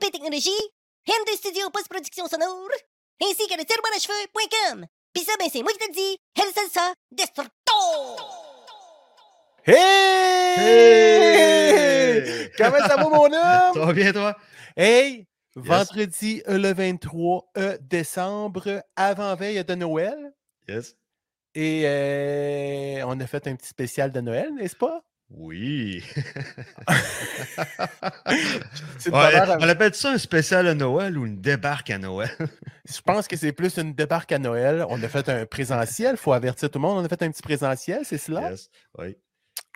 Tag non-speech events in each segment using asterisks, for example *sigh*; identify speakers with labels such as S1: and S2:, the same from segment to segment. S1: technologie, MD Studio post-production sonore, ainsi que le tiroir à cheveux.com. Pis ça, ben, c'est moi qui te le dis, elle c'est ça, destructo!
S2: Hey!
S3: Hey!
S2: Comment ça va, mon homme?
S3: Ça va bien, toi?
S2: Hey! Vendredi euh, le 23 euh, décembre, avant-veille de Noël.
S3: Yes.
S2: Et euh, on a fait un petit spécial de Noël, n'est-ce pas?
S3: Oui.
S2: C'est de
S3: Ouais,
S2: valeur à-
S3: on appelle ça un spécial à Noël ou une débarque à Noël?
S2: Je pense que c'est plus une débarque à Noël. On a fait un présentiel, il faut avertir tout le monde. On a fait un petit présentiel, c'est cela,
S3: Yes. Oui.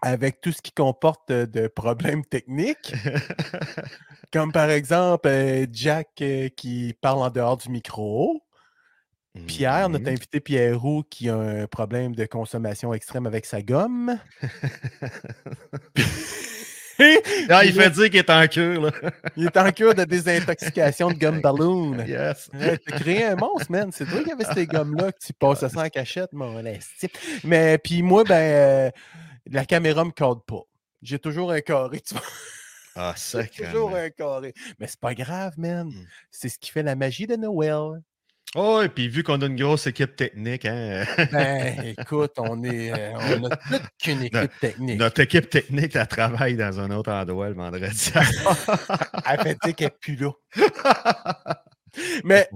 S2: avec tout ce qui comporte euh, de problèmes
S3: *laughs*
S2: techniques, comme par exemple euh, Jack euh, qui parle en dehors du micro. Pierre, notre
S4: Mm.
S3: Mhm.
S2: invité Pierre Roux, qui a un problème de consommation extrême avec sa gomme.
S3: Ah, il fait dire qu'il est en
S4: *laughs*
S3: cure, là.
S2: Il est en cure de désintoxication de gomme balloon.
S3: Yes.
S2: Ouais, T'as créé un monstre, man. C'est toi qui avais ces gommes-là que tu passes à ça en cachette, mon esti. Mais puis moi, ben, euh, la caméra me cadre pas. J'ai toujours un carré, tu vois. *laughs*
S3: Ah,
S2: J'ai
S3: sacré.
S2: toujours euh, un carré. Mais c'est pas grave, man.
S3: Mm.
S2: C'est ce qui fait la magie de Noël.
S3: Oh, et puis vu qu'on a une grosse équipe
S2: *laughs*
S3: technique, hein,
S2: Ben, écoute, on est, euh, on a toute qu'une équipe technique.
S3: notre équipe technique, elle travaille dans un autre endroit le vendredi.
S2: Ah, Elle fait dire qu'elle pue
S3: *laughs*
S2: là. Mais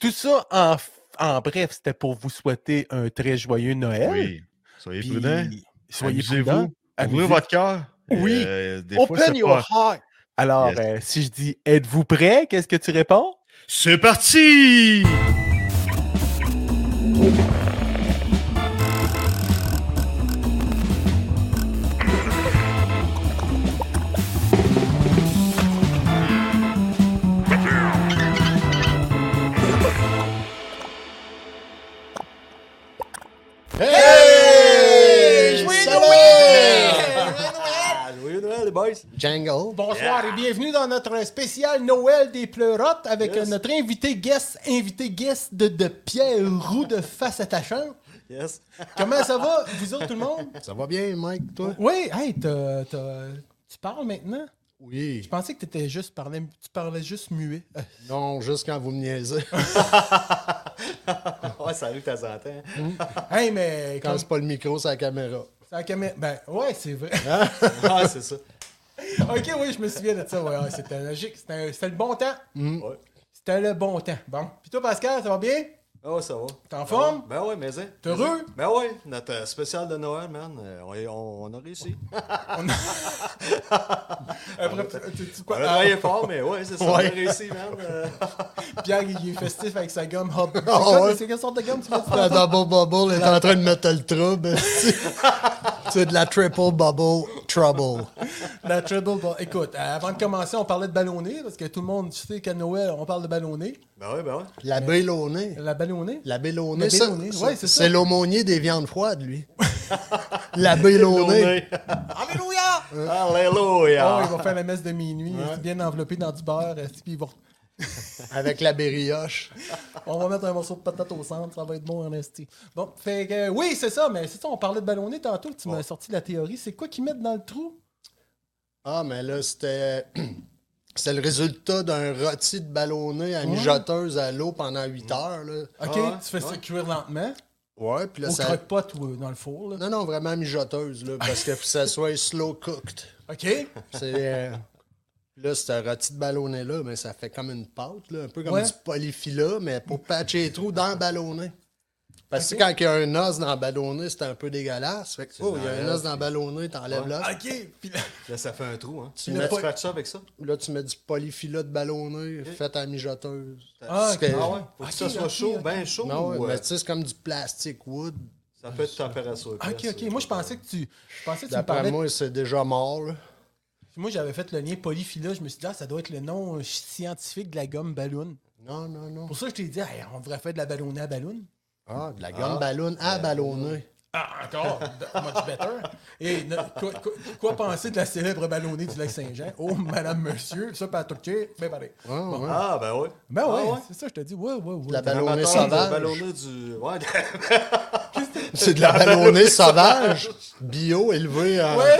S2: tout ça, en, f- en bref, c'était pour vous souhaiter un très joyeux Noël.
S3: oui. Soyez
S2: Puis,
S3: prudents.
S2: Soyez
S3: Amusez-vous.
S2: prudents.
S3: Ouvrez
S2: Amusez-
S3: votre cœur.
S2: Oui.
S3: Euh, des fois,
S2: Open
S3: c'est
S2: your
S3: pas-
S2: heart. Alors,
S3: Yes.
S2: euh, si je dis êtes-vous prêt, qu'est-ce que tu réponds?
S3: C'est parti!
S5: Hey!
S2: Joyeux
S5: Salut!
S2: Joyeux Noël, les boys!
S5: Jangle.
S2: Bonsoir et bienvenue dans notre spécial Noël des pleurotes avec euh, notre invité guest, invité guest de, de Pierre Roux de Face Attachante.
S5: Yes.
S2: Comment ça va, vous autres, tout le monde?
S5: Ça va bien, Mike, toi?
S2: Oui, hey, t'as- t'as- tu parles maintenant?
S5: Oui.
S2: Je pensais que t'étais juste parlais, tu parlais juste muet. *laughs* Euh,
S5: Non, juste quand vous me
S2: *laughs*
S5: niaisez.
S4: Ouais, ça arrive de temps en temps.
S2: Mm. Hey, mais
S5: Quand
S2: comme-
S5: c'est pas le micro, c'est la caméra.
S2: c'est la caméra- Ben, ouais, c'est vrai.
S5: Hein?
S4: Ouais, Ah, c'est ça.
S2: *laughs* Ok, oui, je me souviens de ça. Ouais, ouais, c'était logique. C'était un- c'était le bon temps.
S5: Mm-hmm.
S4: Ouais.
S2: C'était le bon temps. Bon. Puis toi, Pascal, ça va bien?
S4: Ah ouais, ça va.
S2: T'es en
S4: Ben
S2: forme?
S4: ouais, Ben ouais, mais hein.
S2: T'es heureux?
S4: Ben ouais, notre euh, spécial de Noël, man, euh, on, est- on- on a réussi.
S2: Après, tu- tu- tu-
S4: On
S2: quoi?
S4: a travaillé fort, mais ouais, c'est ça, on a réussi, man. Euh,
S2: Ah, Pierre, il est festif avec sa gomme hop. C'est
S5: *laughs* Ah,
S2: quoi-
S5: ouais.
S2: C'est quelle sorte de gomme tu veux
S5: La double bubble est en train de mettre le
S2: *laughs*
S5: trouble. esti. c'est de la triple bubble trouble.
S2: La triple ball. Écoute, euh, avant de commencer, on parlait de ballonné, parce que tout le monde sait qu'à Noël, on parle de ballonné.
S4: ben ouais, ben ouais.
S5: La bélonée.
S2: La ballonnée?
S5: La
S2: La
S5: bélonée, ça,
S2: bélonée,
S5: ça,
S2: ouais, c'est ça.
S5: c'est l'aumônier des viandes froides, lui. la bélonée.
S2: *laughs* Alléluia! Oh,
S3: Ah.
S4: Alléluia!
S2: il va faire la messe de minuit, euh, bien enveloppé dans du beurre. euh, Puis il va-
S5: avec la brioche.
S2: On va mettre un morceau de patate au centre, ça va être bon en esti. Bon, fait que, euh, oui, c'est ça, mais c'est ça, on parlait de ballonné tantôt, tu m'as sorti la théorie. C'est quoi qu'ils mettent dans le trou?
S5: Ah, mais là, c'était. *clears throat* C'était le résultat d'un rôti de ballonné à une jeteuse à l'eau pendant 8 heures. Là.
S2: OK,
S4: Ah ouais,
S2: tu fais ça cuire lentement,
S5: Ouais, puis là,
S2: au
S5: ça.
S2: croque-pot ou euh, dans le four. Là.
S5: Non, non, vraiment mijoteuse, là, parce que faut que ça soit slow cooked.
S2: OK.
S5: C'est. euh, Là, ce rôti de ballonnet-là, mais ça fait comme une pâte, là, un peu comme
S2: Ouais.
S5: du polyfila, mais pour patcher les trous dans le ballonnet. Parce que quand il y a un os dans le ballonnet, c'est un peu dégueulasse. Fait que, oh, il y a un
S4: l'enlèves,
S5: os dans le ballonnet, t'enlèves l'os.
S2: OK. Puis là,
S4: Là, ça fait un trou, hein. Tu
S5: l'as
S4: mets
S5: pas-
S4: du patch ça avec ça?
S5: Là, tu mets du polyfila de ballonnet fait à mijoteuse.
S2: Ah, ok.
S5: C'est-
S4: Ah ouais? Faut que ça
S2: Ok,
S4: soit
S2: ok,
S4: chaud,
S2: ok.
S4: ben chaud.
S5: Non,
S4: ou, euh,
S5: mais tu sais, c'est comme du plastic wood.
S4: ça peut être température. euh.
S2: OK, OK. Moi, je pensais que tu, je pensais que tu me
S5: D'après
S2: parlais. Moi,
S5: moi, c'est déjà mort. là.
S2: j'avais fait le lien polyphila. Je me suis dit, ah, ça doit être le nom euh, scientifique de la gomme ballon.
S5: Non, non, non.
S2: Pour ça, je t'ai dit, Hey, on devrait faire de la ballonnée à ballon.
S5: Ah, de la gomme ballon à ballonner.
S2: Ah, encore? *laughs* Much better. Et ne- quoi, quoi- quoi penser de la célèbre ballonnée du lac Saint-Jean? Oh, madame, monsieur, ça, Patrick, Ché, ben pareil.
S5: Ouais, ouais.
S3: Ah, ben oui.
S2: Ben
S3: Ah,
S2: ouais,
S3: ouais.
S2: c'est ça, je te dis. Ouais, ouais, ouais.
S5: La
S3: Un
S5: ballonnée
S3: amateur de
S5: sauvage.
S3: ballonnée du. Ouais,
S5: *laughs*
S3: *laughs*
S5: C'est de la ballonnée sauvage, bio, élevée en,
S2: Ouais,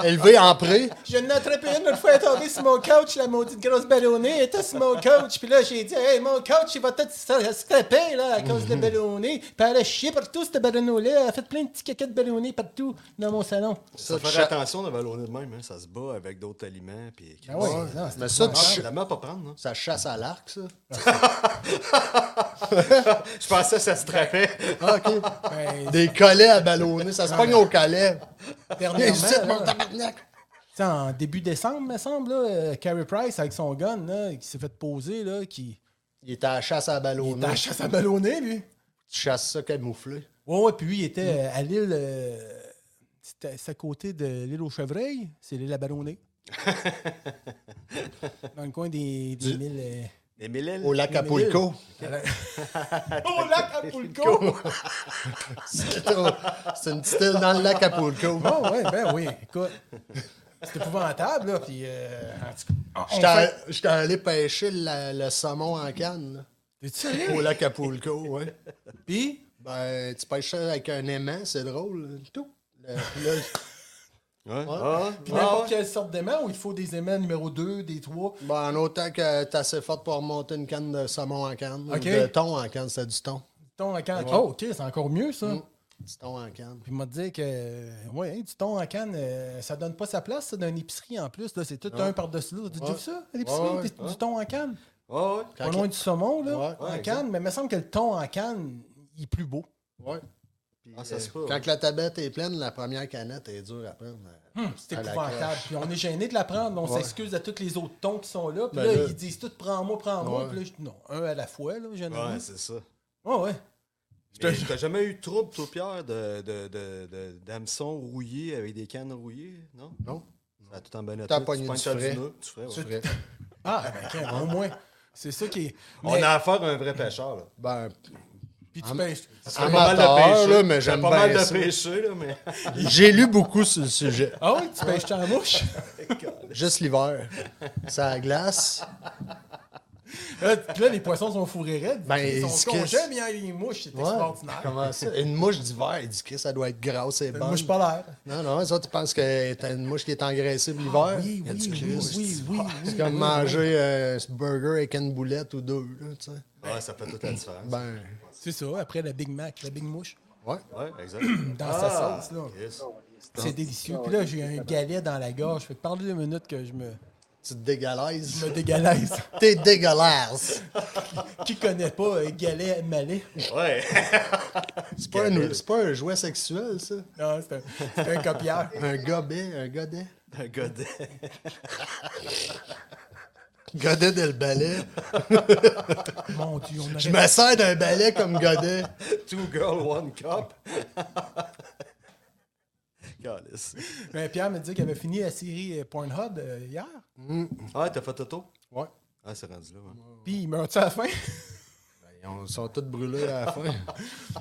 S2: c'est-
S5: élevée en pré.
S2: je n'ai attrapé une l'autre fois, elle est tombée sur mon couch, la maudite grosse ballonnée, elle était sur mon couch, puis là, j'ai dit, hey, mon couch, il va peut-être se scraper, là, à cause de la ballonnée, puis elle a chié partout, cette ballonnée-là, elle a fait plein de petits caca de ballonnée partout dans mon salon.
S3: ça
S5: Ça,
S3: faire
S5: cha-
S3: attention de ballonner de même, hein, ça se bat avec d'autres aliments. Puis...
S2: Ah ouais, non, c'est-
S5: Mais ça, tu
S3: Ah,
S5: ch-
S3: la main pas prendre,
S4: hein.
S3: non?
S5: ça chasse à l'arc, ça.
S3: Je pensais que ça se trappait.
S5: Ah, ok.
S2: ben,
S5: Des collets à ballonner, ça se pogne aux collets. Viens
S2: dernièrement,
S5: ici,
S2: là,
S5: mon tabarnak.
S2: Tu sais, en début décembre, me semble, là, euh, Carey Price avec son gun, là, qui s'est fait poser, là, qui.
S5: Il était à la chasse à la
S2: Il était à
S5: ballonnée.
S2: la chasse à ballonner, lui.
S5: Tu chasses ça camouflé.
S2: Ouais, ouais, puis lui, il était euh, à l'île. euh, c'était- c'est à côté de l'île aux chevreuils, c'est l'île à ballonner. *laughs* Dans le coin des, des mille. euh,
S3: Les Mélèles.
S5: Au lac Acapulco. *laughs*
S2: Au lac *laughs* Acapulco!
S5: C'est trop- c'est une petite île dans le lac Acapulco.
S2: Oh, ouais, ben oui, écoute. C'est épouvantable, là, puis. euh, en tout cas, on
S5: J'étais
S2: fait-
S5: allé- J'étais allé pêcher la- le saumon en canne
S2: T'es-tu
S5: là, au
S2: sérieux?
S5: lac Acapulco, ouais.
S2: Puis,
S5: Ben, tu pêches ça avec un aimant, c'est drôle. Tout. Le- puis là,
S3: Ouais. Ah,
S2: puis
S3: ah,
S2: n'importe
S3: ouais.
S2: quelle sorte d'aimant, où il faut des aimants numéro 2, des 3.
S5: ben, en autant que t'es assez forte pour remonter une canne de saumon en canne. ou
S2: Ok.
S5: de thon en canne, c'est du thon.
S2: Ton en canne. Oh, ok, c'est encore mieux ça.
S5: Mm. Du thon en canne.
S2: Puis il m'a dit que euh, ouais, hein, du thon en canne, euh, ça donne pas sa place, ça, d'une épicerie en plus. Là, c'est tout un par-dessus l'autre. Tu
S5: Ouais.
S2: vu ça, à l'épicerie?
S5: Ouais, ouais,
S2: des- Du thon en canne.
S4: Ah
S3: Ouais, ouais.
S5: Quand
S2: pas
S5: que-
S2: loin du saumon, là,
S5: Ouais,
S2: en
S3: ouais, exact.
S2: canne, mais il me semble que le thon en canne, il est plus beau.
S5: Ouais.
S3: Ah,
S2: Euh,
S3: ça se peut.
S5: Quand que la tablette est pleine, la première canette est dure à prendre.
S2: Hmm, C'est
S5: Hmm. À la
S2: épouvantable.
S5: crèche.
S2: Puis on est gêné de la prendre. On s'excuse à tous les autres tons qui sont là. Puis
S5: Ben
S2: là,
S5: là-
S2: ils disent tout prends-moi, prends-moi.
S5: Ouais.
S2: Puis là, je dis non, un à la fois, là, jeune homme.
S3: Ouais, c'est ça.
S2: Ouais, ouais.
S3: Mais T'as jamais eu de trouble, toi, Pierre, de, de, de, de- d'hameçons rouillés avec des cannes rouillées, non?
S5: Non.
S3: Ça a tout en bonne
S5: T'as
S3: attaque,
S5: pogné
S3: tu pognes
S5: du
S3: ça
S5: frais.
S3: nœud, du frais, ouais.
S5: C'est vrai.
S2: Ah, ben, quand- au moins. C'est ça qui est.
S3: On
S2: Mais-
S3: a affaire à un vrai pêcheur, là.
S5: Ben,
S2: Puis tu pêches.
S3: Pas mal de
S5: amateur,
S3: pêcher,
S5: là, mais j'aime
S3: pas mal
S5: bien
S3: de
S5: ça.
S3: pêcher, là,
S5: *laughs*
S3: mais...
S5: J'ai lu beaucoup sur le sujet.
S2: Ah oui, tu pêches en mouche?
S5: Juste l'hiver. Ça glace.
S2: Là, t- là, les poissons sont fourrés raides.
S5: Ben,
S2: ils
S5: est-ce
S2: sont
S5: que-
S2: congés, mais il y a les mouches, c'est extraordinaire.
S5: Comment ça? Une mouche d'hiver, il dit que ça doit être grasse et
S2: Une
S5: bonne.
S2: mouche polaire.
S5: Non, non, ça, tu penses que t'as une mouche qui est engraissée pour
S2: Ah,
S5: l'hiver?
S2: oui,
S5: Il y a
S2: oui,
S5: du
S2: oui,
S5: Christ.
S2: oui, oui, oui,
S5: C'est comme
S2: oui,
S5: manger euh, ce burger avec une boulette ou deux, là, tu sais.
S3: Ouais, ça fait toute la différence.
S5: Ben,
S2: C'est ça, après la Big Mac, la Big Mouche,
S5: ouais.
S3: Ouais, exact.
S2: dans
S3: Ah,
S2: sa sauce, là.
S3: yes.
S2: C'est délicieux. Puis là, j'ai un galet dans la gorge. Fait que parler deux minutes que je me,
S5: Tu te
S2: je
S5: dégalaises.
S2: me dégalaise.
S5: T'es dégueulasse.
S2: *laughs* Qui connaît pas euh, galet malais?
S3: Ouais. *laughs*
S5: C'est pas, un, c'est pas un jouet sexuel, ça.
S2: Non, c'est un, c'est un copieur.
S5: Un godet, un godet.
S3: Un godet.
S5: Godet de le balai.
S2: Mon Dieu, on
S5: Je
S2: aurait...
S5: me sers d'un balai comme godet.
S3: *laughs* Two girl, one cup. *laughs* Calice.
S2: Ben, Pierre me dit qu'il avait fini la série euh, Pornhub euh, hier.
S3: Ah, t'as fait auto?
S5: Ouais.
S3: Ah, c'est rendu là, ouais.
S2: Puis il meurt à la fin. *laughs*
S5: Ils ont- sont tous brûlés à la fin.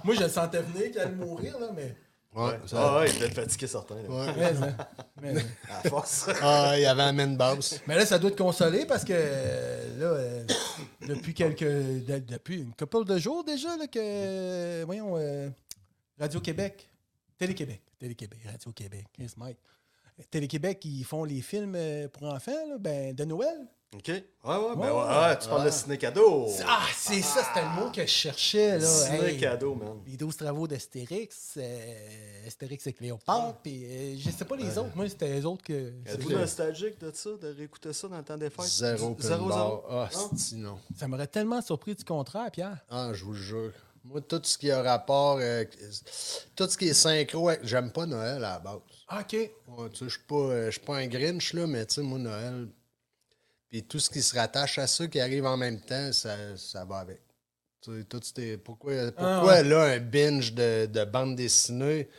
S2: Moi, je le sentais venir qu'il allait mourir, là, mais.
S5: Ouais. ça-
S3: Ah ouais, il devait être fatigué certain. Là.
S5: ouais.
S2: Mais, hein, mais-
S3: À force.
S5: Ah, il y avait un main basse.
S2: Mais là, ça doit te consoler parce que euh, là, euh, depuis quelques. de- depuis une couple de jours déjà, là, que. euh, voyons, euh, Radio-Québec, Télé-Québec, Télé-Québec, Radio-Québec, yes, Mike. Télé-Québec, ils font les films euh, pour enfants là, ben, de Noël.
S3: OK. Ouais, ouais, ben
S2: Ouais,
S3: ouais. Ah, tu parles de ciné-cadeau.
S2: Ah, c'est ça, c'était le mot que je cherchais. Là. Hey,
S3: Ciné-cadeau, man.
S2: les 12 travaux d'Astérix, euh, Astérix et Cléopâtre, puis euh, je sais pas les autres. Moi, c'était les autres que.
S3: Êtes-vous nostalgique de ça, de réécouter ça dans le temps des fêtes?
S5: Zéro
S3: Z-
S5: pin barre. Ah,
S3: Non?
S5: c'est non.
S2: Ça m'aurait tellement surpris du contraire, Pierre.
S5: Ah, je vous le jure. Moi, tout ce qui a rapport. euh, tout ce qui est synchro. avec- J'aime pas Noël à la base.
S2: Ah, OK.
S5: Ouais, tu sais, je suis pas, euh, je suis pas un Grinch, là, mais tu sais, moi, Noël. Puis tout ce qui se rattache à ça qui arrive en même temps, ça, ça va avec. Tu sais, tout c'était-
S3: Ah,
S5: pourquoi pourquoi
S2: ouais.
S5: là, un binge de, de bande dessinée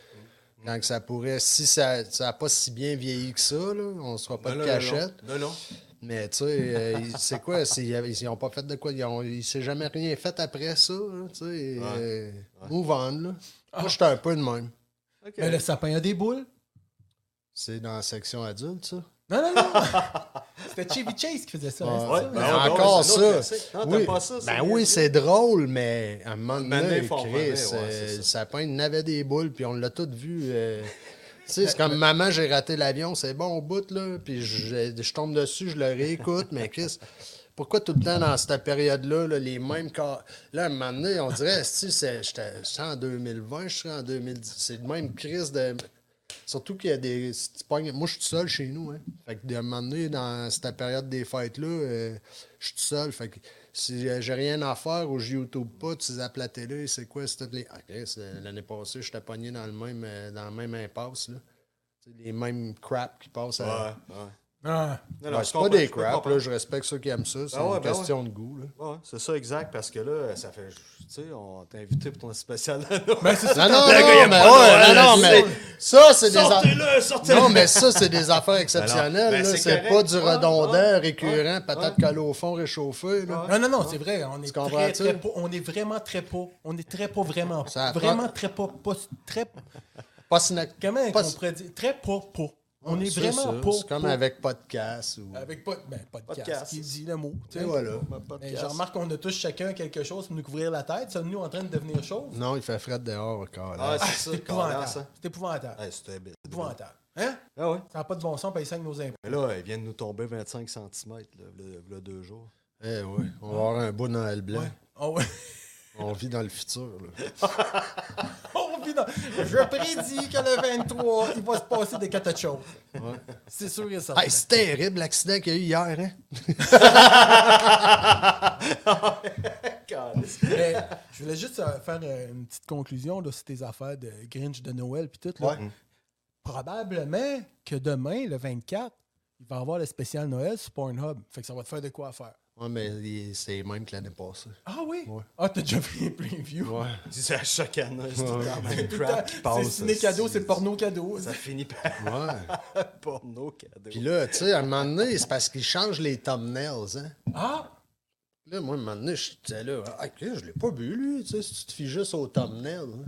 S5: quand que ça pourrait. Si ça n'a pas si bien vieilli que ça, là, on ne se fera pas
S3: Non,
S5: de
S3: non,
S5: cachette.
S3: Ben Non, non. non.
S5: Mais tu sais, euh, ils- c'est quoi? c'est- Ils n'ont pas fait de quoi? Ils ont- ils s'est hein, jamais rien fait après ça. là, tu sais, euh, move on. Là. Moi, j'étais un peu de même.
S3: Ok.
S2: Mais le sapin a des boules.
S5: C'est dans la section adulte, ça?
S2: Non, non, non. *laughs* C'était Chevy Chase qui faisait ça. hein,
S5: Ouais,
S2: c'est ça?
S5: ben,
S3: ouais,
S5: encore
S3: ouais, c'est un autre
S5: ça.
S3: classique. Non, t'aimes
S5: Oui.
S3: pas ça, ça,
S5: Ben
S3: bien
S5: oui,
S3: dit.
S5: c'est drôle, mais à un moment
S3: Un moment donné,
S5: donné,
S3: faut en
S5: Chris,
S3: revenir, ouais, c'est
S5: euh,
S3: ça.
S5: le sapin n'avait des boules, puis on l'a tout vu. euh, tu
S3: *laughs*
S5: sais, c'est comme maman, j'ai raté l'avion, c'est bon au bout, là. Puis je, je tombe dessus, je le réécoute, mais Chris, pourquoi tout le temps dans cette période-là, là, les mêmes cas. Là, à un moment donné, on dirait, si c'est j'étais- j'étais en 2020, je suis en 2010. C'est le même Chris de. Surtout qu'il y a des. si tu pognes- Moi, je suis tout seul chez nous. Hein. Fait que de un moment donné, dans cette période des fêtes-là, euh, je suis tout seul. Fait que si euh, j'ai rien à faire ou je YouTube pas, tu sais, à la télé, c'est quoi? c'est toutes les... Ah, Chris, euh, L'année passée, j'étais pogné dans, le même, euh, dans la même impasse. Là. Tu sais, Les mêmes crap qui passent
S3: Ouais,
S5: à.
S3: ouais.
S2: Ah.
S3: Non, non,
S5: Ouais,
S3: je
S5: Ben, c'est
S3: comprends,
S5: pas des
S3: je peux
S5: crap,
S3: comprendre.
S5: là, je respecte ceux qui aiment ça. C'est
S3: Ben ouais,
S5: une
S3: ben ouais.
S5: question de goût. Là.
S3: Ouais, c'est ça, exact, parce que là, ça fait. Tu sais, on t'a invité pour ton spécial à Noël.
S2: Ben, c'est ça.
S5: Non, non,
S3: Le gars, il
S5: Ah, non,
S3: aime
S5: mais,
S3: pas Noël,
S5: ouais, non, non,
S3: c'est-
S5: mais ça, c'est des affaires.
S3: Sortez-le, sortez-le!
S5: Non, mais ça, c'est des affaires exceptionnelles.
S3: ben,
S5: là.
S3: c'est
S5: c'est
S3: correct.
S5: pas du
S3: Ouais,
S5: redondant,
S3: ouais,
S5: récurrent,
S3: ouais,
S5: patate
S3: ouais.
S5: collée au fond, réchauffée. là.
S2: Non, non, non, c'est vrai. On est, très,
S5: comprends-tu?
S2: très pas- on est vraiment très pas. On est très pas vraiment.
S5: Ça apprend-
S2: vraiment très pas. pas très,
S5: Pas snack.
S2: comment on
S5: Pas-
S2: pourrait dire? Très pas pas. On est
S5: C'est
S2: vraiment
S5: ça,
S2: pas.
S5: C'est comme
S2: pas.
S5: avec podcast. Ou...
S2: Avec pas, ben, podcast,
S3: Podcast.
S2: qui dit le mot. Tu
S5: Et
S2: sais.
S5: voilà.
S2: Mais je remarque qu'on a tous chacun quelque chose pour nous couvrir la tête. Sommes-nous en train de devenir chauds?
S5: Non, il fait fret dehors, encore.
S3: Ah, c'est
S2: C'est
S5: *laughs*
S3: ça,
S2: épouvantable.
S3: calasse, hein.
S2: C'est épouvantable.
S3: Ouais, c'était débile.
S2: C'est épouvantable. Hein?
S3: Ah ouais.
S2: Ça n'a pas de bon sens, paye 5 nos impôts.
S3: Mais là, ils viennent nous tomber 25 cm, là, v'là- v'là deux jours.
S5: Eh oui, on va avoir un beau Noël blanc.
S2: Oh, ouais.
S5: On vit dans le futur. là.
S2: Oh, puis non. Je prédis que le 23, il va se passer des catas de choses. C'est sûr et
S3: Ah,
S2: certain.
S5: Hey, c'est terrible l'accident qu'il y a eu hier. Hein?
S2: Mais je voulais juste euh, faire euh, une petite conclusion là, sur tes affaires de Grinch de Noël puis tout. là. Probablement que demain, le 24, il va y avoir le spécial Noël sur Pornhub. Fait que ça va te faire de quoi à faire.
S5: Ouais, mais il- c'est les mêmes que l'année passée.
S2: Ah oui? Ah, t'as déjà vu les previews?
S5: Ouais.
S3: Ils disent à chaque année, c'est tout le temps le même crap qui
S2: C'est
S3: passe.
S2: ciné cadeau, c'est porno cadeau.
S3: Ça finit par
S5: Ouais.
S3: porno cadeau.
S5: Puis là, tu sais, à un moment donné, c'est parce qu'ils changent les thumbnails. Hein?
S2: Ah!
S5: Là, moi, à un moment donné, j'étais là, ah, ok, je l'ai pas bu, lui, tu sais, si tu te fies juste au thumbnail. hein.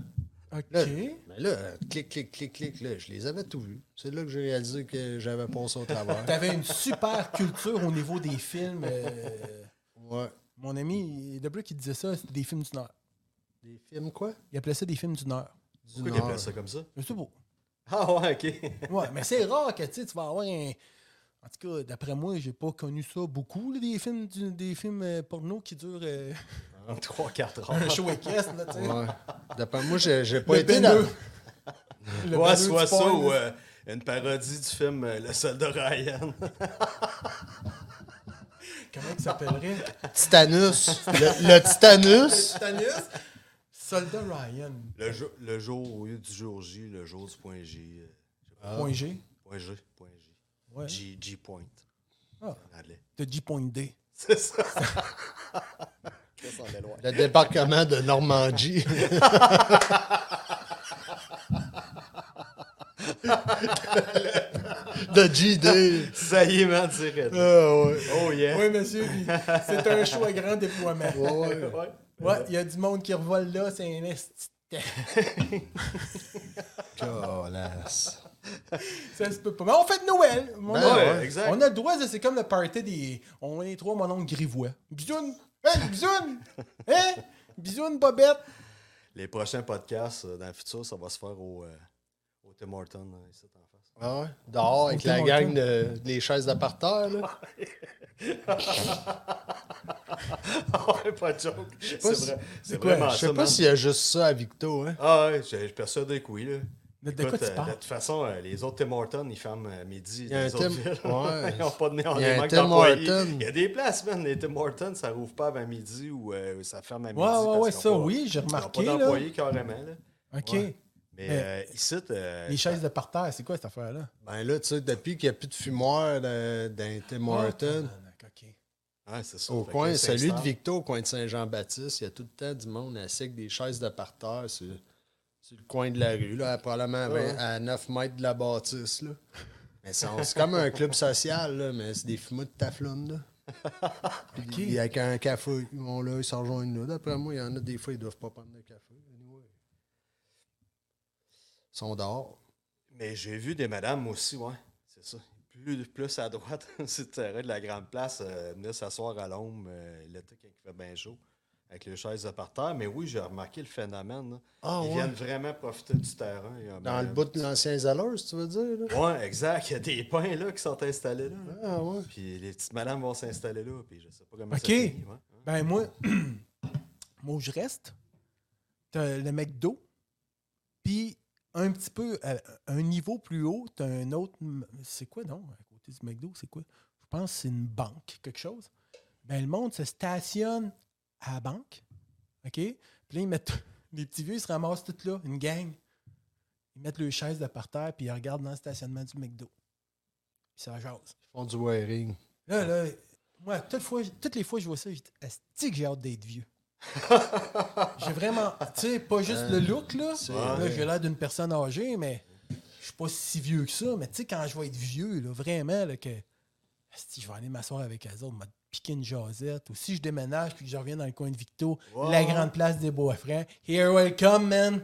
S2: Ok.
S5: Là, Mais là, euh, clic, clic, clic, clic, là, je les avais tous vus. C'est là que j'ai réalisé que j'avais passé au travers.
S2: T'avais une super culture au niveau des films. euh,
S5: ouais.
S2: mon ami De Brick, il disait ça, c'était des films d'une heure.
S5: Des films, quoi?
S2: Il appelait ça des films d'une heure.
S3: Pourquoi ils appellent ça comme ça?
S2: Je sais pas.
S3: Ah ouais, *laughs* ok.
S2: Ouais, mais c'est rare que tu sais, tu vas avoir un. En tout cas, d'après moi, j'ai pas connu ça beaucoup, là, des films, du- des films euh, porno qui durent euh,
S3: En 3-4
S2: un
S3: heures.
S2: show équestre, là, tu sais.
S5: Ouais. D'après moi, j'ai j'ai pas
S2: Le
S5: été
S2: Ben
S5: dans...
S2: deux. Le Ben
S3: Ouais,
S2: deux
S3: soit
S2: du
S3: ça
S2: porn,
S3: ou
S2: là.
S3: euh, une parodie du film euh, Le soldat Ryan.
S2: Comment ça s'appellerait
S5: Titanus. Le, le Titanus.
S2: Titanus Soldat Ryan.
S3: *laughs* Le, jour- le jour au lieu du jour J, le jour du point G. euh,
S2: Point G.
S3: Point G, point G.
S2: Ouais.
S3: G, G point.
S2: Ah.
S3: En anglais.
S2: De G.D.
S3: C'est ça. Qu'est-ce qu'on est loin.
S5: Le débarquement de Normandie. de JD.
S3: Ça y est, man, c'est *laughs* raide.
S5: Ah, ouais.
S3: Oh yeah.
S2: Oui, monsieur, puis c'est un show à grand déploiement.
S5: Ouais, ouais.
S3: Ouais.
S2: Ouais, il y a du monde qui revole là, c'est un esti.
S5: Colasse.
S2: Ça se peut pas. Mais on fait de Noël! Mon
S5: Ben
S2: homme.
S3: ouais, exact.
S2: On a le droit, de- c'est comme le party des. On est trois, mon oncle grivois. Bisoun! Hein,
S3: *laughs*
S2: bisoun! Hein? Bisoun, Bobette!
S3: Les prochains podcasts, euh, dans le futur, ça va se faire au, euh, au Tim Hortons, euh, ici, en face.
S5: Ah ouais? Dehors, avec
S2: Monter,
S5: la
S2: monter.
S5: gang de, des chaises de par terre, là.
S3: Ah ouais, pas de joke. C'est
S5: pas si-
S3: vrai. C'est
S2: quoi,
S3: vraiment
S5: Je sais
S3: ça,
S5: pas
S3: man.
S5: s'il y a juste ça à Victo, hein.
S3: Ah ouais, je je suis persuadé que oui, là.
S2: De, de quoi
S3: Écoute,
S2: tu
S3: euh, de
S2: parles?
S3: toute façon, euh, les autres Tim Hortons, ils ferment à midi.
S5: y
S3: dans
S5: a un
S3: les autres
S5: Tim-
S3: villes.
S5: ouais.
S3: *laughs* Ils n'ont pas de néant.
S5: Il y a
S3: des
S5: un
S3: manques
S5: Tim
S3: d'employés.
S5: Hortons.
S3: Il y a des places, man. Les Tim Hortons, ça rouvre pas avant midi ou euh, ça ferme à midi.
S2: Ouais, ouais,
S3: parce
S2: ouais,
S3: qu'ils ont
S2: ça,
S3: pas-
S2: oui, j'ai
S3: ils ont
S2: remarqué.
S3: pas
S2: Là.
S3: d'employés carrément, là.
S2: Ok.
S3: Ouais.
S2: Mais-
S3: Mais euh, ici, euh,
S2: Les chaises de parterre, c'est quoi cette affaire-là?
S5: Ben là, tu sais, depuis qu'il n'y a plus de fumoir de- dans Tim Hortons,
S2: Ah, ok.
S3: ouais, c'est ça.
S5: au
S3: Fait que
S5: coin,
S3: là, ça
S5: celui de
S3: installe.
S5: Victo, au coin de Saint-Jean-Baptiste, il y a tout le temps du monde assis avec des chaises de parterre sur, sur le coin de la rue, là, à probablement à, vingt- à 9 mètres de la
S3: *laughs*
S5: bâtisse, là. Mais c'est c'est comme un club social, là, mais c'est des fumeux de tafloune,
S3: *laughs*
S5: là. Puis, il y a qu'un café, ils vont là, ils s'en rejoignent là. D'après moi, il y en a des fois, ils doivent pas prendre de café. anyway. sont dehors.
S3: Mais j'ai vu des madames aussi, ouais. C'est ça. Plus, plus à droite, *laughs* c'est le terrain de la grande place, euh, venir s'asseoir à l'ombre euh, l'été quand il fait bien chaud, avec les chaises par terre. Mais oui, j'ai remarqué le phénomène. là.
S5: Ah,
S3: Ils
S5: ouais.
S3: viennent vraiment profiter du terrain. il y a un
S5: Dans le
S3: malade.
S5: bout de l'ancien Zalers, tu veux dire? Là?
S3: Ouais, exact. Il y a des pains là, qui sont installés là. hein.
S5: Ah ouais.
S3: Puis les petites madames vont s'installer là. Puis je sais pas comment
S2: Ok.
S3: ça finit, ouais.
S2: Ben, moi, *clears throat* moi, où je reste. T'as le McDo. Puis, un petit peu, à- un niveau plus haut, t'as un autre. m- C'est quoi, non? À côté du McDo, c'est quoi? Je pense que c'est une banque, quelque chose. Ben, le monde se stationne à la banque. OK? Puis là, ils mettent. *laughs* Les petits vieux, ils se ramassent tout là, une gang. Ils mettent leurs chaises de par terre, puis ils regardent dans le stationnement du McDo. Puis ça jase.
S5: Ils font du wearing.
S2: Là, là, moi, toutes, fois- toutes les fois que je vois ça, je dis Asti que j'ai hâte d'être vieux. j'ai vraiment, tu sais, pas juste le look, là. Là,
S5: vrai.
S2: j'ai l'air d'une personne âgée, mais je suis pas si vieux que ça. Mais tu sais, quand je vais être vieux, là, vraiment, là, que Asti, je vais aller m'asseoir avec elles autres, m'a piqué une jasette. Ou si je déménage puis que je reviens dans le coin de Victo,
S3: Wow.
S2: la grande place des beaux-frères. Here welcome, man.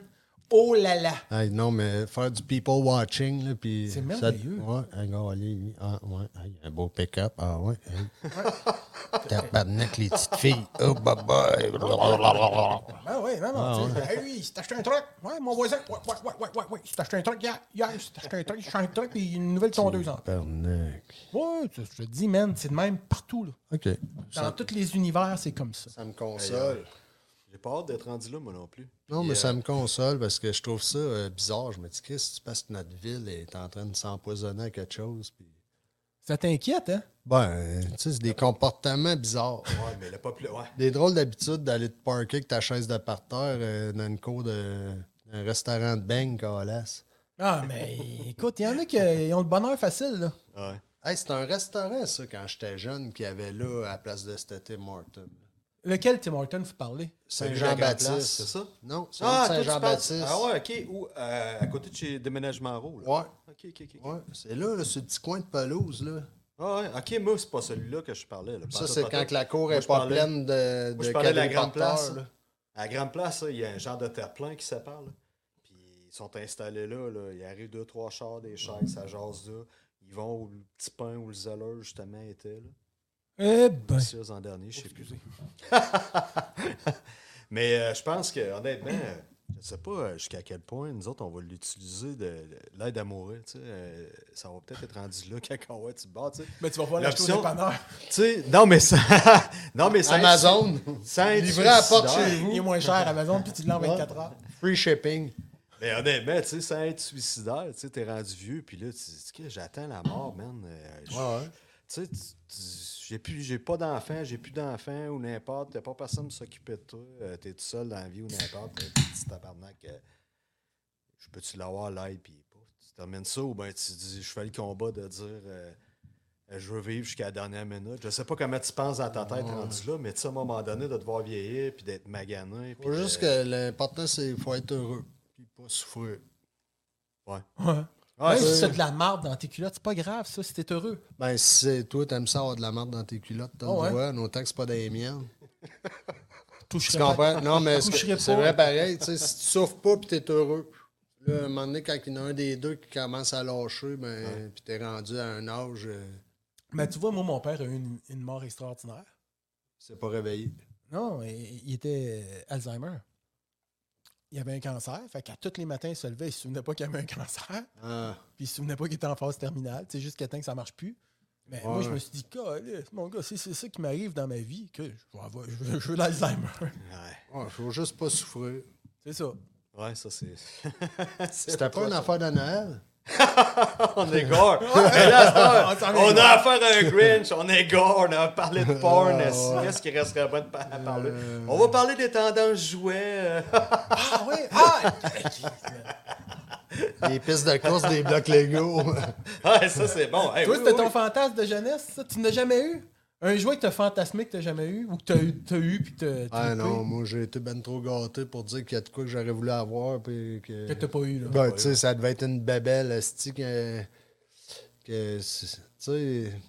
S2: Oh là là.
S5: Hey, non, mais faire du people watching, là, puis...
S2: C'est
S5: ça-
S2: merveilleux.
S5: Ouais, un gars, allez, lui. Ah, ouais, hey, un beau pick-up. Ah, ouais. hey. *laughs* Tabarnak, les petites filles. Oh, bye-bye. Blablabla.
S2: Ben oui, non, non. tu sais, hey, oui, c'est acheté un truc. Ouais, mon voisin. Ouais, ouais, ouais, ouais, ouais, ouais. C'est acheté un truc hier. Hier, c'est acheté un truc. Je un truc, puis une nouvelle tondeuse. en fait.
S5: Tabarnak.
S2: Ouais, tu- je te dis, man, c'est de même partout, là.
S5: OK.
S2: Dans tous les univers, c'est comme ça.
S5: Ça me console.
S3: euh, J'ai pas hâte d'être rendu là, moi non plus.
S5: Non, mais
S3: Puis,
S5: ça me console parce que je trouve ça euh, bizarre. Je me dis, qu'est-ce que tu passes que notre ville est en train de s'empoisonner à quelque chose? Puis...
S2: Ça t'inquiète, hein?
S5: Ben, tu sais, c'est des
S2: *laughs*
S5: comportements bizarres.
S3: euh, Ouais, mais le peuple. Ouais.
S5: Des drôles d'habitude d'aller te parker avec ta chaise de par terre euh, dans une cour de- d'un restaurant de bang, calasse.
S2: Ah, mais écoute, il y en a qui euh, ils ont le bonheur facile, là.
S3: ouais.
S5: Hey, c'était un restaurant, ça, quand j'étais jeune, qu'il y avait là, à la place de cet été Martin.
S2: Lequel, Tim Horton, vous parlez?
S3: Saint-Jean-Baptiste,
S5: Saint-Jean-Baptiste.
S3: c'est ça?
S5: Non, c'est
S3: Ah, toi, tu
S5: Saint-Jean-Baptiste.
S3: parles- Ah ouais, ok. Ou euh, à côté de chez Déménagement Roux. là.
S5: Ouais.
S3: Ok, ok, ok.
S5: Ouais, c'est là, là, ce petit coin de pelouse, là.
S3: Ah ouais, ok, moi, c'est pas celui-là que je parlais. là.
S5: Ça,
S3: Pantoute,
S5: c'est
S3: pantoute.
S5: quand la cour
S3: Moi,
S5: est
S3: je
S5: pas
S3: parlais-
S5: pleine de,
S3: Moi,
S5: de
S3: je parlais de la
S5: cadeaux
S3: grande
S5: par terre,
S3: place.
S5: là.
S3: là. À la grande place, là, il y a un genre de terre-plein qui sépare. là. Puis ils sont installés là, là. Il arrive deux, trois chars, des chaises, ça jase là. Ils vont où le petit pain ou le zoleur, justement, était. Là.
S2: Eh ben.
S3: C'est en dernier, je sais plus. *laughs* Mais euh, je pense que, honnêtement, euh, je sais pas euh, jusqu'à quel point nous autres, on va l'utiliser de, de l'aide à mourir. tu sais, euh, ça va peut-être être rendu là quand on va être sur le bord. Tu sais.
S2: Mais tu vas voir l'acheter au
S3: L'option-
S2: dépanneur.
S3: Tu sais, non, mais ça. *laughs* non, mais ça.
S5: Amazon,
S3: Ça
S5: Livré à la porte chez
S2: Il est moins cher à Amazon, puis tu l'as en 24 heures.
S5: free shipping.
S3: Mais honnêtement, tu sais, sans être suicidaire, tu sais, t'es rendu vieux, puis là, tu te dis, Qu'est-ce, j'attends la mort, man. Euh, je-
S5: Ouais, ouais.
S3: Tu sais, tu- tu- j'ai plus, j'ai pas d'enfant, j'ai plus d'enfant ou n'importe, t'as pas personne pour s'occuper de toi, euh, t'es tout seul dans la vie ou n'importe, t'es un petit tabarnak. euh, je peux-tu l'avoir l'aide, puis pouf, tu termines ça, ou ben tu dis, je fais le combat de dire, euh, euh, je veux vivre jusqu'à la dernière minute. Je sais pas comment tu penses
S5: Ah,
S3: dans ta tête rendu là, mais tu sais, à un moment donné, de te voir vieillir, puis d'être magané. puis euh,
S5: Faut
S3: de-
S5: juste que l'important, c'est qu'il faut être heureux. Puis pas souffrir.
S2: Ouais.
S3: Ah,
S2: Même
S3: c'est-
S2: si t'as de la marde dans tes culottes, c'est pas grave, ça, si t'es heureux.
S5: Ben, si c'est toi, t'aimes ça avoir de la marde dans tes culottes, t'as
S2: Ah ouais?
S5: le droit. Non, tant que c'est pas des *laughs* miennes.
S2: Touche
S5: Tu comprends? Non, mais
S2: Je serais
S5: c'est c'est
S2: pas-
S5: vrai pareil. Tu sais, si tu souffres pas puis t'es heureux, là, à un moment donné, quand il y en a un des deux qui commence à lâcher, ben, puis t'es rendu à un âge, euh,
S2: Mais tu vois, moi, mon père a eu une- une mort extraordinaire.
S5: c'est pas réveillé.
S2: Non, il il était euh, Alzheimer. Il avait un cancer. Fait qu'à tous les matins, il se levait, il se souvenait pas qu'il avait un cancer.
S5: Ah,
S2: Puis il se souvenait pas qu'il était en phase terminale. C'est juste qu'à temps que ça marche plus. Mais moi,
S5: Ouais.
S2: je me suis dit, Calisse, mon gars, c'est c'est ça qui m'arrive dans ma vie, que je vais avoir- je veux, je veux l'Alzheimer. *laughs*
S3: ouais.
S5: ouais, faut juste pas souffrir.
S2: C'est ça.
S3: Ouais, ça c'est. *laughs*
S5: C'était pas une affaire de Noël?
S3: On est gore. Mais là, c'est pas-
S2: On s'en
S3: on
S2: vient.
S3: a affaire à un Grinch, on est gore, on a parlé de
S5: Ah,
S3: porn. est-ce- Qu'est-ce qui resterait pas de pa- à parler?
S5: Euh.
S3: On va parler des tendances jouets. *laughs* euh.
S2: Ah oui! Ah!
S5: *laughs* Des pistes de course, des blocs *laughs* Lego.
S3: Ouais, ça c'est bon.
S2: *laughs*
S3: Hey,
S2: Toi,
S3: oui,
S2: c'était
S3: oui,
S2: ton
S3: oui.
S2: fantasme de jeunesse, ça? Tu n'as jamais eu? Un jouet que t'as fantasmé que t'as jamais eu? Ou que t'as eu, t'as eu puis t'as
S5: ah
S2: trippé,
S5: non, moi, j'ai été ben trop gâté pour dire qu'il y a de quoi que j'aurais voulu avoir. Puis
S2: que t'as pas eu, là?
S5: Ben, tu sais, ça devait être une babelle, esti, que. que c'est- tu sais.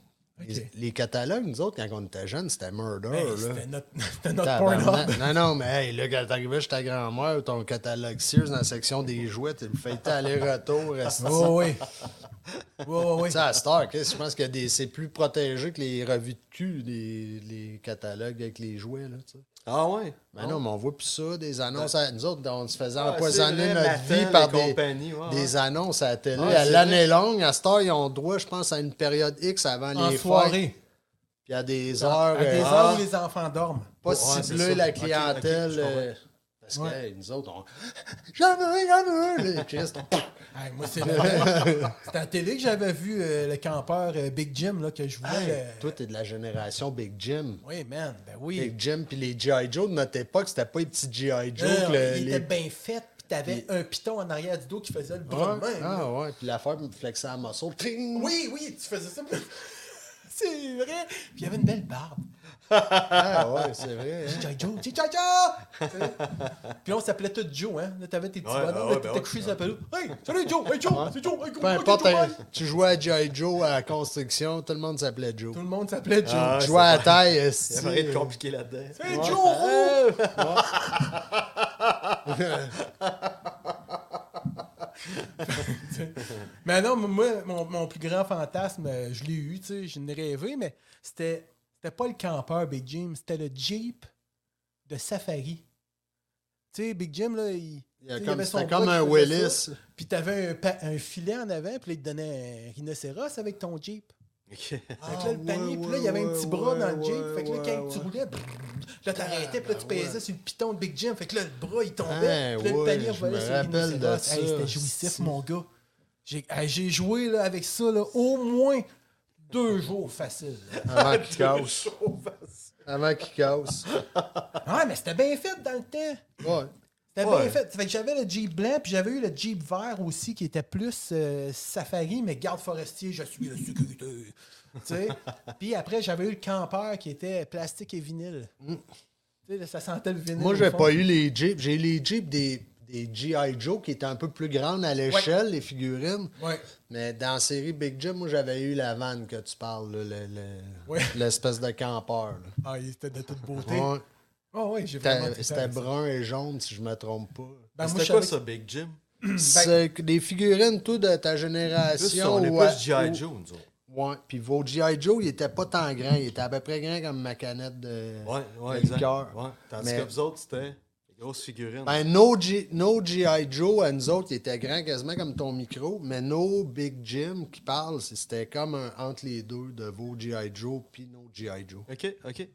S2: Ok.
S5: Les, les Catalans, nous autres, quand on était jeunes, c'était murder.
S2: Hey,
S5: là.
S2: C'était notre, *laughs* c'était notre
S5: Tabarnak.
S2: Pornhub.
S5: Non, non, mais hey, là, quand t'arrivais chez ta grand-mère, ton catalogue Sears dans la section des jouets, tu le fêtais aller-retour. esti.
S2: Oh, Oui, oui. Oui, oui,
S5: Tu sais, à cette heure, qu'est-ce- je pense que des- c'est plus protégé que les revues de cul, les, les catalogues avec les jouets. Là, tu sais.
S3: Ah ouais?
S5: Mais non, mais on voit plus ça, des annonces. À, nous autres, on se faisait
S3: Ah,
S5: empoisonner
S3: c'est vrai,
S5: notre
S3: Mattel
S5: vie
S3: et
S5: par des,
S3: compagnie, ouais,
S5: des
S3: ouais.
S5: annonces à la télé.
S3: Ah,
S5: à
S3: c'est
S5: l'année longue, à cette heure, ils ont droit, je pense, à une période X avant
S2: En
S5: les fêtes.
S2: soirée.
S5: Puis à des heures,
S2: à des
S5: euh,
S2: heures où les enfants dorment.
S5: pas
S3: Ouais, c'est
S5: cibler
S3: ça.
S5: la
S3: Ok, ok,
S5: clientèle.
S3: je comprends.
S5: euh, parce que
S2: Ouais.
S5: hey, nous autres, on. *laughs* J'en veux, j'en veux! là, Christ.
S2: Hey, moi,
S5: *laughs*
S2: c'est C'était à la télé que j'avais vu euh, le campeur euh, Big Jim là, que je voulais.
S5: Hey,
S2: le-
S5: toi, t'es de la génération Big Jim.
S2: Oui, man, ben oui.
S5: Big Jim puis les G.I. Joe de notre époque, c'était pas les petits G.I. Joe.
S2: Non,
S5: que le-
S2: il
S5: les-
S2: était bien fait, puis t'avais un piton en arrière du dos qui faisait le bras de
S5: Ouais,
S2: même. là.
S5: ah ouais, puis l'affaire me flexait à morceau. Tring!
S2: Oui, oui, tu faisais ça. *laughs* c'est vrai. Puis il avait une belle barbe.
S5: Ah ouais, c'est vrai.
S2: *laughs*
S5: hein.
S2: G.I. Joe, G.I. Joe! Puis là, on s'appelait tous Joe, hein. Là, t'avais tes petits
S5: ah
S3: Ouais,
S2: bonhommes, là,
S3: ouais, ben
S2: t'étais
S3: ouais.
S2: couché sur la pelouse. Hey, salut Joe! Hey Joe! C'est Joe! Hey,
S5: Peu
S2: comment- ok,
S5: importe,
S2: Joe,
S5: hein,
S2: bye.
S5: tu jouais à G.I. Joe à la construction, tout le monde s'appelait Joe.
S2: Tout le monde s'appelait Joe.
S3: Ah, ouais,
S5: Tu jouais à la
S3: c'est
S5: taille,
S3: Ça
S5: esti,
S3: va être
S5: euh,
S3: compliqué là-dedans.
S2: Hey Joe! oh! Mais non, moi, mon, mon plus grand fantasme, euh, je l'ai eu, tu sais, je n'ai rêvé, mais c'était, c'était pas le campeur Big Jim, c'était le Jeep de Safari. Tu sais, Big Jim, là, il,
S5: il y a
S2: tu sais, il
S5: comme-
S2: avait son
S5: C'était
S2: bras
S5: comme
S2: qui
S5: un
S2: faisait
S5: Willis.
S2: ça, Puis t'avais un, pa- un filet en avant, puis là, il te donnait un rhinocéros avec ton Jeep.
S3: Ok.
S2: Fait que là, le
S5: Ah, ouais,
S2: panier, puis là, il y
S5: ouais,
S2: avait un petit bras
S5: ouais,
S2: dans le
S5: ouais,
S2: Jeep. Fait que là, quand
S5: ouais,
S2: tu
S5: ouais.
S2: roulais, brrr, là, t'arrêtais, puis là, tu pesais sur le piton de Big Jim. Fait que là, le bras, il tombait.
S5: Hey,
S2: puis là, le
S5: Ah, ouais,
S2: panier
S5: je
S2: revolait
S5: me
S2: sur le
S5: rappelle de
S2: rhinocéros.
S5: ça.
S2: Hey, C'était jouissif,
S5: Si.
S2: mon gars. J'ai hey, j'ai joué là, avec ça là, au moins deux jours facile. là.
S5: Avant qu'il casse. Avant qu'il casse.
S2: Ouais, mais c'était bien fait dans le temps.
S5: Ouais.
S2: C'était
S3: Ouais.
S2: bien fait. Fait que j'avais le Jeep blanc, puis j'avais eu le Jeep vert aussi, qui était plus euh, safari, mais garde forestier, je suis la sécurité. tu sais?
S5: *laughs*
S2: Puis après, j'avais eu le campeur qui était plastique et vinyle. Tu sais, là, ça sentait le vinyle.
S5: Mm. Moi,
S2: au
S5: j'ai
S2: fond.
S5: pas eu les Jeeps. J'ai eu les Jeeps des, des G.I. Joe qui étaient un peu plus grandes à l'échelle, les figurines.
S2: Ouais.
S5: Mais dans la série Big Jim, moi, j'avais eu la vanne que tu parles, là, le- le-
S2: Ouais.
S5: l'espèce de campeur. là.
S2: Ah, il était de toute beauté.
S5: Ouais.
S2: Oh, ouais, j'ai vraiment.
S5: C'était
S2: trippé
S5: c'était
S2: avec ça.
S5: brun et jaune, si je me trompe pas.
S2: Ben, moi,
S3: C'était
S2: je
S3: quoi
S2: savais
S3: ça, Big Jim?
S5: C'est que des figurines, tout de ta
S3: Ben Plus,
S5: génération.
S3: on est
S5: ouais,
S3: pas G.I.
S5: ou-
S3: Joe, nous autres.
S5: Ouais, puis vos G.I. Joe, ils étaient pas tant grands. Ils étaient à peu près grands comme ma canette de,
S3: Ouais, ouais,
S5: de
S3: exact.
S5: liqueur.
S3: Ouais. Tandis
S5: Mais-
S3: que vous autres, c'était des grosses figurines.
S5: Ben, nos, G- nos G.I. Joe, à nous autres, ils étaient grands quasiment comme ton micro, mais nos Big Jim qui parlent, c'est- c'était comme un entre les deux de vos G.I. Joe puis nos G.I. Joe.
S3: OK, OK.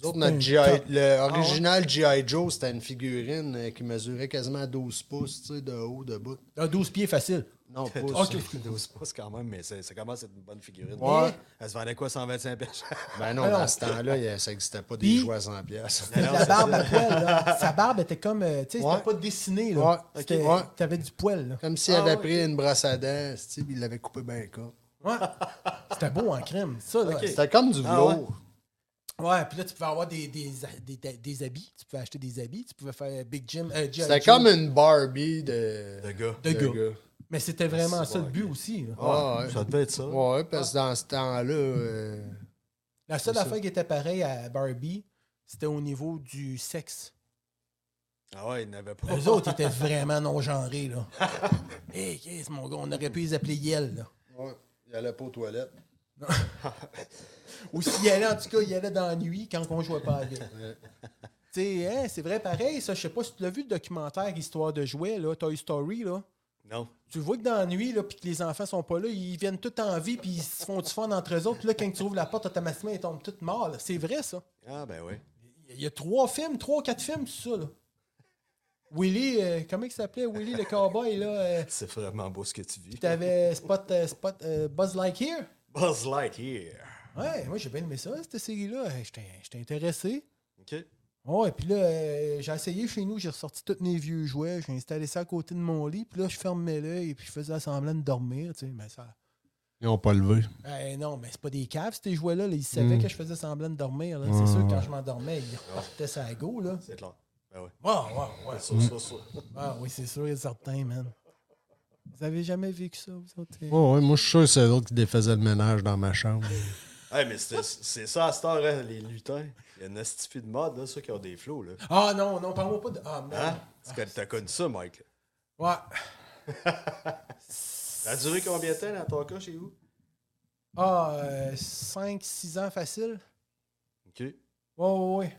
S5: Nous autres, notre
S2: un
S5: G.I.
S2: top.
S5: le original G.I. Joe, c'était une figurine euh, qui mesurait quasiment 12 pouces, tu sais, de haut, de bout.
S2: Ah, 12 pieds facile.
S3: *laughs*
S5: Non, pouces.
S2: Ok.
S3: C'est 12 pouces quand même, mais c'est- ça commence à être une bonne figurine.
S5: Ouais.
S3: Elle se vendait quoi, 125 pièces?
S5: *laughs* Ben non,
S2: Alors-
S5: dans ce temps-là, il- ça n'existait pas des
S2: Puis-
S5: jouets à 100 piastres. *laughs*
S3: Non,
S2: La
S3: c'est
S2: barbe
S3: ça.
S2: à poil, là. Sa barbe était comme. euh, Tu sais,
S5: Ouais.
S2: c'était pas dessiné, là.
S5: Ouais,
S2: C'était-
S5: ok, ouais.
S2: T'avais du poil, là.
S5: Comme s'il
S2: Ah,
S5: avait pris une brosse à dents, tu sais, puis il l'avait coupé bien comme.
S2: Ouais. C'était beau en crème, ça, là.
S5: C'était comme du
S3: Ah ouais.
S5: velours.
S2: Ouais, puis là, tu pouvais avoir des, des, des, des- des habits. Tu pouvais acheter des habits. Tu pouvais faire Big Jim. euh, G.I.
S5: C'était
S2: Joe
S5: comme une Barbie de...
S3: Le gars.
S2: de gars.
S5: gars.
S2: Mais c'était vraiment
S3: C'est
S2: ça
S3: bon,
S2: le but aussi. là.
S5: Ah ouais.
S3: Ça devait être ça.
S5: Ouais, parce que dans ce temps-là, euh,
S2: La seule
S5: c'est ça.
S2: affaire qui était pareille à Barbie, c'était au niveau du
S5: *laughs*
S2: sexe.
S3: Ah ouais, il n'avait pas.
S2: Les autres étaient vraiment non-genrés,
S5: *laughs*
S2: là. Hé, qu'est-ce, mon gars, on aurait pu les appeler Yel, là.
S5: ouais, il allait pas aux toilettes.
S2: Ou s'il allait, en tout cas, il allait dans la nuit quand on jouait pas avec. Tu sais, hein, c'est vrai pareil, ça. Je sais pas si tu l'as vu le documentaire Histoire de jouets, là, Toy Story, là.
S3: Non.
S2: Tu vois que dans la nuit, là, puis que les enfants sont pas là, ils viennent tout en vie, puis ils se font du fun entre eux autres. Puis Là, quand tu ouvres la porte, automatiquement, ils tombent tous morts. là. C'est vrai, ça.
S3: Ah ben oui.
S2: Il y a trois films, trois, quatre films, sur ça, là. Willy, euh, comment il s'appelait? Willy le cowboy, là. euh,
S3: C'est vraiment beau ce que tu vis.
S2: puis t'avais Spot, euh, Spot euh, Buzz Like Here.
S3: Buzz Lightyear.
S2: Ouais, moi, j'ai bien aimé ça, cette série-là. Euh, J'étais j'étais intéressé.
S3: OK.
S2: Ah Ouais, puis là, euh, j'ai essayé chez nous, j'ai ressorti tous mes vieux jouets, j'ai installé ça à côté de mon lit, puis là, je fermais l'œil, puis je faisais semblant de dormir, tu sais, mais ça...
S6: Ils n'ont pas levé. Hmm.
S2: Eh non, mais c'est pas des caves, ces jouets-là. là. Ils savaient que je faisais semblant de dormir. là. C'est sûr que quand je m'endormais, ils repartaient ça à go. Là.
S3: C'est clair. Ben oui.
S2: Ouais, ouais, ouais.
S3: Ça, ça, ça.
S2: Ah, oui, c'est sûr et certain, man. Vous avez jamais vécu ça, vous autres?
S5: Ouais, ouais, moi, je suis sûr que c'est eux autres qui défaisaient le ménage dans ma chambre.
S3: Hey, mais c'était- c'est ça à cette heure, hein, les lutins. Il y a une astifi de mode, là, ceux qui ont des flots. Là.
S2: Ah non, non, parle-moi pas de. Ah merde.
S3: Hein? Tu connais- T'as connu ça, Mike? là?
S6: Hein?
S2: Ouais.
S3: Ça a duré combien de temps, dans ton cas, chez vous?
S2: Ah, 5-6 ans facile.
S3: OK. *laughs*
S2: Ouais, ouais, ouais.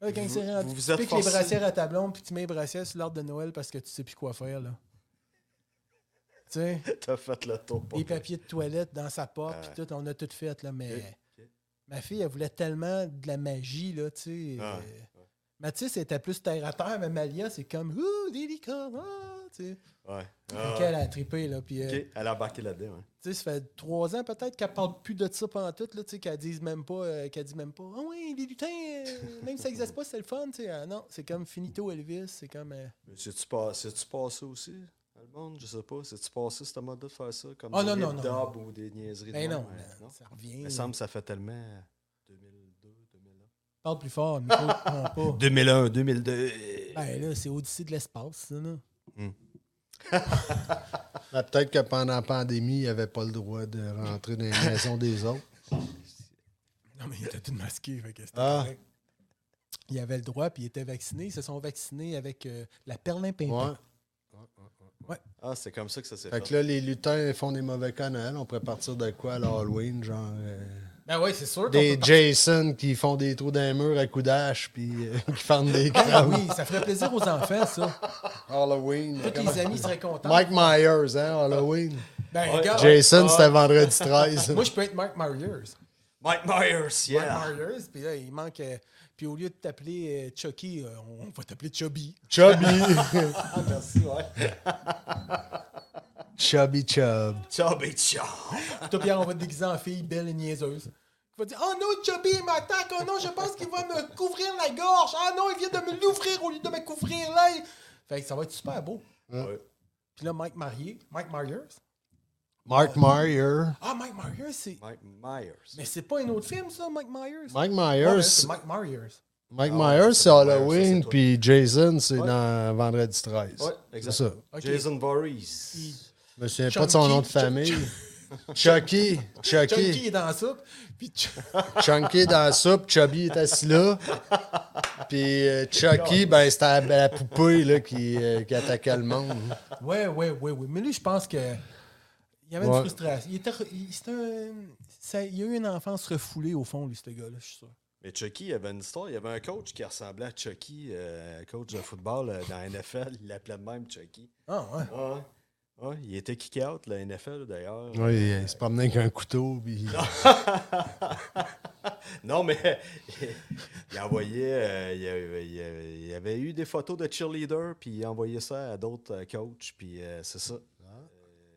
S2: Là, quand
S3: Vous-
S2: c'est rendu,
S3: vous vous
S2: tu
S3: êtes
S2: piques les
S3: forcé-
S2: brassières à ta blonde, puis tu mets les brassières sur l'arbre de Noël parce que tu sais plus quoi faire, là. Tu sais,
S3: T'as fait le tour pour
S2: les papiers de toilette dans sa porte, puis tout, on a tout fait, là, mais...
S3: Ah Ok.
S2: Ma fille, elle voulait tellement de la magie, là, tu sais.
S3: Ah,
S2: euh, Mathis était plus terre à terre, mais Malia, c'est comme « Ouh, des licornes, ah! » tu sais.
S3: Ouais.
S2: Fait
S3: Ah,
S2: qu'elle a trippé, là, puis... euh,
S3: OK. Elle a embarqué là-dedans. hein.
S2: tu sais, ça fait trois ans peut-être qu'elle parle plus de ça pendant tout, là, tu sais, qu'elle dise même pas, euh, qu'elle dit même pas, ah oui, les lutins, euh, même si ça n'existe pas, c'est le fun, tu sais. Ah non, c'est comme Finito Elvis, c'est comme. euh,
S3: Mais C'est-tu pas- c'est-tu passé aussi, dans le monde? Je sais pas. C'est-tu passé, ce mode de faire ça? Comme
S2: Ah,
S3: des
S2: non, non,
S3: lip
S2: non,
S3: dubs ou des niaiseries
S2: Ben
S3: de
S2: non,
S3: même, hein,
S2: man,
S3: non?
S2: ça revient.
S3: Il me semble que ça fait tellement 2002, 2001.
S2: Parle plus fort, mais pas. prends pas.
S3: 2001, 2002.
S2: Ben là, c'est Odyssée de l'espace, ça, là.
S5: Ah, Peut-être que pendant la pandémie, il avait pas le droit de rentrer dans les maisons des autres.
S2: Non, mais il était tout masqué, fait que c'était
S5: Ah.
S2: correct. Il avait le droit, puis il était vacciné. Ils se sont vaccinés avec euh, la
S5: Ouais.
S2: perlimpinpin.
S3: Ah, c'est comme ça que ça s'est
S5: Fait
S3: fait.
S5: que là, les lutins font des mauvais canals. On pourrait partir de quoi à l'Halloween? Genre euh,
S2: Ben oui, c'est sûr.
S5: des *laughs* Jason qui font des trous dans les murs à coups d'âge puis euh, *laughs* qui ferment des
S2: Ah
S5: crânes.
S2: oui, ça ferait plaisir aux enfants, ça.
S5: Halloween.
S2: Tous
S5: comment-
S2: les amis seraient contents.
S5: Mike Myers, hein, Halloween.
S2: ben,
S3: Ouais.
S2: regarde,
S5: Jason, c'était vendredi 13.
S2: moi, je peux être Mark Myers.
S3: Mike Myers,
S2: Mike
S3: yeah!
S2: Myers, puis là, il manque. euh, puis au lieu de t'appeler euh, Chucky, euh, on va t'appeler Chubby.
S5: *laughs* Chubby.
S3: Ah, merci, ouais.
S5: Chubby Chub.
S3: Ciao, et ciao!
S2: Puis toi, Pierre, on va te déguiser en fille belle et niaiseuse. Il va dire Oh non, Chubby, il m'attaque. Oh non, je pense qu'il va me couvrir la gorge. Ah non, il vient de me l'ouvrir au lieu de me couvrir l'œil. Fait que ça va être super beau.
S3: Ouais.
S2: Puis là, Mike Marié. Mike Myers.
S5: Mark Meyer.
S2: Ah, Mike Myers, c'est.
S3: Mike Myers.
S2: Mais c'est pas un autre film, ça, Mike Myers.
S5: Mike
S2: Ouais,
S5: Myers.
S2: c'est Mike Myers.
S5: Mike
S3: Ah, ouais, c'est
S5: Myers, c'est
S3: Myers, ça,
S5: Halloween,
S3: c'est toi.
S5: puis Jason, c'est
S3: Ouais.
S5: dans Vendredi 13.
S3: Ouais,
S5: c'est
S3: exact.
S5: ça.
S2: Ok.
S3: Jason Voorhees.
S5: Je me souviens pas de son
S2: Chunky,
S5: nom de
S2: Ch-
S5: famille. Chucky.
S2: Chucky
S5: Chucky.
S2: est dans la soupe. Puis Ch-
S5: Chunky est dans la soupe. Chubby est assis là. Puis euh, Chucky, ben, c'était la, la poupée là, qui, euh, qui attaquait le monde.
S2: Ouais, ouais, ouais, ouais. Mais lui, je pense que. Il y avait une
S5: Ouais.
S2: frustration. Il, était, re- il, c'était un, ça- il y a eu une enfance refoulée, au fond, lui, ce gars-là, je suis sûr.
S3: Mais Chucky, il y avait une histoire. Il y avait un coach qui ressemblait à Chucky, euh, coach de football euh, dans la NFL. Il l'appelait de même Chucky.
S2: Ah, ouais.
S3: Ah, ouais. Ouais, il était kick out, la NFL d'ailleurs.
S5: Oui, il se promenait avec un couteau. Puis...
S3: Non, mais *laughs* il envoyait. euh, il, y avait, il y avait- il y avait eu des photos de cheerleader, puis il envoyait ça à d'autres euh, coachs, puis euh, c'est ça.
S2: Ah.
S3: Euh,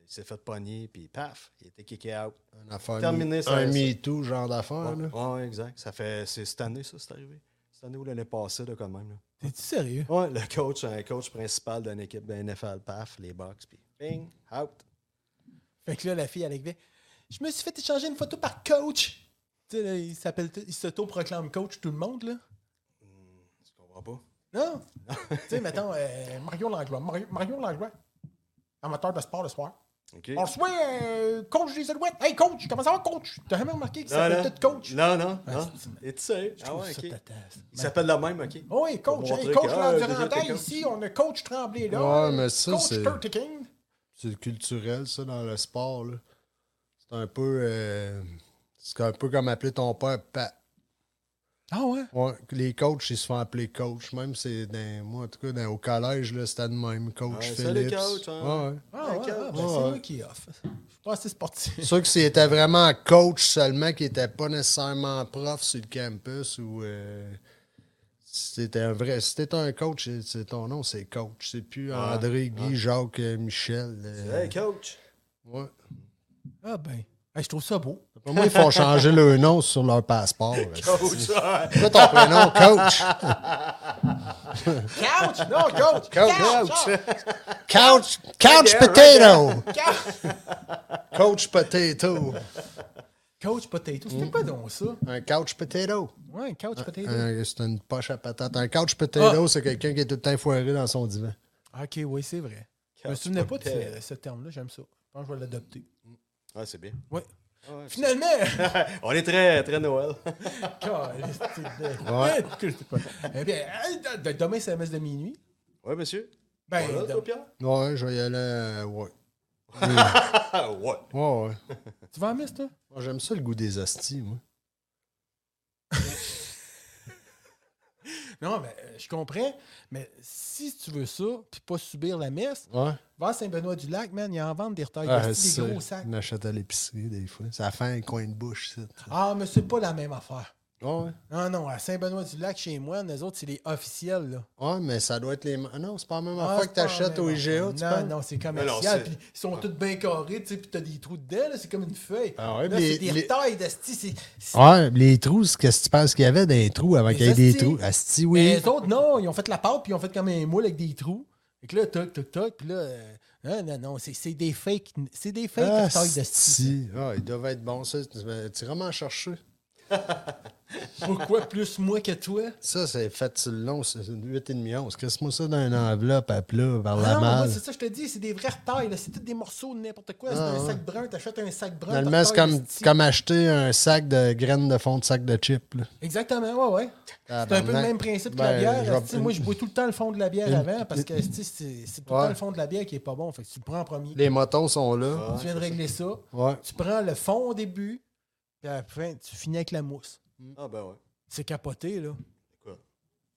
S3: il s'est fait pogner, puis paf, il était kické out.
S5: Une affaire
S3: Terminé,
S5: Me-
S3: ça,
S5: un
S3: ça.
S5: MeToo genre d'affaire.
S3: Ouais,
S5: là.
S3: ouais, ouais, exact. Ça fait, c'est cette année, ça, c'est arrivé. Cette année ou l'année passée, là, quand même. Là.
S2: T'es-tu sérieux?
S3: Ouais, le coach, un coach principal d'une équipe de NFL, paf, les box, puis ping, out.
S2: Fait que là, la fille, elle arrivait. Je me suis fait échanger une photo par coach. Tu sais, là, il s'appelle. Il s'auto-proclame coach, tout le monde, là.
S3: Tu comprends pas?
S2: Non? tu sais, mettons, euh, Mario Langlois. Mario, Mario Langlois, amateur de sport le soir.
S3: OK.
S2: On se voit, euh, coach des Alouettes. Hey, coach, comment ça va, coach? T'as jamais remarqué qu'il
S3: Non,
S2: s'appelle
S3: non.
S2: tout coach? Ah,
S3: Non, non, non.
S2: c'est- c'est-
S3: Et tu sais,
S2: Je
S3: ah
S2: trouve
S3: ouais,
S2: ça
S3: ok.
S2: tatasse.
S3: Il s'appelle le même, ok.
S2: Ah
S5: Oh.
S2: Oui, coach.
S3: Pour
S2: Hey,
S3: montrer
S2: coach
S3: que,
S2: Laurent
S3: ah, déjà, t'es
S2: Durantaille,
S3: coach.
S2: ici, on a coach Tremblay là.
S5: Ouais, mais ça,
S2: coach
S5: c'est-
S2: Kurt King.
S5: C'est culturel, ça, dans le sport. là. C'est un peu. euh, C'est un peu comme appeler ton père Pat.
S2: Ah ouais?
S5: Ouais, les coachs, ils se font appeler coach. Même, c'est dans, moi, en tout cas, dans- au collège, là, c'était le même coach
S3: Ouais,
S5: Philippe.
S3: salut, coach, hein.
S5: Ouais,
S2: Ah ouais,
S3: coach.
S2: ah, ben,
S5: Ouais,
S2: c'est
S5: ouais.
S2: moi qui offre. Je suis pas assez sportif.
S5: ouais. Sûr que c'était vraiment coach seulement, qui n'était pas nécessairement prof sur le campus ou. euh, c'était un vrai. C'était un coach, c'est- c'est ton nom, c'est coach. C'est plus André, Guy, Jacques, euh, Michel. euh,
S3: Hey, coach.
S5: ouais.
S2: Ah ben. Hey, je trouve ça beau.
S5: Pour moi, ils font changer leur nom sur leur *laughs* passeport. Oh, C'est
S3: Coach. ouais.
S5: quoi ton prénom, coach?
S2: Couch! Non, coach!
S5: Coach.
S2: Couch!
S5: Couch, couch potato! Coach potato.
S2: Coach potato. C'était quoi donc ça?
S5: Un couch potato.
S2: Ouais, couch
S5: Euh,
S2: potato.
S5: Un- c'est une poche à patate. Un couch potato, c'est quelqu'un qui est tout le temps foiré dans son divan.
S2: Ah, Ok, oui, c'est vrai. Je me
S3: Couch
S2: souvenais pas de
S3: potato.
S2: ce, ce terme-là, j'aime ça. Je pense que je vais l'adopter.
S3: *laughs* Ouais, c'est bien.
S2: Ouais.
S3: Ouais,
S2: Finalement,
S3: c'est- On est très, très Noël.
S2: *laughs*
S3: *laughs*
S2: Caliste de- *laughs*
S5: Ouais.
S2: Que je sais pas. Eh bien, hey, de- de- demain, c'est la messe de minuit.
S3: Oui, monsieur.
S2: Ben,
S3: Voilà,
S2: de-
S3: toi, Pierre?
S5: Ouais, je vais y aller. euh, ouais. Ouais,
S3: Ah, ouais.
S5: ouais.
S2: tu vas en messe, toi?
S5: Moi, j'aime ça le goût des hosties, moi.
S2: Non, mais euh, je comprends. Mais si tu veux ça, puis pas subir la messe,
S5: Ouais.
S2: va à Saint-Benoît-du-Lac, man, il en vend des retails
S5: Ah,
S2: d'hosties, des
S5: ça,
S2: gros sacs.
S5: on achète à l'épicerie des fois. Ça fait un coin de bouche, ça.
S2: Ah, mais c'est pas la même affaire.
S5: Ouais,
S2: Non, non, à Saint-Benoît-du-Lac, chez moi, nous autres, c'est les officiels, là.
S5: ouais, mais ça doit être les. mêmes- Ah non, c'est pas la même
S2: Ah,
S5: affaire
S2: c'est
S5: que
S2: pas la
S5: t'achètes
S2: même
S5: au
S2: affaire.
S5: IGA, tu penses?
S2: Non, non, c'est
S3: Mais non, c'est- Ah.
S2: commercial. Puis ils sont tous bien carrés, tu sais, puis t'as des trous dedans, là, c'est comme une feuille.
S5: Ah ouais,
S2: Là,
S5: mais
S2: c'est des
S5: les- Ah,
S2: retails d'hosties, c'est... c'est-
S5: Ouais, les trous, c'est- qu'est-ce que tu penses qu'il y avait dans les trous avant
S2: Les
S5: qu'il y ait des
S2: hosties.
S5: trous? Asti,
S2: Mais
S5: oui.
S2: les autres, non, ils ont fait la pâte, puis ils ont fait comme un moule avec des trous. Fait que là, toc, toc, toc, puis là... euh, non, non, non, c'est c'est des fakes, c'est des fakes
S5: Ah,
S2: retails d'hosties.
S5: Asti. Ah, il devait être bon, ça. Tu vas tu vas vraiment en chercher.
S2: Pourquoi plus moi que toi?
S5: Ça, c'est fait sur le long, c'est 8,5 onces. Qu'est-ce-moi ça dans une enveloppe à plat vers
S2: Ah
S5: la
S2: non, moi,
S5: malle?
S2: c'est ça, je te dis, c'est des vrais retails, là, c'est tous des morceaux de n'importe quoi. c'est
S5: Ah,
S2: un
S5: ouais.
S2: sac brun, t'achètes un sac brun.
S5: Finalement, c'est
S2: t'as
S5: comme,
S2: d'hosties.
S5: comme acheter un sac de graines de fond de sac de chips. là.
S2: Exactement, ouais, ouais. C'est un peu le
S5: Tabarnak.
S2: même principe que
S5: Ben,
S2: la
S5: je
S2: bière.
S5: vais-
S2: asti. moi, je bois tout le temps le fond de la bière
S5: Une-
S2: avant parce que asti, c'est c'est tout le
S5: Ouais.
S2: temps le fond de la bière qui est pas bon. Fait que tu le prends en premier.
S5: Les motons sont là.
S2: Tu viens de régler ça.
S5: Ouais.
S2: Tu prends le fond au début. Puis après, tu finis avec la mousse.
S3: Ah, ben ouais.
S2: C'est capoté, là.
S3: Quoi?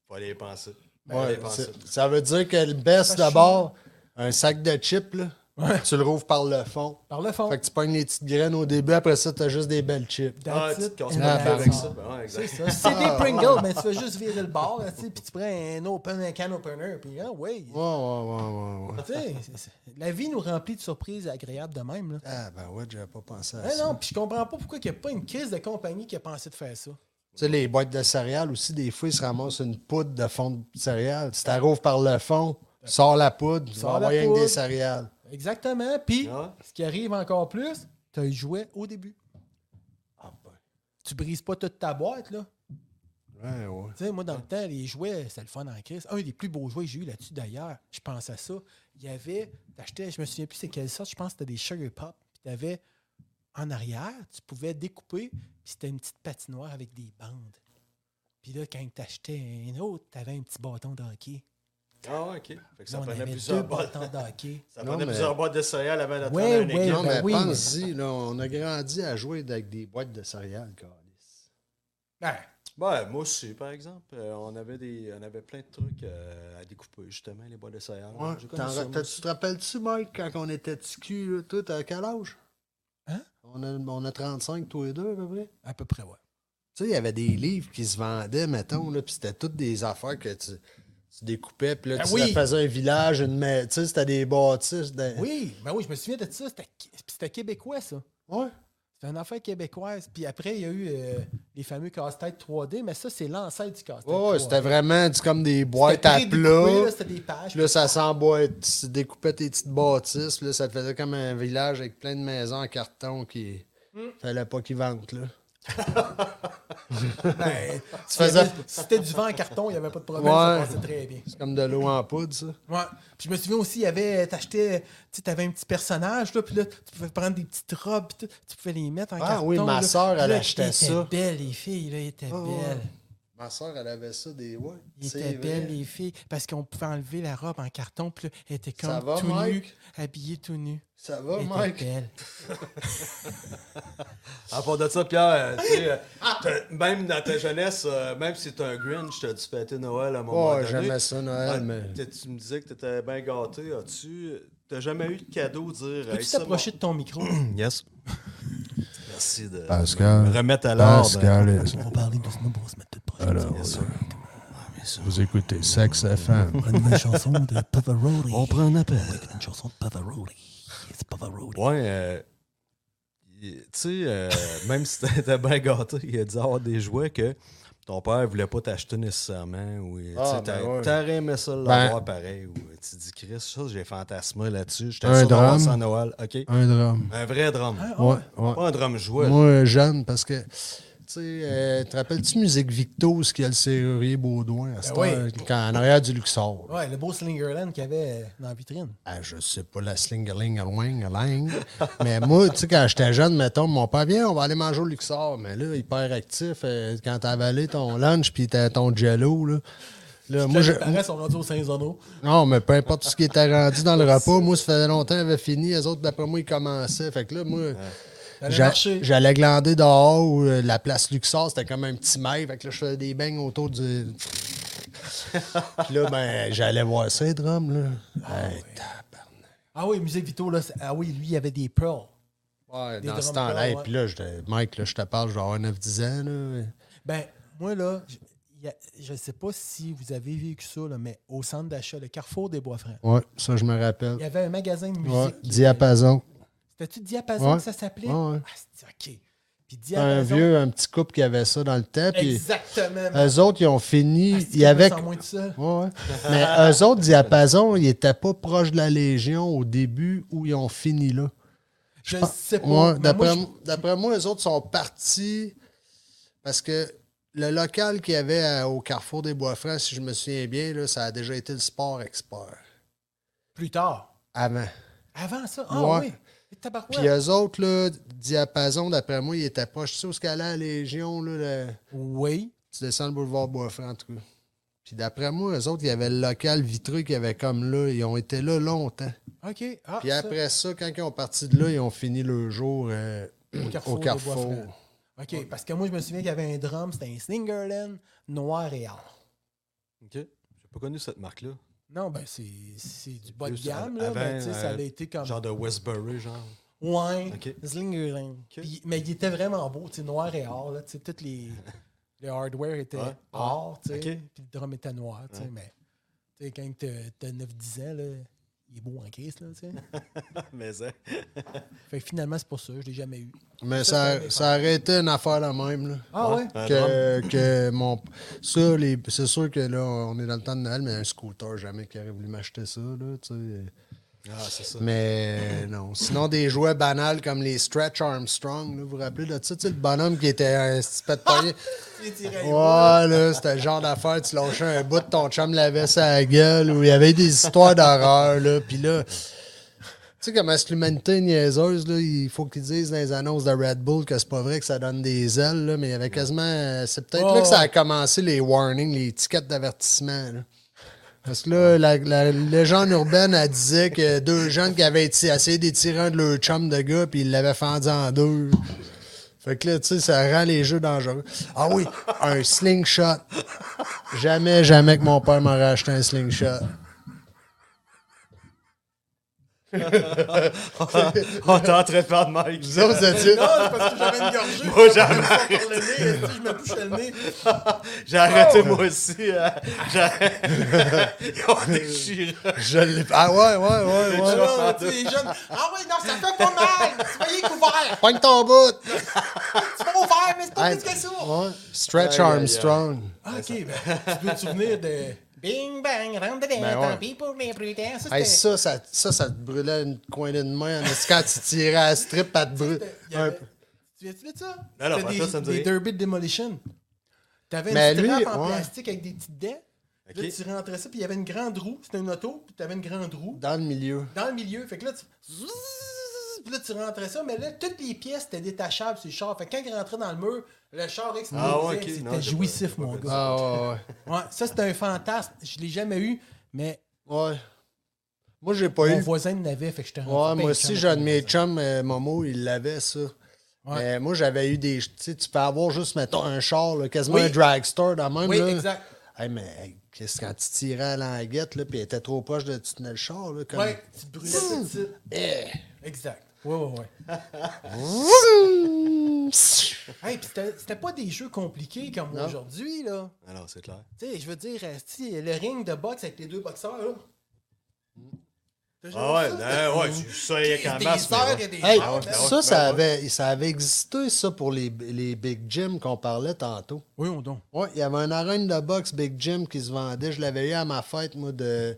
S3: Faut aller y penser.
S5: Ouais,
S3: aller penser.
S5: c'est- ça veut dire qu'elle baisse
S2: Machine.
S5: d'abord un sac de chips, là.
S2: Ouais.
S5: Tu le rouvres par le fond.
S2: Par le fond.
S5: Fait que tu pognes les petites graines au début, après ça, t'as juste des belles chips.
S3: Ah,
S2: That's
S3: tu
S2: it.
S3: te casses
S2: And
S3: pas
S5: Ah,
S3: le
S2: that's
S3: cul avec
S2: all.
S3: ça. Ben ouais, exact.
S2: C'est ça.
S5: *laughs*
S2: C'est des Pringles, mais tu fais juste virer le bord, là, tu sais, puis tu prends un open, un can opener, puis ah ouais.
S5: Ouais, ouais, ouais, ouais. ouais.
S2: Tu sais, c'est- c'est- la vie nous remplit de surprises agréables de même, là.
S5: Ah, ben ouais, j'avais pas pensé à
S2: Ouais,
S5: ça.
S2: non, puis je comprends pas pourquoi il n'y a pas une crise de compagnie qui a pensé de faire ça.
S5: Tu sais, les boîtes de céréales aussi, des fois, ils se ramassent une poudre de fond de céréales. Tu t'arroves par le fond, sors la poudre, tu
S2: Sors
S5: vas
S2: la
S5: avoir rien que
S2: poudre.
S5: des céréales.
S2: Exactement. Puis,
S3: Ah.
S2: ce qui arrive encore plus, tu as le jouet au début.
S5: Ah, ben.
S2: Tu brises pas toute ta boîte, là.
S5: Ouais, ouais.
S2: Tu sais, moi, dans le temps, les jouets, c'est le fun en crise. Un des plus beaux jouets que j'ai eu là-dessus, d'ailleurs, je pense à ça. Il y avait, t'achetais, je me souviens plus c'est quelle sorte, je pense que c'était des Sugar Pop. Puis t'avais, en arrière, tu pouvais découper, puis c'était une petite patinoire avec des bandes. Puis là, quand t'achetais un autre, t'avais un petit bâton de hockey.
S3: Ah, ouais, ok. Fait que ça
S2: Là, on
S3: prenait
S2: avait
S3: plusieurs
S2: deux
S3: boîtes.
S2: bâtons de hockey.
S3: Ça
S5: Non,
S3: prenait
S5: mais-
S3: plusieurs boîtes de céréales avant d'atteindre
S2: Ouais,
S3: un
S2: ouais.
S3: écran.
S5: Non,
S2: ben
S5: Eh mais
S2: oui.
S5: pense-y, là, on a grandi à jouer avec des boîtes de céréales, câlisse.
S2: Ben,
S3: Ben, moi aussi, par exemple, euh, on, avait des, on avait plein de trucs euh, à découper, justement, les boîtes de céréales.
S5: Ouais,
S3: J'ai connu
S5: t'en
S3: ça,
S5: ra-
S3: moi
S5: t'as- Tu
S3: aussi.
S5: te rappelles-tu, Mike, quand on était petits cul, là, toi, t'as quel âge?
S2: Hein?
S5: On a, on a 35, tous les deux, à peu près.
S2: à peu près, ouais.
S5: Tu sais, il y avait des livres qui se vendaient, mettons, là, puis c'était toutes des affaires que tu, tu découpais, puis là,
S2: Ah
S5: tu
S2: oui!
S5: faisais un village, une ma- tu sais, c'était des bâtisses. des-
S2: Oui, ben oui, je me souviens de ça. C'était qui- C'était québécois, ça.
S5: Ouais.
S2: C'était une affaire québécoise. Puis après, il y a eu euh, les fameux casse-têtes 3D, mais ça, c'est l'ancêtre du casse-tête.
S5: Ouais,
S2: 3D.
S5: ouais, c'était vraiment du- comme des boîtes
S2: C'était
S5: à
S2: prédécoupé, là,
S5: plat.
S2: C'était des pages.
S5: Puis là, ça s'emboîte. Tu découpais tes petites bâtisses, puis là, ça te faisait comme un village avec plein de maisons en carton qui.
S2: Hmm.
S5: Fallait pas qu'ils vantent, là.
S2: Ben,
S5: Tu faisais-
S2: Si c'était du vent en carton, il n'y avait pas de problème. Ça
S5: Ouais.
S2: passait très bien.
S5: C'est comme de l'eau en poudre, ça.
S2: Ouais. Puis je me souviens aussi, il y avait, t'achetais, tu sais, t'avais un petit personnage, là, puis là, tu pouvais prendre des petites robes, puis tout, tu pouvais les mettre en
S5: Ah
S2: carton.
S5: oui,
S2: là.
S5: ma sœur,
S2: Puis
S5: elle
S2: là,
S5: achetait
S2: ils
S5: ça.
S2: étaient belles, les filles, là, ils étaient
S5: Ah, ouais.
S2: belles.
S5: Ma soeur, elle avait ça des. Ouais.
S2: Ils
S5: c'est
S2: étaient
S5: vrai.
S2: belles, les filles, parce qu'on pouvait enlever la robe en carton, puis là, elle était comme
S5: Ça va,
S2: tout nu,
S5: Mike?
S2: habillée tout nu.
S5: Ça va,
S2: Elle était
S5: Mike?
S2: belle.
S3: À part de ça, Pierre, euh, tu sais, euh,
S2: Ah.
S3: t'as- même dans ta jeunesse, euh, même si t'es un Grinch, t'as dû fêter Noël à un moment
S5: Ouais,
S3: donné.
S5: Oh, j'aimais ça, Noël,
S3: Ah,
S5: mais.
S3: t'es- Tu me disais que t'étais bien gâté. As-tu... T'as jamais eu de cadeau dire...
S2: Peux-tu
S3: Hey, ça,
S2: t'approcher de ton
S5: *clears throat*
S2: micro?
S3: mon- Yes. Merci de
S5: Pascal.
S3: me remettre à l'ordre.
S5: ben,
S2: On va parler de Snow Bros, mais tout proche. Alors,
S3: Bien sûr.
S5: vous écoutez Sex FM.
S2: une nouvelle chanson de Pavarotti.
S3: On prend un appel.
S2: Une chanson de Pavarotti. C'est Pavarotti.
S3: Ouais, euh, il- tu sais, euh, même *laughs* si t'étais bien gâté, il a dû avoir des jouets que ton père voulait pas t'acheter nécessairement. Ou, tu sais,
S5: Ah, ben
S3: t'a-
S5: ouais.
S3: T'aurais aimé ça
S5: Ben,
S3: l'avoir pareil. Ou, tu te dis, Chris, ça, j'ai fantasmé là-dessus. J'étais
S5: Un
S3: sûr d'avoir
S5: drum.
S3: ça à Noël. OK.
S5: Un drum.
S3: Un vrai drum.
S5: Ouais, ouais.
S2: Euh,
S3: Pas un drum jouet. là.
S5: Moi, jeune, euh, parce que tu sais, euh, te rappelles-tu Musique Victo, ce qu'il y a le serrurier Baudouin à cette
S2: Ben oui.
S5: heure, quand, en arrière du Luxor? là?
S2: Ouais, le beau Slingerland qu'il y avait euh, dans la vitrine.
S5: Ah, je sais pas, la slingerling, ling ling Mais moi, tu sais, quand j'étais jeune, mettons, mon père, viens, on va aller manger au Luxor. Mais là, hyper actif, euh, quand t'as avalé ton lunch puis t'as ton jello, là. Là, moi, je,
S2: Les parents sont rendus au Saint-Zono.
S5: non, mais peu importe ce qui était rendu dans le repas, moi, ça faisait longtemps qu'ils avaient fini. Les autres, d'après moi, ils commençaient. Fait que là, moi,
S2: T'allais
S5: j'a-
S2: marcher.
S5: j'allais glander dehors. où, euh, la place Luxor, c'était comme un petit mail. Fait que là, je faisais des beignes
S2: *laughs*
S5: autour du. Puis là, ben, j'allais voir ça, les drums, là. Hey,
S2: Ah oui, Musique Vito, là. c'est- Ah oui, lui, il avait des pearls.
S5: Ouais,
S2: Des
S5: dans ce
S2: drum
S5: temps-là.
S2: corps,
S5: Hey,
S2: ouais.
S5: Puis là, je, te- Mike, là, je te parle, je dois avoir 9-10 ans. Là.
S2: Ben, moi, là, je- il y a- je sais pas si vous avez vécu ça, là, mais au centre d'achat, le Carrefour des Bois-Francs,
S5: Ouais, ça, je me rappelle.
S2: il y avait un magasin de musique.
S5: Ouais,
S2: qui-
S5: Diapason.
S2: C'était-tu Diapason
S5: Ouais.
S2: que ça s'appelait?
S5: Ouais, ouais.
S2: Ah, c'est OK. Puis
S5: Un
S2: Diapason,
S5: vieux, un petit couple qui avait ça dans le temps. Puis
S2: exactement.
S5: eux autres, ils ont fini.
S2: Ah, c'est
S5: il y avait...
S2: sans moins de ça.
S5: Ouais, ouais. Mais eux autres, Diapason, ils n'étaient pas proches de la Légion au début où ils ont fini là.
S2: Je
S5: pense-
S2: sais pas.
S5: Ouais,
S2: mais
S5: D'après
S2: moi,
S5: d'après moi, les autres sont partis parce que le local qu'il y avait à- au Carrefour des Bois-Francs, si je me souviens bien, là, ça a déjà été le sport expert.
S2: je- plus tard.
S5: Avant.
S2: Avant ça? Ah
S5: Ouais.
S2: oui. Et tabarouette.
S5: Puis euh, eux autres, là, Diapason, d'après moi, il était proche. Tu sais où ce qu'elle a à Légion, là, le-
S2: Oui.
S5: tu descends le boulevard Boisfranc, en tout cas. Puis d'après moi, eux autres, il y avait le local vitreux qui avait comme là. Ils ont été là longtemps.
S2: OK. Ah,
S5: Puis
S2: ça,
S5: après ça, quand ils ont parti de là, ils ont fini le jour euh,
S2: au
S5: au
S2: Carrefour. des
S5: Carrefour.
S2: Bois-Francs. OK, parce que moi, je me souviens qu'il y avait un drum, c'était un Slingerland noir et or.
S3: OK. J'ai pas connu cette marque-là.
S2: Non, ben, c'est c'est du bas de
S3: Plus
S2: gamme,
S3: à-
S2: là. mais
S3: avant,
S2: tu sais, ça
S3: euh,
S2: a été comme.
S3: Genre de Westbury, genre.
S2: Ouais,
S3: Ok.
S2: Slingerland. Puis- mais il était vraiment beau, tu sais, noir et or, là. Tu sais, toutes *laughs* les. Le hardware était
S3: Ouais, ouais.
S2: or, tu sais.
S3: Ok.
S2: Puis le drum était noir, tu sais. Mais, tu sais, quand t'as- t'as 9-10 ans, là, il est beau en crise, là, tu *laughs* sais.
S3: *laughs* Mais hein,
S2: Fait que finalement, c'est pour ça, je l'ai jamais eu.
S5: Mais
S2: Ça,
S5: ça,
S2: c'est
S5: ça aurait été une affaire la même. Là.
S2: Ah ouais?
S3: un drum.
S5: Que, que mon. Ça, les- c'est sûr que là, on est dans le temps de Noël, mais un scooter, jamais qu'il aurait voulu m'acheter ça. Là, tu sais.
S3: Ah, c'est ça.
S5: Mais euh, non. Sinon, des jouets banals comme les Stretch Armstrong, là, vous vous rappelez de ça? Tu sais, le bonhomme qui était euh, un petit peu
S2: *laughs*
S5: de poignet. Ouais, là, c'était le genre d'affaire, tu lâchais un bout, ton chum l'avait sa gueule, ou il y avait des histoires d'horreur, là, puis là... Tu sais comment c'est l'humanité est niaiseuse, là, il faut qu'ils disent dans les annonces de Red Bull que c'est pas vrai que ça donne des ailes, là, mais il y avait quasiment... euh, C'est peut-être là que ça a commencé les warnings, les tickets d'avertissement, là. Parce que là, la, la légende urbaine, elle disait que deux jeunes qui avaient éti- essayé d'étirer un de leur chum de gars, puis ils l'avaient fendu en deux. Fait que là, tu sais, ça rend les jeux dangereux. Ah oui, un slingshot. Jamais, jamais que mon père m'aurait acheté un slingshot.
S3: On est en train de faire de Oh, Mike.
S5: Vous autres, vous étiez-
S2: Ah, c'est parce que j'avais une gorgée. *laughs*
S3: Moi, j'avais-
S2: Je me poussais par le nez, est-ce que je me bouchais le *laughs* nez.
S3: J'ai arrêté moi aussi. hein. J'ai
S5: *laughs*
S3: Ils ont déchiré.
S5: Je l'ai- Ah ouais, ouais, ouais, ouais.
S2: Ah, tu sais, les jeunes, Ah oui, non, ça fait pas mal. Tu voyais couvert.
S5: Pogne ton bout!
S2: Tu vas ouvert, mais c'est pas
S5: Hey,
S2: plus que ça.
S5: ouais. Stretch
S3: Aïe, aïe, aïe.
S5: Armstrong.
S2: Ah, ok, ben, tu peux te souvenir de. *laughs* Bing bang, rentre dedans,
S5: Ben ouais.
S2: tant pis pour l'imprudence. c'était-
S5: Hey, ça, ça, ça, ça te brûlait une coin de main. en esti, Quand tu tirais à la strip, elle te brûle.
S2: Il y avait- Tu te souviens de ça?
S3: Non, non,
S2: C'était
S3: moi,
S2: des,
S3: ça, ça me dit
S2: des
S3: rien.
S2: Derby de Demolition. T'avais
S5: Mais
S2: une strap
S5: lui,
S2: en
S5: ouais.
S2: plastique avec des petites dents. Là,
S3: Ok.
S2: tu rentrais ça, puis il y avait une grande roue. C'était une auto, puis t'avais une grande roue
S5: Dans le milieu.
S2: dans le milieu. Fait que là, tu. Zzzz, Puis là, tu rentrais ça, mais là, toutes les pièces étaient détachables sur le char. Fait que quand il rentrait dans le mur, le char explosait.
S3: Ah ouais, ok.
S2: C'était
S3: Non, j'ai pas-
S2: jouissif,
S3: j'ai pas
S2: mon
S3: fait
S2: gars.
S5: Ah ouais, ouais.
S2: Ouais, ça, c'était un fantasme. Je l'ai jamais eu, mais
S5: Ouais. Moi, j'ai pas
S2: mon
S5: eu.
S2: voisin l'avait, fait que je te
S5: Ouais, moi aussi, j'ai un de mes chums, euh, Momo, il l'avait, ça. Mais moi, j'avais eu des. Tu sais, tu peux avoir juste, mettons, un char, là, quasiment
S2: Oui.
S5: un dragstore dans le même.
S2: Oui,
S5: là.
S2: exact.
S5: Hey, mais hey, qu'est-ce quand tu tirais à la languette, là, puis il était trop proche de tu tenais le char, là, comme.
S2: Ouais, tu te brûlais tout de suite.
S5: Eh!
S2: *laughs* Exact. Ouais, ouais, ouais.
S5: Vroom!
S2: Hey, puis c'était- c'était pas des jeux compliqués comme aujourd'hui, là.
S3: Alors, c'est clair.
S2: Tu sais, je veux dire, euh, si, le ring de boxe avec les deux boxeurs, là. T'as jamais
S3: Ah ouais,
S2: vu ça?
S3: non, ouais, tu sais qu'en
S2: Des
S3: masse. mais
S2: heures
S3: ouais.
S2: et des
S5: Hey,
S2: heures, ben ouais.
S5: ça, ça avait, ça avait existé, ça, pour les, les Big Jim qu'on parlait tantôt.
S2: Oui, on donc.
S5: Oui, il y avait une arène de boxe Big Jim qui se vendait. Je l'avais eu à ma fête, moi, de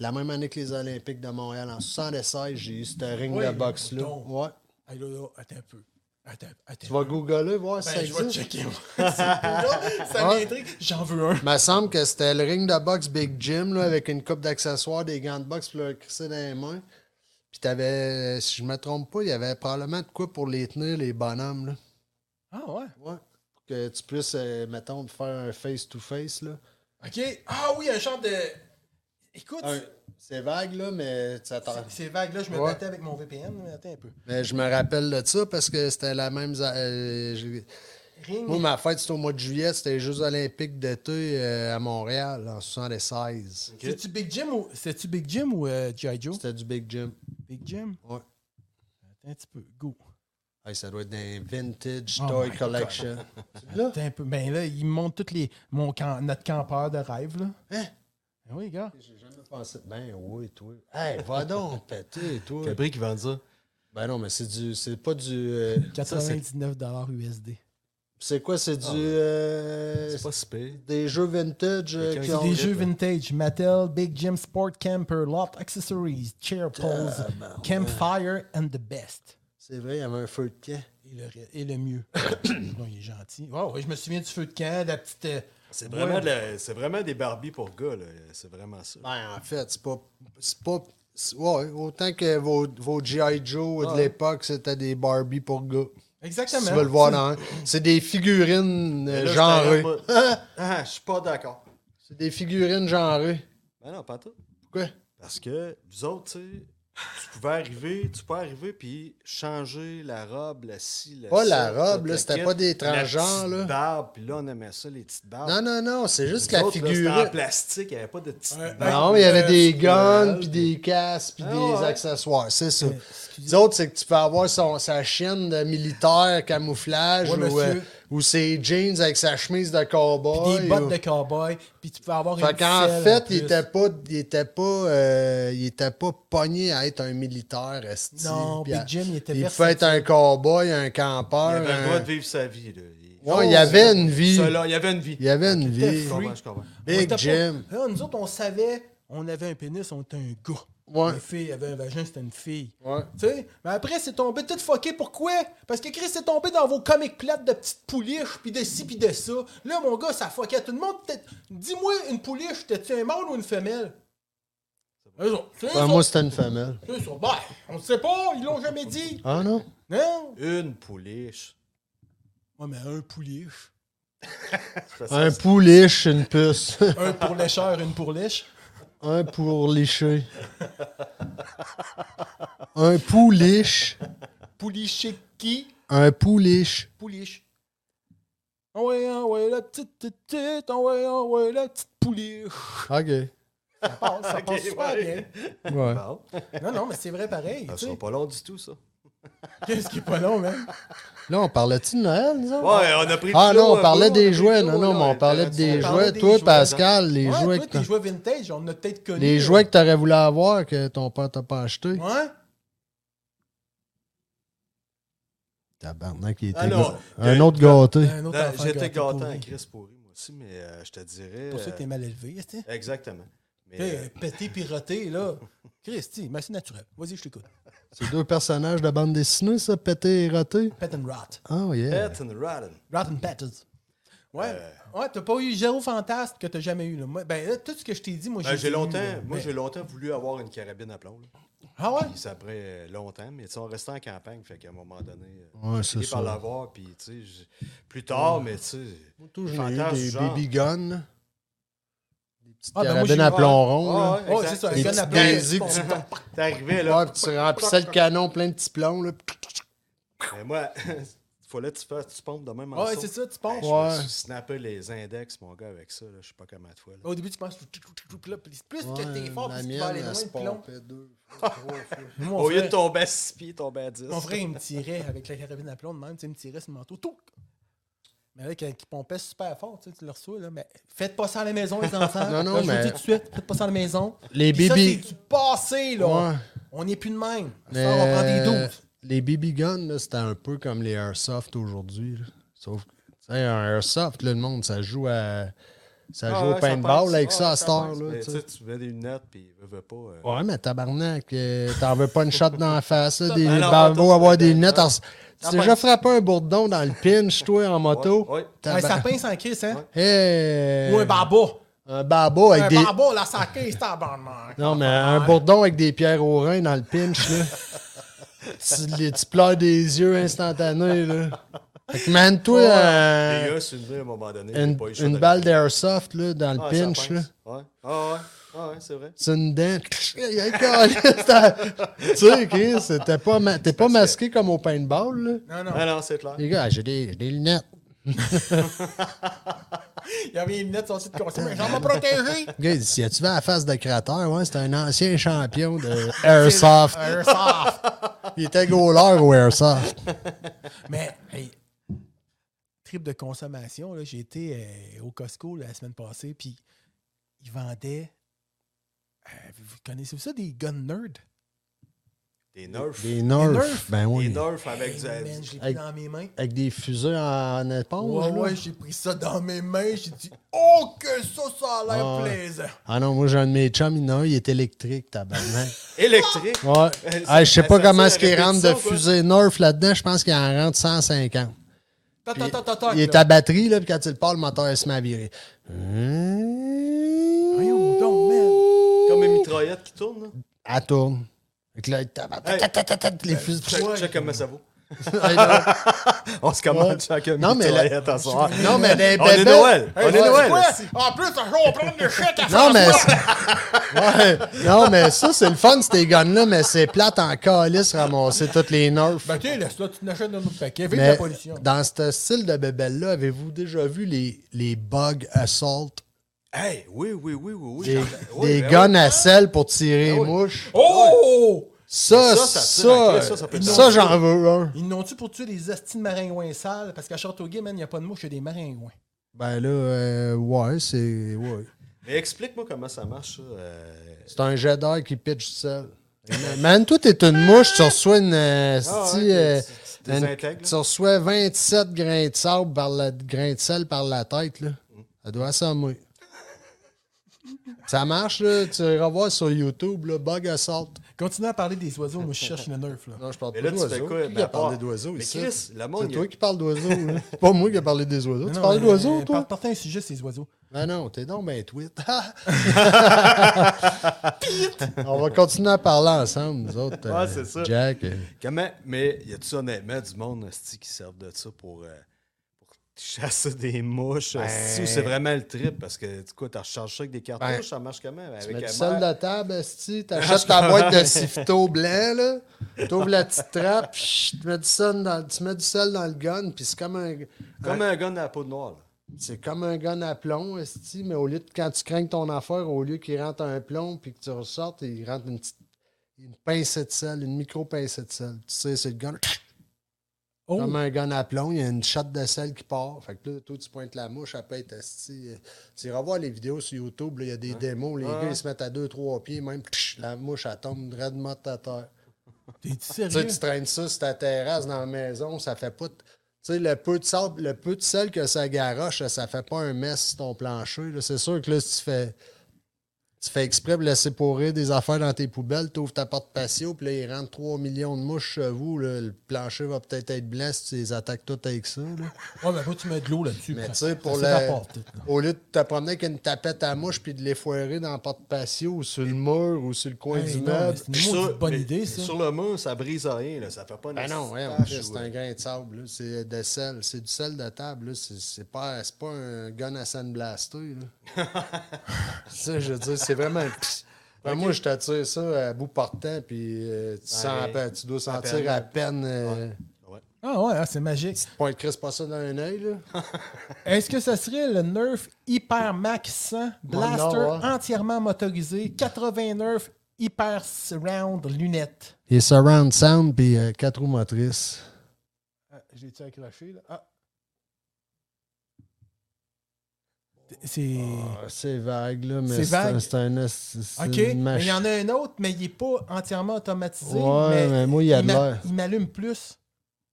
S5: la même année que les Olympiques de Montréal. En 76, j'ai eu ce ring
S2: Oui,
S5: de boxe-là.
S2: donc.
S5: Ouais.
S2: Hey, là, là, attends un peu. Attends, attends.
S5: Tu vas googler, voir si ça
S2: Ben, je vais
S5: existe. *laughs*
S2: checker. C'est pas- ça
S5: Ouais.
S2: m'intrigue. J'en veux un.
S5: Il me semble que c'était le ring de boxe Big Jim là, avec une coupe d'accessoires, des gants de boxe, puis le crisser dans les mains. Puis t'avais, si je me trompe pas, il y avait probablement de quoi pour les tenir, les bonhommes. Là.
S2: Ah ouais.
S5: Ouais. Pour que tu puisses, euh, mettons, faire un face-to-face. là.
S2: OK. Ah oui, un genre de. Écoute,
S5: Un- C'est vague, là, mais tu attends.
S2: c'est- ces vagues-là, je me
S5: Ouais.
S2: battais avec mon VPN. mais Attends un peu.
S5: Mais je me rappelle de ça parce que c'était la même. euh, j'ai-
S2: Ring.
S5: Moi, ma fête, c'était au mois de juillet, c'était les Jeux Olympiques d'été euh, à Montréal en 76.
S2: C'est-tu Big Jim ou. C'est-tu Big Jim ou euh, G.I. Joe?
S5: C'était du Big Jim.
S2: Big Jim?
S5: Ouais.
S2: Attends un petit peu. Go.
S5: Hey, ça doit être des vintage
S2: Oh
S5: toy
S2: my
S5: collection. *laughs*
S2: Attends un peu. Ben là, il me montre toutes les. Mon camp- Notre campeur de rêve, là.
S5: Hein?
S2: Ben oui, gars.
S5: J'ai jamais pensé. Ben oui, toi. Hey, va donc *laughs* péter, toi.
S3: Cabri qui vend ça.
S5: Ben non, mais c'est du. C'est pas du. euh,
S2: 99 USD.
S5: c'est quoi? C'est du.
S2: Ah.
S5: euh,
S3: C'est pas si pire.
S5: des jeux vintage euh,
S3: Quelqu'un
S5: qui
S3: qui
S5: ont.
S2: Des jeux vintage, Mattel, Big Jim Sport Camper, Lot Accessories, Chair Poles, Campfire and the Best.
S5: C'est vrai, il y avait un feu de camp.
S2: Et le, re- et le
S5: *coughs*
S2: mieux. non, il est gentil. Wow, ouais, je me souviens du feu de camp, la petite. euh,
S3: C'est vraiment, de la- c'est vraiment des Barbies pour gars, là. C'est vraiment ça.
S5: Ben, en fait, c'est pas. C'est pas. c'est- Ouais, autant que vos, vos G.I. Joe de l'époque, c'était des Barbie pour gars. Si
S2: Exactement.
S5: tu veux le voir dans un- C'est des figurines euh, genrées.
S3: *laughs* Ah, je suis pas d'accord.
S5: C'est des figurines genrées.
S3: Ben non, pas tout.
S5: Pourquoi?
S3: Parce que vous autres, tu sais, tu pouvais arriver, tu peux arriver puis changer la robe, la scie, la
S5: Pas
S3: ça,
S5: la robe,
S3: tout
S5: là,
S3: le
S5: c'était
S3: kit,
S5: pas des
S3: la
S5: transgenres,
S3: petite
S5: là.
S3: barbe, puis là, on aimait ça, les petites barbes.
S5: Non, non, non, c'est juste que
S3: Nous
S5: la
S3: autres, là, c'était
S5: figurine.
S3: en plastique, il n'y avait pas de petites
S2: Ouais.
S3: barbes.
S5: Non, mais il y avait des guns,
S3: euh,
S5: puis des casques, puis
S3: Ah
S5: des
S3: ouais.
S5: accessoires, c'est ça. Les autres, c'est que tu peux avoir son, sa chienne de militaire camouflage
S2: Ouais,
S5: ou, euh,
S2: monsieur.
S5: ou ses jeans avec sa chemise de cowboy.
S2: Puis des bottes
S5: ou-
S2: de cowboy, puis tu peux avoir une
S5: oh. Fait qu'en
S2: selle
S5: fait,
S2: plus.
S5: il était pas, il était pas, euh, il était pas pogné à être un militaire, esti,
S2: Non,
S5: puis
S2: Big
S5: à-
S2: Jim, il était
S5: Il pouvait
S2: versatile.
S5: être un cowboy, un
S3: Il
S5: campeur.
S3: avait le
S5: un-
S3: droit de vivre sa vie, là. Il-
S5: Ouais, il y avait une vie.
S3: Ça, là, il y avait une vie.
S5: Il y avait une
S2: était
S5: vie.
S3: Je comprends, je comprends.
S2: On était
S5: Big
S2: pas-
S5: Jim.
S2: Là, nous autres, on savait, on avait un pénis, on était un gars.
S5: Ouais.
S2: Une fille avait un vagin, c'était une fille.
S5: Ouais.
S2: Tu sais, mais après, c'est tombé tout fucké. Pourquoi? Parce que Chris est tombé dans vos comics plates de petites pouliches, puis de ci, puis de ça. Là, mon gars, ça fuckait tout le monde. T'es- Dis-moi, une pouliche, t'es-tu un mâle ou une femelle? Eux autres, tu sais,
S5: Ben,
S2: eux
S5: moi,
S2: autres,
S5: c'était une femelle.
S2: tu sais, ils sont- ben, on sait pas, ils l'ont jamais dit.
S5: Ah non?
S2: Non?
S3: Une pouliche.
S2: Ouais, mais un pouliche.
S5: Un pou liche, une puce. *laughs*
S2: Un pour lécheur, une pour lèche.
S5: un pour licher. un pou liche.
S2: Pouliche qui?
S5: Un pou liche.
S2: pouliche. Ah ouais, ah ouais, la petite petite, petite, ah ouais, ah ouais, la petite pouliche.
S5: OK. Ouais.
S2: Ça passe, *laughs* ça passe super
S3: Ah, ouais. Bon,
S2: bien. Non, non, mais c'est vrai pareil.
S3: Ah, ça
S2: tu sais.
S3: sera pas long du tout, ça.
S2: Qu'est-ce qui est pas long, hein?
S5: Là, on parlait-tu de Noël, nous autres?
S3: Ouais, euh, on a pris
S5: Ah
S3: du lot
S5: non,
S3: un
S5: on parlait
S3: peu,
S5: des
S3: a pris
S5: jouets.
S3: du
S5: Non,
S3: lot,
S5: non,
S3: là,
S5: mais on parlait
S3: intéressant.
S5: des
S3: On
S5: jouets.
S3: parlait
S5: Toi,
S3: des hein.
S5: Pascal, les
S2: Ouais,
S5: jouets
S2: toi,
S5: que
S2: tes jouets vintage, on en a peut-être connu.
S5: les jouets que t'aurais voulu avoir que ton père t'a pas acheté.
S2: Ouais?
S5: Tabarnak, il était
S3: Ah non,
S5: gâ-
S3: il y a
S5: un
S3: une-
S5: autre gâté.
S2: Un
S3: dans-
S2: autre enfant
S3: J'étais
S2: gâté
S3: gâté en
S2: pourri.
S3: Chris pourri, moi aussi, mais euh, je te dirais.
S2: Pour ça, t'es
S3: euh,
S2: mal élevé, tu sais.
S3: Exactement. Mais, euh,
S2: T'es pété, piraté, là. Christy, mais c'est naturel. Vas-y, je t'écoute.
S5: C'est deux personnages de bande dessinée, ça, pété et raté.
S2: Pet and rot.
S5: Oh yeah.
S3: Pet and Ben, Rotten.
S2: Rot and patches. Ouais,
S3: Euh.
S2: ouais t'as pas eu zéro fantasme que t'as jamais eu. Là. Moi, ben, là, tout ce que je t'ai dit, moi,
S3: Ben, j'ai
S2: dit,
S3: longtemps,
S2: là,
S3: moi,
S2: mais-
S3: j'ai longtemps voulu avoir une carabine à plomb. là.
S2: Ah ouais?
S3: Puis ça après longtemps, mais tu sais, on restait en campagne, fait qu'à un moment donné, euh,
S5: Ouais,
S3: j'ai
S5: c'est
S3: fini par
S5: ça.
S3: l'avoir, puis tu sais, j'ai- plus tard, mais tu sais,
S5: Surtout, j'en ai eu
S3: fantasme,
S5: des
S3: genre.
S5: baby guns. Des petites
S2: Ah, ben, moi,
S5: carabines
S2: j'ai eu-
S5: à plomb rond.
S3: Ah,
S5: là.
S3: ouais,
S2: Oh,
S3: exact.
S2: c'est ça,
S5: Des
S2: un gun à
S5: petites
S2: plomb.
S5: daisies que
S2: Bon,
S5: tu-
S2: bon.
S3: T'arrivais là.
S5: Ouais, puis tu remplissais le canon plein de petits plombs. Là.
S3: Mais moi, *laughs* il fallait que tu fasses, tu pompes de même en
S2: Ouais,
S3: saut.
S2: c'est ça, tu
S3: Ben,
S2: penses.
S3: je
S5: Ouais.
S3: me suis snappé les index, mon gars, avec ça, là, je sais pas comment de fois. là.
S2: Au début, tu penses tout, tout, tout, tout, tout, là, puis plus que t'es
S5: Ouais,
S2: fort,
S5: la
S2: plus tu vas
S5: mienne,
S2: aller loin
S5: elle se
S2: le plomb.
S5: pompait deux
S2: *laughs*
S5: fois, trois fois.
S2: Mon
S3: Au lieu de
S2: frère,
S3: tomber à 6 pieds, tomber à 10.
S2: mon frère, il me tirait avec la carabine à plomb de même, tu sais, il me tirait sur le manteau, tout. Mais là, quand il pompait super fort, tu sais, tu le reçois, là, mais faites pas ça à la maison, les enfants.
S5: *laughs* Non, non,
S2: Là, je vous
S5: mais-
S2: le dis tout de suite, faites pas ça à la maison.
S5: Les
S2: Puis ça, c'est
S5: baby.
S2: du passé, là.
S5: Ouais.
S2: On n'est plus de même.
S5: Mais, euh,
S2: Ça, on prend des douze.
S5: Les BB guns, là, c'était un peu comme les airsoft aujourd'hui. là. Sauf que, tu sais, *laughs* un airsoft, là, le monde, ça joue à Ah Ça
S2: Ah,
S5: joue au paintball avec ça à cette heure. là,
S3: Tu
S5: tu sais.
S3: sais, tu mets des lunettes, puis veux, veux pas. euh,
S5: Ouais, mais tabarnak, euh, t'en veux pas une shot dans la
S3: *laughs*
S5: face, là, des
S3: Alors,
S5: bah,
S3: on
S5: beau
S3: t'en-
S5: avoir des lunettes. alors, Tu
S3: Ah,
S5: t'es déjà
S3: ben-
S5: frappé un bourdon dans le pinch, toi, en moto?
S3: Ouais, ouais.
S2: Un
S5: Tabar-
S2: sapin sans crise, hein?
S5: Hey,
S2: Ou un baba.
S5: Un babo avec
S2: Un
S5: des.
S2: baba, la sans crise, c'est abandonnement.
S5: Non, mais un bourdon avec des pierres au rein dans le pinch, là. *laughs* tu, les- tu pleures des yeux instantanés, là. Fait que, man, toi, euh,
S3: Les gars, c'est vrai à un moment donné. j'ai
S5: une,
S3: pas eu le choix
S5: une
S3: d'aller-
S5: balle d'airsoft, là, dans le
S3: Ah, ça
S5: pinch, là.
S3: pince. Ouais. Ah, ouais. Ah, ouais, c'est vrai.
S5: C'est une dent. Aïe, aïe, câlisse, t'as- tu sais, Chris, t'es pas, ma- t'es pas masqué comme au paintball, là.
S2: Non, non.
S3: Ah, non, c'est clair.
S5: Les gars, j'ai des, j'ai des lunettes.
S2: Il y avait les lunettes sorties de consommation. J'en m'en protégé.
S5: Les gars, ils disent, y a-tu vu à la face de créateur? Ouais, c'était un ancien
S3: *laughs*
S5: champion de Airsoft.
S2: Airsoft.
S5: Il était goaler au Airsoft.
S2: *laughs* Mais, hey, trip de consommation, là, j'ai été euh, au Costco la semaine passée, puis ils vendaient. euh, vous connaissez ça, des gun nerds?
S3: Des nerfs.
S5: Des
S2: Des
S5: nerfs.
S2: Nerf.
S5: Ben
S3: Des
S5: oui.
S3: nerfs avec du.
S2: Hey, Ah, man, Ben, je l'ai pris
S5: Avec-
S2: dans mes mains.
S5: Avec des fusées en éponge.
S2: Ouais,
S5: là.
S2: ouais, j'ai pris ça dans mes mains. J'ai dit, oh, que ça, ça a l'air
S5: Ah, ouais.
S2: plaisant.
S5: Ah non, moi, j'ai un de mes chums, il en a un, il est électrique, tabarnak.
S3: Électrique.
S5: Ouais.
S3: Eh,
S5: Ah, je sais
S3: ça-
S5: pas
S3: ça- ça
S5: comment
S3: la
S5: est-ce qu'il rentre de
S3: répétition, quoi.
S5: fusée Nerf là-dedans. Je pense qu'il en rentre 150.
S2: Toc,
S5: Puis,
S2: toc, toc, toc, toc,
S5: il
S2: là.
S5: est à batterie, là, puis quand il part, le moteur il se met à virer. Hum,
S2: Voyons donc, man.
S3: Comme une mitraillette qui tourne. là.
S5: Elle tourne. Fait que là, il tabarnak,
S3: Hey.
S5: tac, tac, tac, tac, les fusées.
S3: Check, check comment ça vaut.
S5: *laughs* Hey, là.
S3: On se commande
S5: Ouais.
S3: chacun
S5: Non,
S3: une
S5: mais
S3: mitraillette à soir.
S5: Non, mais les
S3: hein. On est
S5: bébés-
S3: Noël. On
S2: Hey,
S3: est
S2: c'est
S3: Noël.
S2: quoi? En plus, un jour, on prend des chèques à
S5: Non,
S3: *laughs*
S5: mais.
S2: François.
S5: Ouais. Non, mais ça, c'est le fun, ces guns-là, mais c'est plate en calice ramasser toutes les nerfs.
S2: Ben, tiens, laisse-la, tu n'achètes dans notre paquet. Vive
S5: Mais
S2: la pollution.
S5: dans ce style de bébelle-là, avez-vous déjà vu les, les bug assault?
S3: Hey, oui, oui, oui, oui. oui.
S5: Des,
S3: Oui,
S5: des
S3: ben oui. Ben
S5: guns à sel pour tirer les mouches?
S2: Oh!
S5: Ça,
S3: Ça,
S5: ça,
S3: ça tire en
S5: ça,
S3: crise, ça, ça peut être
S5: ça,
S3: dangereux.
S5: j'en veux un.
S2: Ils n'ont-tu pour tuer des hosties de maringouins sales? Parce qu'à Châteauguay, man, il n'y a pas de mouche, il y a des maringouins.
S5: Ben là, euh, ouais, c'est. ouais.
S3: Mais explique-moi comment ça marche, ça. euh,
S5: C'est un jet d'air qui pitch du sel. Man, toi, t'es une mouche, tu reçois une. euh,
S3: Ah ouais,
S5: sti,
S3: tu-
S5: euh,
S3: tu te désintègres, là.
S5: tu reçois 27 grains de sable par la, grains de sel par la tête, là. Ça doit assommer. Ça marche, là. Tu revois sur YouTube, là, Bug Assault.
S2: Continue à parler des oiseaux, moi, je cherche une nerf, là.
S5: Non, je parle
S3: Mais
S5: pas
S3: là, tu
S5: d'oiseaux.
S3: fais quoi?
S5: Qui
S3: Ben,
S5: a parlé
S3: ah,
S5: d'oiseaux
S3: mais
S5: ici?
S3: Chris, le monde,
S5: C'est
S3: il-
S5: toi qui parles d'oiseaux. là.
S3: *laughs*
S5: C'est pas moi qui a parlé des oiseaux. tu
S2: Non,
S5: parles
S2: euh,
S5: d'oiseaux, toi?
S2: par- Portez un sujet, ces oiseaux.
S5: Ben non, t'es donc ben tweet. *laughs* On va continuer à parler ensemble, nous autres.
S3: Ouais, c'est ça.
S5: Jack. euh,
S3: Comment, mais y a-tu honnêtement du monde hostie, qui servent de ça pour, euh, pour chasser des mouches?
S5: Ben-
S3: hostie, ou c'est vraiment le trip? Parce que, tu quoi, t'as recharges ça avec des cartouches,
S5: Ben,
S3: ça marche comment?
S5: tu
S3: Avec
S5: mets
S3: un
S5: du sel
S3: verre?
S5: de table, esti, t'achètes ta boîte de sifto blanc, là, t'ouvres la petite trappe, psh, tu mets du sel dans, tu mets du sel dans le gun, puis c'est comme un,
S3: Comme un gun à la peau de noir. là.
S5: c'est comme un gun à plomb, esti, mais au lieu de, quand tu craignes ton affaire, au lieu qu'il rentre un plomb, puis que tu ressortes, il rentre une petite, une pincée de sel, une micro pincée de sel. Tu sais, c'est le gun,
S2: Oh!
S5: Comme un gun à plomb, il y a une chatte de sel qui part. Fait que là, toi, tu pointes la mouche, elle peut être asti. euh, Tu iras voir les vidéos sur YouTube, là, il y a des démos, les gars, ils se mettent à deux, trois pieds, même psh, la mouche, elle tombe de motte à terre.
S2: T'es-tu
S5: Tu sais,
S2: sérieux?
S5: tu traînes ça sur ta terrasse dans la maison, ça fait pas. de- Tu sais, le peu de sable, le peu de sel que ça garoche, là, ça fait pas un mess sur ton plancher. là. C'est sûr que là, si tu fais. Tu fais exprès de laisser pourrir des affaires dans tes poubelles, tu ouvres ta porte patio, puis là, il rentre 3 millions de mouches chez vous. là. le plancher va peut-être être blanc si tu les attaques toutes avec ça. là.
S2: Ouais, mais toi, Ah, ben, tu mets de l'eau là-dessus.
S5: Mais
S2: ça-
S5: tu sais, pour
S2: ça
S5: le-
S2: s'évapore, tout, là.
S5: Au lieu de te promener avec une tapette à mouche puis de les foirer dans la porte patio ou sur le mur ou sur le coin
S2: Hey,
S5: du
S2: non,
S5: meuble.
S2: mais C'est une maudite
S3: Sur-
S2: bonne
S3: mais-
S2: idée, ça.
S3: Sur le mur, ça brise rien. Là. Ça fait pas une
S5: Ben non,
S3: hostie
S5: voyons,
S3: tache,
S5: Chris, c'est
S3: ouais.
S5: un grain de sable, là. c'est de sel, c'est du sel de table, là. c'est c'est pas, c'est pas un gun à sandblaster.
S2: *laughs*
S5: là. ça, je veux dire, c'est vraiment... Ben, Moi, je t'attire ça à bout portant, puis euh, tu, sens,
S3: Ouais.
S5: ben, tu dois sentir
S3: peine.
S5: à peine... euh,
S2: Ah ouais, ah, c'est magique.
S5: Point de Chris, pas ça dans un œil, là.
S2: *laughs* Est-ce que ça serait le Nerf Hyper Max 100 Blaster
S5: non, ouais.
S2: entièrement motorisé, 89 Hyper Round lunettes?
S5: Il est surround sound, puis euh, quatre roues motrices.
S2: Ah, je l'ai-tu accroché, là? Ah. C'est...
S5: Ah, c'est vague, là, mais
S2: C'est
S5: c'est un-
S2: vague.
S5: c'est un... c'est- Ah, c'est
S2: OK,
S5: une
S2: mais il y
S5: machine.
S2: en a un autre, mais il n'est pas entièrement automatisé.
S5: Ouais, mais moi, il y a de
S2: m'a-
S5: l'air.
S2: il m'allume plus.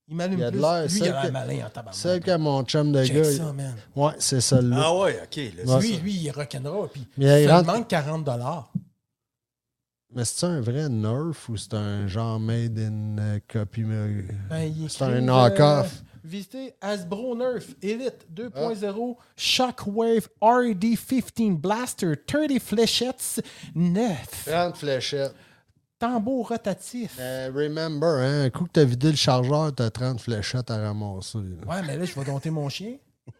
S2: Il m'allume
S5: Il a de
S2: plus.
S5: l'air,
S2: Lui, il
S5: celle
S2: a
S5: que-
S2: l'air malin en tabarnak.
S5: Celle que mon chum de
S2: Check
S5: gars.
S2: ça, man.
S5: Ouais, c'est celle-là.
S3: Ah ouais, OK. là,
S5: Ouais.
S2: lui,
S5: ça.
S2: lui, il rock'n'roll. Puis
S5: Mais il
S2: il
S5: rentre-
S2: manque 40 dollars.
S5: Mais c'est un vrai Nerf ou c'est un genre made in euh, copy? euh,
S2: Ben,
S5: C'est un knock-off.
S2: euh,
S5: Ah.
S2: visitez Hasbro Nerf Elite 2.0 Shockwave RD15 Blaster 30 fléchettes 9
S5: Grande fléchette.
S2: tambour rotatif.
S5: Ah. Euh, remember, hein, un coup que t'as vidé le chargeur, t'as 30 fléchettes à ramasser. là.
S2: Ouais, mais là, je vais dompter mon chien.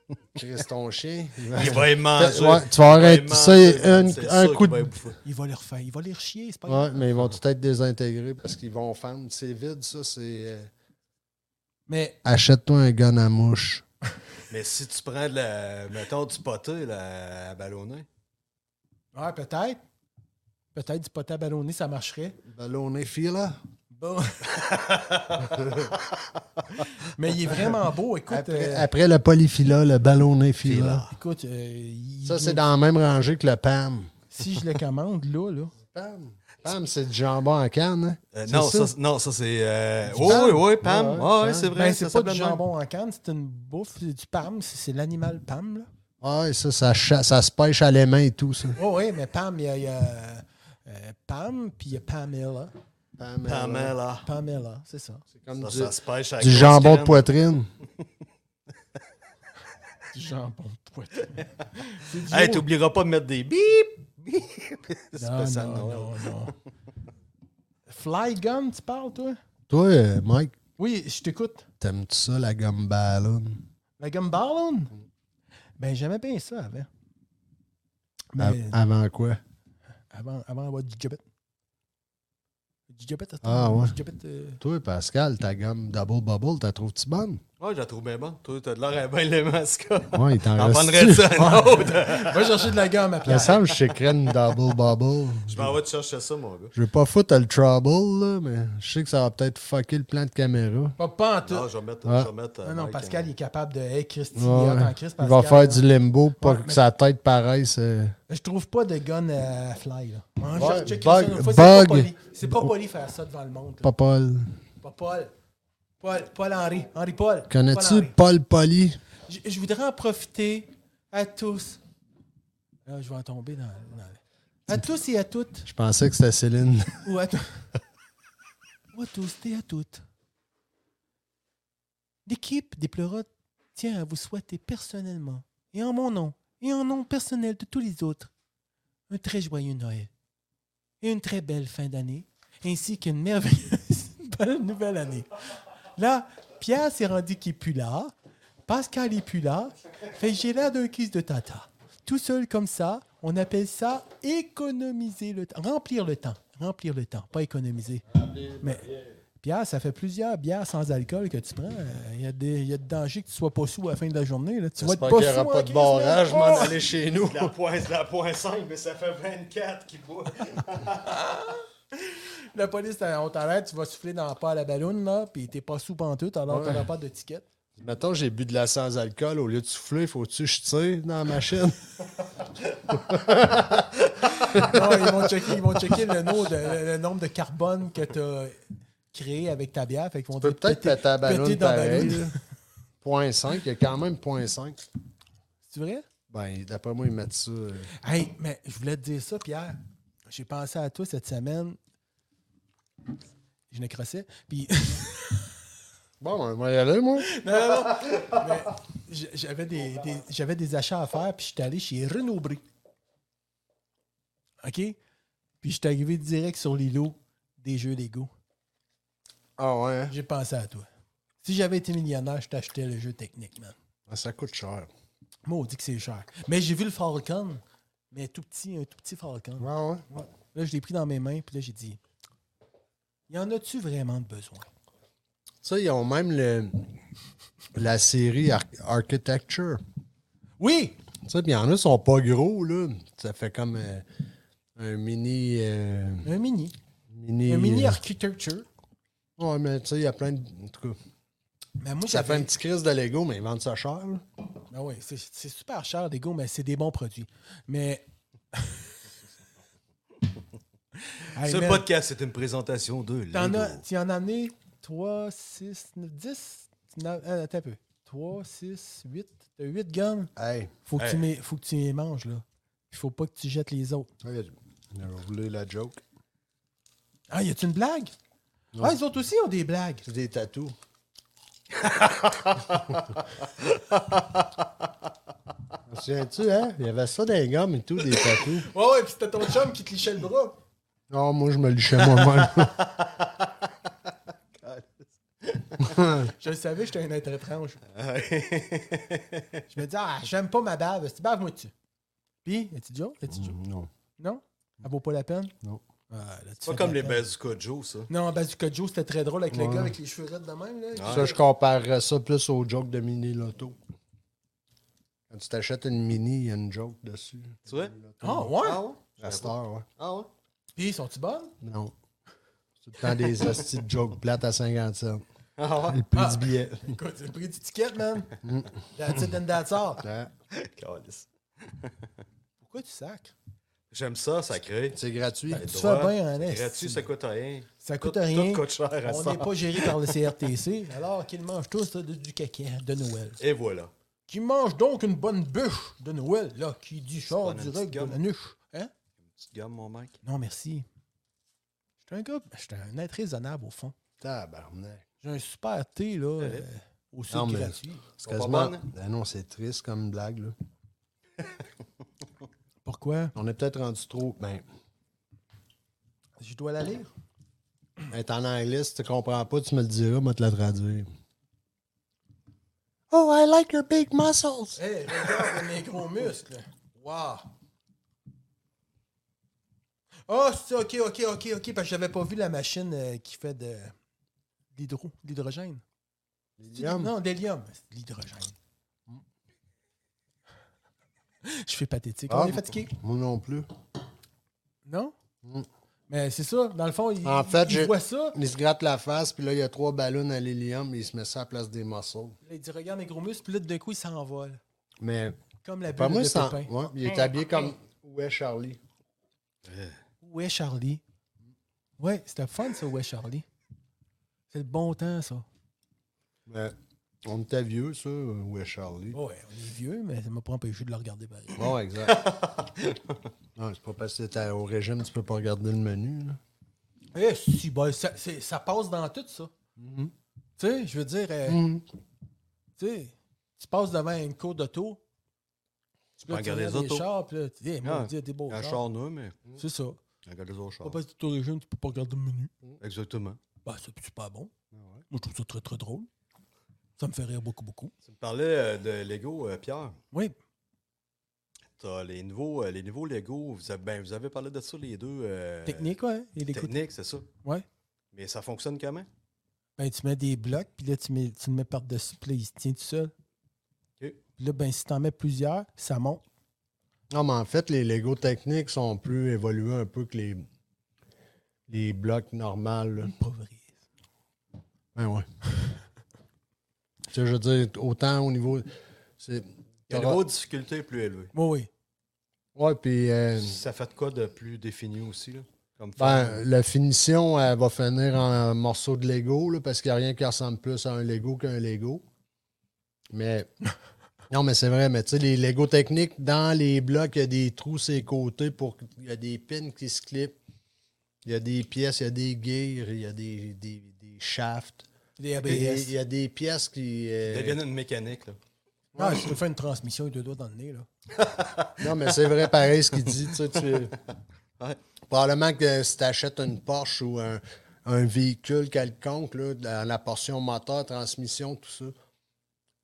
S5: *laughs* Chris, ton chien. il va-
S3: Il va y manger.
S5: Ouais,
S3: Il
S5: tu vas
S3: va y
S5: arrêter, tu sais,
S3: manger,
S5: un-
S3: c'est
S5: un
S3: sûr
S5: coup
S3: qu'il va
S5: de-
S3: y bouffer.
S2: Il va les refaire. Il va les rechier. C'est pas grave.
S5: Ouais, mais ils vont tout être désintégrés parce qu'ils vont fendre. C'est vide, ça. C'est. euh,
S2: Mais
S5: Achète-toi un gun à mouche.
S3: Mais si tu prends de la, mettons, du poté là, à ballonner,
S2: ouais, peut-être. Peut-être du potat ballonné, ça marcherait.
S5: Ballonné fila.
S2: Bon. *laughs* mais il est vraiment beau. Écoute,
S5: Après,
S2: euh,
S5: après le polyphila, le ballonné fila.
S2: écoute euh, il-
S5: Ça, c'est dans la même rangée que le PAM.
S2: si je le commande, là, là.
S5: PAM, Pam, c'est du jambon en canne. hein?
S3: Euh,
S5: C'est
S3: non,
S5: ça.
S3: ça, c'est- non, ça c'est. euh,
S5: Du
S3: Oui, oui,
S5: Pam.
S3: oui, Pam.
S5: Ouais,
S3: Ouais,
S5: ouais,
S3: ouais,
S5: Pam.
S3: c'est vrai.
S2: Ben, c'est
S3: ça
S2: pas du
S3: s'appelle de même.
S2: jambon en canne, c'est une bouffe, c'est du PAM, c'est c'est l'animal PAM. Là.
S5: Ah Ouais, ça, ça, cha- ça se pêche à l'aimant et tout, ça.
S2: Oh, oui, mais PAM, il y a, il y a, euh, PAM, puis il y a Pamela.
S5: Pam, euh,
S3: Pamela.
S2: Pamela, E c'est ça.
S5: C'est comme
S3: Ça,
S5: du,
S3: ça se pêche à
S5: du
S3: grosse
S5: jambon de
S3: graine.
S5: poitrine.
S2: Du jambon de poitrine. C'est du
S3: Hey,
S2: haut-
S3: t'oublieras pas de mettre des bip! bip. C'est
S2: non,
S3: spécial
S2: non,
S3: Noël.
S2: non, non. Fly gum, tu parles, toi?
S5: Toi, euh, Mike,
S2: Oui, je t'écoute.
S5: t'aimes-tu ça, la gomme ballon?
S2: La gum ballon? Ben, j'aimais bien ça avant. Mais
S5: Av- Avant quoi?
S2: avant, avant d'avoir du jabet. Du jabet, attends.
S5: Ah, ouais.
S2: Du jabet, euh,
S5: Toi, Pascal, ta gomme Double Bubble, t'as trouves-tu bonne?
S3: Ouais, je la trouve bien bonne. Toi, t'as de l'air à bien les masques.
S5: Ouais,
S3: *laughs*
S5: il t'en
S3: T'en prendrais
S5: reste.
S3: ça un autre.
S2: Va chercher de la gomme à
S5: Il me
S2: Pierre.
S5: semble que je sais une Double Bubble.
S3: Je m'en vais Ben, te chercher ça, mon gars.
S5: Je veux pas foutre le trouble, là, mais je sais que ça va peut-être fucker le plan de caméra.
S2: Pas, pas en tout.
S3: Non, je vais mettre.
S5: Ouais.
S3: Je vais mettre euh,
S2: Ah Non, non,
S3: Mike,
S2: Pascal,
S3: hein.
S2: il est capable de. Hey, Christy, il est
S5: Ouais.
S2: hot en Christ,
S5: il va
S2: Pascal.
S5: faire du limbo pour
S2: Ouais,
S5: que
S2: mais-
S5: sa tête paraisse. euh,
S2: Je trouve pas de gun à fly, là. Ouais,
S5: Ouais,
S2: je check
S5: bug-
S2: ça une fois, c'est
S5: bug.
S2: pas poli. C'est pas poli faire ça devant le monde. là.
S5: Pas Paul.
S2: Pas Paul. Paul, Paul Henry. Henri Paul.
S5: Connais-tu
S2: Paul Henry.
S5: Paul Poli?
S2: Je, je voudrais en profiter à tous. Là, je vais en tomber dans. dans- À tous et à toutes.
S5: Je pensais que c'était Céline.
S2: Ou à, tous- ou à tous et à toutes. L'équipe des pleurotes tient à vous souhaiter personnellement, et en mon nom, et en nom personnel de tous les autres, un très joyeux Noël, et une très belle fin d'année, ainsi qu'une merveilleuse *laughs* bonne nouvelle année. Là, Pierre s'est rendu qu'il pue là, Pascal est plus là, fait que j'ai l'air d'un kiss de tata. Tout seul comme ça, on appelle ça économiser le temps, remplir le temps, remplir le temps, pas économiser. Mais Pierre, ça fait plusieurs bières sans alcool que tu prends. Il y a des, il y a de danger que tu sois pas sous à la fin de la journée. Là. Tu vas être
S5: J'espère
S2: pas
S5: qu'il n'y
S2: sous
S5: aura
S2: en
S5: pas de
S2: crise,
S5: barrage,
S2: là.
S5: je m'en
S2: Oh!
S5: aller chez nous. *laughs*
S3: La point, la point 5, mais ça fait 24 qui boit.
S2: La police, euh, on t'arrête, tu vas souffler dans pas à la ballonne, là, puis t'es pas sous pantoute, alors t'auras pas de ticket.
S5: Mettons, j'ai bu de la sans-alcool. Au lieu de souffler, faut-tu que je tire dans la machine?
S2: Non, ils vont checker, ils vont checker le, nom de- le- le nombre de carbone que tu as créé avec ta bière. Fait qu'ils vont
S5: Tu peux
S2: te dire,
S5: peut-être péter la ballonne
S2: péter dans la
S5: pareil.
S2: ballonne.
S5: là. *laughs* Point 5, il y a quand même point 5.
S2: C'est vrai?
S5: Ben, d'après moi, ils mettent ça. euh,
S2: Hey, mais je voulais te dire ça, Pierre. J'ai pensé à toi cette semaine. Je n'écrossais. Puis.
S5: Bon, ben, on va y aller, moi.
S2: non, non, non. Mais j'- j'avais des, des- j'avais des achats à faire, puis j'étais allé chez Renaud Bré. OK? Puis j'étais arrivé direct sur l'îlot des jeux Lego.
S5: Ah ouais, hein?
S2: J'ai pensé à toi. Si j'avais été millionnaire, je t'achetais le jeu technique, man.
S5: Ah, ça coûte cher.
S2: Moi, on dit que c'est cher. Mais j'ai vu le Falcon, mais tout petit, un tout petit Falcon.
S5: Ah ouais?
S2: Là, je l'ai pris dans mes mains, puis là, j'ai dit Y en a-tu vraiment de besoin
S5: Ça, ils ont même le, la série Ar- Architecture.
S2: Oui
S5: Tu sais, puis il y en a qui sont pas gros, là. Ça fait comme euh, un mini. euh,
S2: Un mini.
S5: mini.
S2: Un mini
S5: euh,
S2: architecture.
S5: Ouais, mais tu sais, il y a plein de. En tout cas,
S2: Mais moi,
S5: ça fait
S2: j'avais-
S5: un petit crise de Lego, mais ils vendent ça cher, là.
S2: Ben oui, c'est c'est super cher, les gars, mais c'est des bons produits. Mais. *laughs* Hey,
S3: Ce
S2: man,
S3: podcast, c'est une présentation de
S2: t'en
S3: Lego.
S2: as- Tu en as amené 3, 6, 9, 10. euh, attends un peu. 3, 6, 8. T'as 8 gommes.
S5: Hey,
S2: Faut que,
S3: Hey.
S2: tu mets- faut que tu les manges, là. Il faut pas que tu jettes les autres.
S5: regarde, je voulais la joke.
S2: Ah, y a-tu une blague?
S5: Non.
S2: Ah, les autres aussi ont des blagues.
S5: C'est des *laughs* tatous. Tu Souviens-tu, hein? Il y avait ça dans les gommes et tout, des tatous.
S2: Ouais, ouais, puis c'était ton chum qui te lichait le bras.
S5: Non, Ah, moi, je me lichais moi-même. *laughs*
S2: Je le savais, j'étais un être étrange.
S3: Ah Ouais.
S2: Je me dis, ah, j'aime pas ma bave. Tu bave moi dessus. Puis, es-tu Joe? Es-tu Joe?
S5: non.
S2: Non? Elle vaut pas la peine?
S5: Non.
S2: Ah, là, tu
S3: C'est pas
S2: fais
S3: comme
S2: de
S3: les
S2: la peine.
S3: Bazooka Joe, ça.
S2: Non, Bazooka Joe, c'était très drôle avec le
S5: Ouais.
S2: gars avec les cheveux raides de même. Là,
S3: Ouais.
S5: Ça, je comparerais ça plus aux jokes de Mini Lotto. Quand tu t'achètes une Mini, il y a une joke dessus.
S3: Tu vois?
S2: Ah, ouais?
S3: Ah ouais?
S5: À cette heure, ouais.
S3: Ah ouais?
S2: Puis, sont-tu
S5: *laughs*
S2: bonnes?
S5: Non. C'est tout le temps *laughs* des hosties de jokes plates à 50 cents.
S3: Ah ouais?
S5: Le prix
S2: Ah.
S5: du billet.
S2: Écoute, c'est le prix du ticket, man.
S5: Mm.
S2: That's it and that's all.
S5: Hein?
S3: *laughs* Calisse.
S2: Pourquoi tu sacs?
S3: J'aime ça, sacré.
S5: C'est gratuit.
S3: Les
S2: Tu fais
S3: droits,
S2: bien en est.
S3: Gratuit, ça coûte rien.
S2: Ça coûte
S3: Tout-
S2: rien.
S3: Tout coûte cher à
S2: On
S3: ça.
S2: n'est pas géré par le CRTC, alors qu'ils mangent tous de- du caca de Noël.
S3: Et voilà.
S2: Qui mange donc une bonne bûche de Noël, là, qui dit
S3: prends
S2: char
S3: une
S2: du
S3: petite
S2: rug de
S3: gomme.
S2: la nuche. Hein?
S3: Petite gomme, mon mec.
S2: Non, merci. Je suis un gars, je suis un être raisonnable, au fond.
S5: Tabarnak.
S2: J'ai un super thé, là,
S3: Ouais.
S2: euh, au sucre
S5: Non, mais-
S2: gratuit.
S5: C'est
S3: Sont pas
S5: quasiment.
S3: bonnes?
S5: Ben non, c'est triste comme blague, là.
S2: Pourquoi?
S5: On est peut-être rendu trop. Ben,
S2: Je dois la lire.
S5: être en anglais, si tu comprends pas, tu me le diras, moi te la traduire. Oh, I like your big muscles.
S2: Hey, regarde mes gros muscles. Wow. Ah, c'est OK, OK, OK, OK, parce que j'avais pas vu la machine euh, qui fait de l'hydro, l'hydrogène.
S5: L'hélium.
S2: Non, d'hélium. C'est de L'hydrogène. *laughs* Je fais pathétique.
S5: Ah.
S2: On est fatigué.
S5: Moi non plus.
S2: Non?
S5: Mm.
S2: Mais c'est ça. Dans le fond, il,
S5: En fait,
S2: il
S5: j'ai-
S2: voit ça.
S5: Il se gratte la face, puis là, il y a trois ballons à l'hélium, et il se met ça à la place des muscles.
S2: Là, il dit Regarde mes gros muscles. Puis là, d'un coup, il s'envole.
S5: Mais,
S2: Comme la
S5: pas
S2: bulle
S5: moi,
S2: de
S5: c'est en-
S2: Pépin.
S5: ouais, il est habillé comme. Où est Charlie?
S2: Où est Charlie? Ouais, c'était fun, ça. Où est Charlie? C'est le bon temps, ça.
S5: Mais, Ben, on était vieux, ça. Où est Charlie?
S2: Ouais, on est vieux, mais ça m'a pas empêché de le regarder pareil.
S5: Bon,
S3: *laughs*
S5: exact. non, c'est pas parce que t'es au régime, tu peux pas regarder le menu. Là.
S2: Eh, si, ben, ça, c'est- ça passe dans tout, ça. Mm-hmm. Tu sais, je veux dire, euh,
S3: Mm.
S2: tu sais, tu passes devant une cour d'auto. Tu
S3: peux regarder les autos.
S2: chars, puis là, tu dis, hey, mon
S3: Ah,
S2: Dieu, des beaux
S3: Un
S2: chars.
S3: char, non, mais
S2: C'est ça.
S3: regarde les autres
S2: Pas
S3: chars.
S2: parce que tu es au régime, tu peux pas regarder le menu.
S3: Mm. Exactement.
S2: Ben, c'est super bon.
S3: Ah
S2: Moi, je trouve ça très, très drôle. Ça me fait rire beaucoup, beaucoup.
S3: Tu me parlais euh, de Lego, euh, Pierre.
S2: Oui.
S3: T'as les nouveaux, euh, les nouveaux Lego. Vous avez, ben, vous avez parlé de ça, les deux. euh,
S2: Technique, ouais. Il y a des coups de-
S3: Technique, c'est ça.
S2: Ouais.
S3: Mais ça fonctionne comment?
S2: Ben, tu mets des blocs, puis là, tu, mets, tu le mets par-dessus, puis là, il se tient tout seul. Puis là, ben, si t'en mets plusieurs, ça monte.
S5: Non, mais en fait, les Lego techniques sont plus évolués un peu que les, les blocs normaux. là.
S2: Pas vrai.
S5: Ben ouais. *laughs* tu sais, je veux dire, autant au niveau. c'est-
S3: Le
S5: t'auras-
S3: niveau de difficulté est plus élevé.
S2: Oui, oui.
S5: Ouais, puis. euh,
S3: Ça fait de quoi de plus défini aussi, là? Comme
S5: ben,
S2: euh,
S3: forme?
S5: la finition, elle va finir en morceaux de Lego, là, parce qu'il n'y a rien qui ressemble plus à un Lego qu'un Lego. *laughs* Mais. Non, mais c'est vrai, mais tu sais, les Lego techniques, dans les blocs, il y a des trous sur les côtés pour. Il y a des pins qui se clippent. Il y a des pièces, il y a des gears, il y a des, des, des shafts.
S2: Les
S5: Il y a des-
S2: ABS.
S5: il y a des pièces qui. euh,
S3: Ça devient une mécanique, là.
S2: Ah, je peux faire une transmission et deux doigts dans le nez, là.
S5: Non, mais c'est vrai, pareil, ce qu'il dit. Tu sais, tu-
S3: *laughs* Ouais.
S5: Probablement que si tu achètes une Porsche ou un, un véhicule quelconque, là, dans la portion moteur, transmission, tout ça.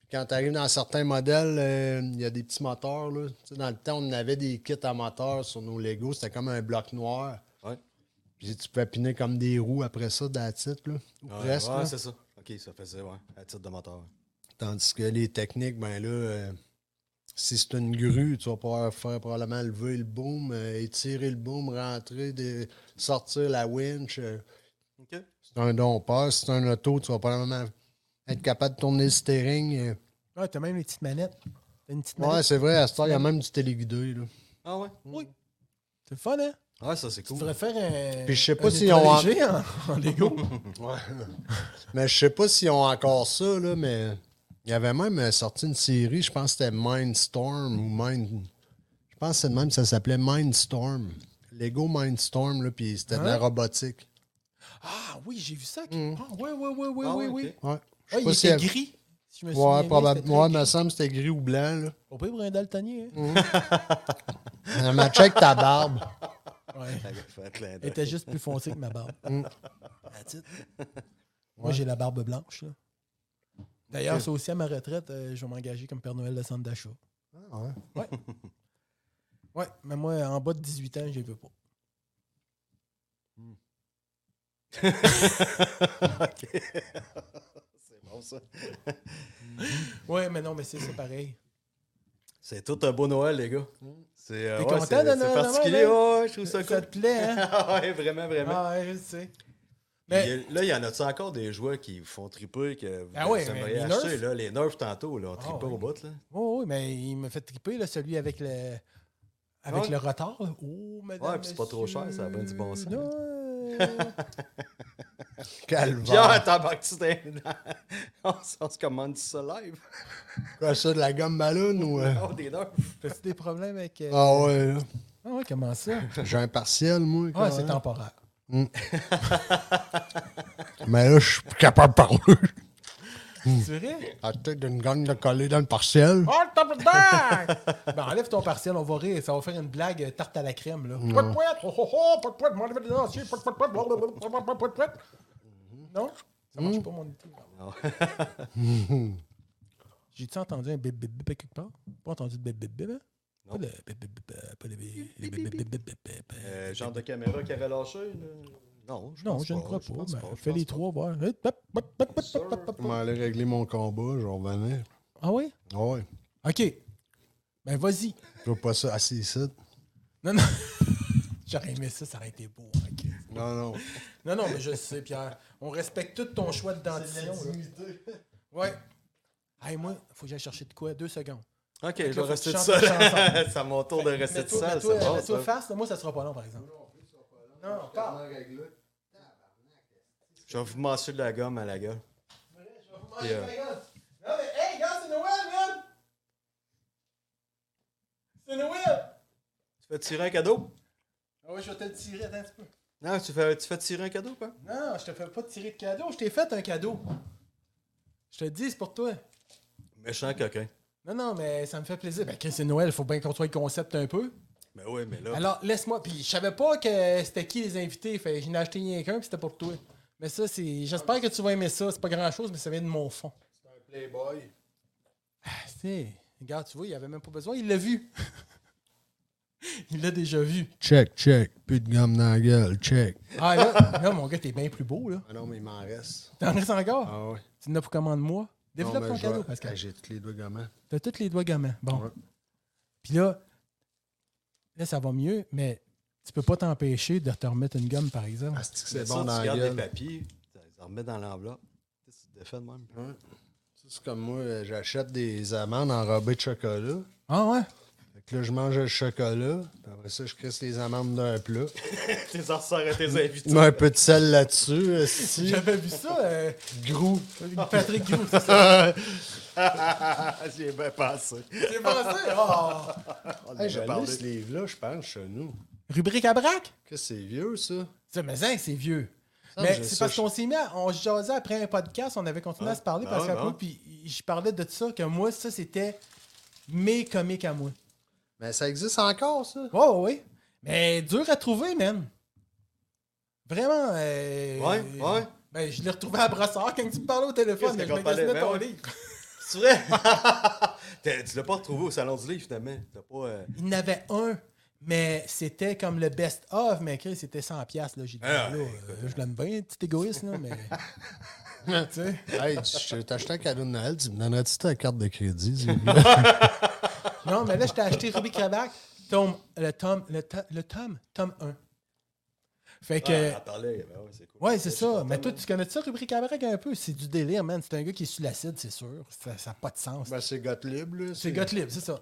S5: Puis Quand tu arrives dans certains modèles, euh, il y a des petits moteurs. Là. Tu sais, Dans le temps, on avait des kits à moteur sur nos Lego. C'était comme un bloc noir.
S3: Ouais.
S5: Puis tu pouvais piner comme des roues après ça, dans la titre, là, ou
S3: Ouais,
S5: presque.
S3: ouais,
S5: là.
S3: c'est ça. OK, ça faisait, ouais, à titre de moteur.
S5: Tandis que les techniques, ben là, euh, si c'est une grue, tu vas pouvoir faire probablement lever le boom, euh, étirer le boom, rentrer, de, sortir la winch. euh.
S3: OK.
S5: c'est un dompeur, c'est un auto, tu vas probablement être capable de tourner le steering. euh.
S2: Ah, t'as même les petites manettes. T'as une petite
S5: Ouais,
S2: manette.
S5: c'est vrai, à ce temps, il y a même du téléguidé. Là.
S3: Ah ouais?
S2: Oui. C'est le fun, hein?
S3: Ouais, ça, c'est
S2: Mm. Tu
S3: cool.
S2: devrais faire un.
S5: Puis je sais pas
S2: un
S5: s'ils
S2: état
S5: ont-
S2: léger en, en
S5: *laughs*
S2: Lego.
S5: Mais je sais pas s'ils ont encore ça, là, mais il y avait même euh, sorti une série, je pense que c'était Mindstorm ou Mind. Je pense que c'est le même, ça s'appelait Mindstorm. Lego Mindstorm, là, puis c'était de la
S2: Hein?
S5: robotique.
S2: Ah oui, j'ai vu ça. Ah oui, oui, oui, oui,
S3: Ah,
S2: oui,
S3: ouais,
S2: oui.
S3: ok.
S5: Ouais. Mm.
S2: Ah,
S5: Je sais
S2: il
S5: pas si
S2: était
S5: elle-
S2: gris. Si je me souviens
S5: Ouais,
S2: bien, c'était
S5: probablement.
S2: très
S5: Ouais,
S2: gris.
S5: me semble que c'était gris ou blanc, là.
S2: On peut pour un daltonien. hein.
S5: Elle m'a check ta barbe. Mm.
S2: Ouais.
S3: Ça fait un clin
S2: Elle
S3: *laughs* d'œil.
S2: était juste plus foncée que ma barbe. That's it. Moi, j'ai la barbe blanche. là. D'ailleurs, c'est aussi à ma retraite, euh, je vais m'engager comme Père Noël de centre d'achat.
S5: ouais.
S2: *laughs* Ouais. Ouais, mais moi, en bas de 18 ans, je les veux pas.
S3: Ok. *laughs* c'est bon, ça.
S2: Ouais, mais non, mais c'est c'est pareil.
S3: C'est tout un beau Noël, les gars. C'est
S2: Mm.
S3: euh,
S2: T'es
S3: ouais,
S2: content
S3: c'est-
S2: de
S3: c'est
S2: Noël,
S3: particulier.
S2: Noël, hein?
S3: ouais, ouais, je trouve ça
S2: Ça,
S3: cool. *laughs*
S2: te plaît, hein?
S3: ouais, vraiment, vraiment.
S2: Ah ouais, je sais.
S3: Puis, euh,
S2: Mais,
S3: Là, il y en a-tu encore des jouets qui vous font triper que vous
S2: Ah ouais, mais
S3: aimeriez
S2: les
S3: acheter?
S2: Nerf?
S3: Là, les nerfs, tantôt, là, on tripe
S2: ouais.
S3: au bout. Là.
S2: oh, oui, mais il me fait triper, là, celui avec le, avec
S3: Ouais.
S2: le retard. là. Oh, madame,
S3: Ouais, puis c'est pas trop cher, ça a bien du bon sens.
S2: monsieur, *laughs* non.
S3: Pierre,
S5: Calvaire.
S3: t'embarques-tu dans- *laughs* on, s- on se commande ça *laughs* live?
S5: Quoi, ça, de la gomme ballon ou. euh?
S3: Oh, des nerfs.
S2: T'as-tu des problèmes avec. euh,
S5: Ah ouais, là.
S2: Ah ouais, comment ça?
S5: J'ai un partiel, moi. hein.
S2: Ah,
S5: quand
S2: c'est
S5: même.
S2: temporaire.
S5: Mais là, je suis plus capable de parler. *laughs*
S2: C'est vrai?
S5: À tête d'une gang de coller dans le partiel.
S2: Oh, t'as pas de Ben, enlève ton partiel, on va rire. Ça va faire une blague euh, tarte à la crème, là. Pouet, pouet, oh, oh, oh, pouet, pouet, m'enlever des dentiers, pouet, pouet, pouet, blablabla, pouet, pouet, pouet, pouet. Non? Ça
S3: Mm.
S2: marche pas, mon idée. *laughs* J'ai-tu entendu un bip bip bip à quelque part? Pas entendu de bip bip bip, hein? Pas le bip bip bip, euh, pas le bip bip bip bip bip bip bip.
S3: Euh, genre de caméra qui avait lâché? là? Non, je
S2: Non,
S3: pense
S2: je ne
S3: pas,
S2: crois
S3: je pense
S2: pas. mais
S3: je
S2: Fais
S3: pense
S2: les
S3: pas.
S2: trois, voir. Hop, hop, hop, hop, hop, hop, hop, hop.
S5: Je vais aller régler mon combat, je vais revenir.
S2: Ah oui?
S5: Ouais.
S2: OK. Ben, vas-y.
S5: Je veux pas ça assis ici.
S2: Non, *laughs* non. J'aurais aimé ça, ça aurait été beau. hein, Chris.
S5: Non, non.
S2: Non, non, mais je sais, Pierre. On respecte tout ton choix de dentition. là. Ouais. Hey, moi, faut que j'aille chercher de quoi? Deux secondes.
S3: Ok,
S2: là,
S3: je vais
S2: faut que
S3: rester
S2: tu
S3: tout
S2: chantes
S3: seul.
S2: une chanson.
S3: *laughs* C'est à mon tour de rester tout
S2: Mets-toi
S3: seul.
S2: mets-toi-
S3: C'est bon,
S2: mets-toi
S3: ça.
S2: face, là, moi, ça sera pas long, par exemple. Non, non, parle.
S3: Je vais vous masser de la gomme à la gueule.
S2: Non, mais hey, gars, c'est Noël, man! C'est Noël!
S3: Tu fais tirer un cadeau?
S2: Ah ouais, je vais te le tirer, attends un petit peu.
S3: Non, tu fais, tu fais tirer un cadeau, quoi?
S2: Non, je te fais pas tirer de cadeau, je t'ai fait un cadeau. Je te le dis, c'est pour toi.
S3: Méchant coquin.
S2: Non, non, mais ça me fait plaisir. Ben, Chris, c'est Noël, faut bien qu'on soit le concept un peu.
S3: Mais oui, mais là.
S2: Alors, laisse-moi. Puis, je savais pas que c'était qui les invités. Fait, que je n'ai acheté rien qu'un, puis c'était pour toi. Mais ça, c'est. J'espère que tu vas aimer ça. C'est pas grand-chose, mais ça vient de mon fond.
S5: Playboy.
S2: Ah, c'est. Regarde, tu vois, il avait même pas besoin. Il l'a vu. *laughs* il l'a déjà vu.
S5: Check, check. Plus de gomme dans la gueule, check.
S2: Ah, là, là, mon gars, t'es bien plus beau, là.
S5: Ah non, mais il m'en reste.
S2: T'en restes encore?
S5: Ah ouais.
S2: Tu n'as pour commande moi.
S5: Non,
S2: Développe
S5: mais
S2: ton
S5: je vais-
S2: cadeau,
S5: Ah,
S2: Pascal.
S5: J'ai tous les doigts gamins.
S2: T'as tous les doigts gamins. Bon.
S5: Ouais.
S2: Puis là, là, ça va mieux, mais tu peux pas t'empêcher de te remettre une gomme, par exemple.
S5: Ah, c'est que c'est
S3: Mais
S5: bon
S3: ça,
S5: dans
S3: tu
S5: la
S3: gardes les
S5: gueule.
S3: papiers, tu les remets dans l'enveloppe. Tu sais, tu te défais de même. *laughs*
S5: Ça, C'est comme moi, euh, j'achète des amandes enrobées de chocolat.
S2: Ah ouais?
S5: Fait que là, je mange le chocolat. Puis Après ça, je crisse les amandes d'un *laughs* plat.
S3: Tes ensorts à tes invités.
S5: Je mets un peu de sel là-dessus. *laughs*
S2: *laughs*
S5: esti.
S2: J'avais vu ça. euh,
S5: Grou.
S2: Patrick
S3: *laughs*
S2: Grou, c'est ça.
S3: J'ai bien passé.
S2: C'est passé. Oh.
S3: On
S5: Hey,
S3: hey,
S5: J'ai
S3: j'ai
S5: parlé
S3: parlé.
S5: ce livre-là, je pense, chez nous.
S2: Rubrique à braque?
S5: Qu'est-ce que c'est vieux, ça?
S2: Ça, mais hein, c'est vieux.
S5: Ah,
S2: mais
S5: je-
S2: c'est
S5: ça,
S2: parce
S5: je-
S2: qu'on s'est mis, à- on se jasait après un podcast, on avait continué à se parler
S3: Ah,
S2: parce qu'à
S3: ah.
S2: moi, puis je parlais de ça, que moi, ça, c'était mes comiques à moi.
S5: Mais ça existe encore, ça?
S2: Ouais, ouais, ouais. Mais dur à trouver, man. Vraiment. euh,
S3: Ouais, ouais.
S2: Ben, je l'ai retrouvé à Brassard quand tu me parlais au téléphone,
S3: Qu'est-ce
S2: mais je
S3: qu'on parlait?
S2: magasinais
S3: Ben
S2: ton
S3: ouais.
S2: livre.
S3: C'est vrai? *laughs* T'as- tu l'as pas retrouvé au salon du livre, finalement. T'as pas. euh,
S2: Il y en avait un, mais c'était comme le best-of, mais Chris, c'était 100$. piastres, Là, j'ai dit,
S3: Ah,
S2: là, euh, je l'aime bien, petit égoïste, là, mais.
S5: *laughs*
S2: tu sais.
S5: Hey, tu- je t'ai acheté un cadeau de Noël, tu me donnerais-tu ta carte de crédit? s'il vous plaît?
S2: Non, mais là, je t'ai acheté Ruby Krabac, tome, le tome, le, to- le tome, tome 1. Fait que.
S3: Ah, attendez, ben ouais, c'est cool.
S2: Ouais, c'est ça. Mais toi,
S3: tout
S2: tu connais ça, Rubrique Cabrac, un peu? C'est du délire, man. C'est un gars qui est sur l'acide, c'est sûr. Ça n'a pas de sens.
S5: Ben, c'est Gottlieb, là.
S2: c'est Gottlieb, c'est ça.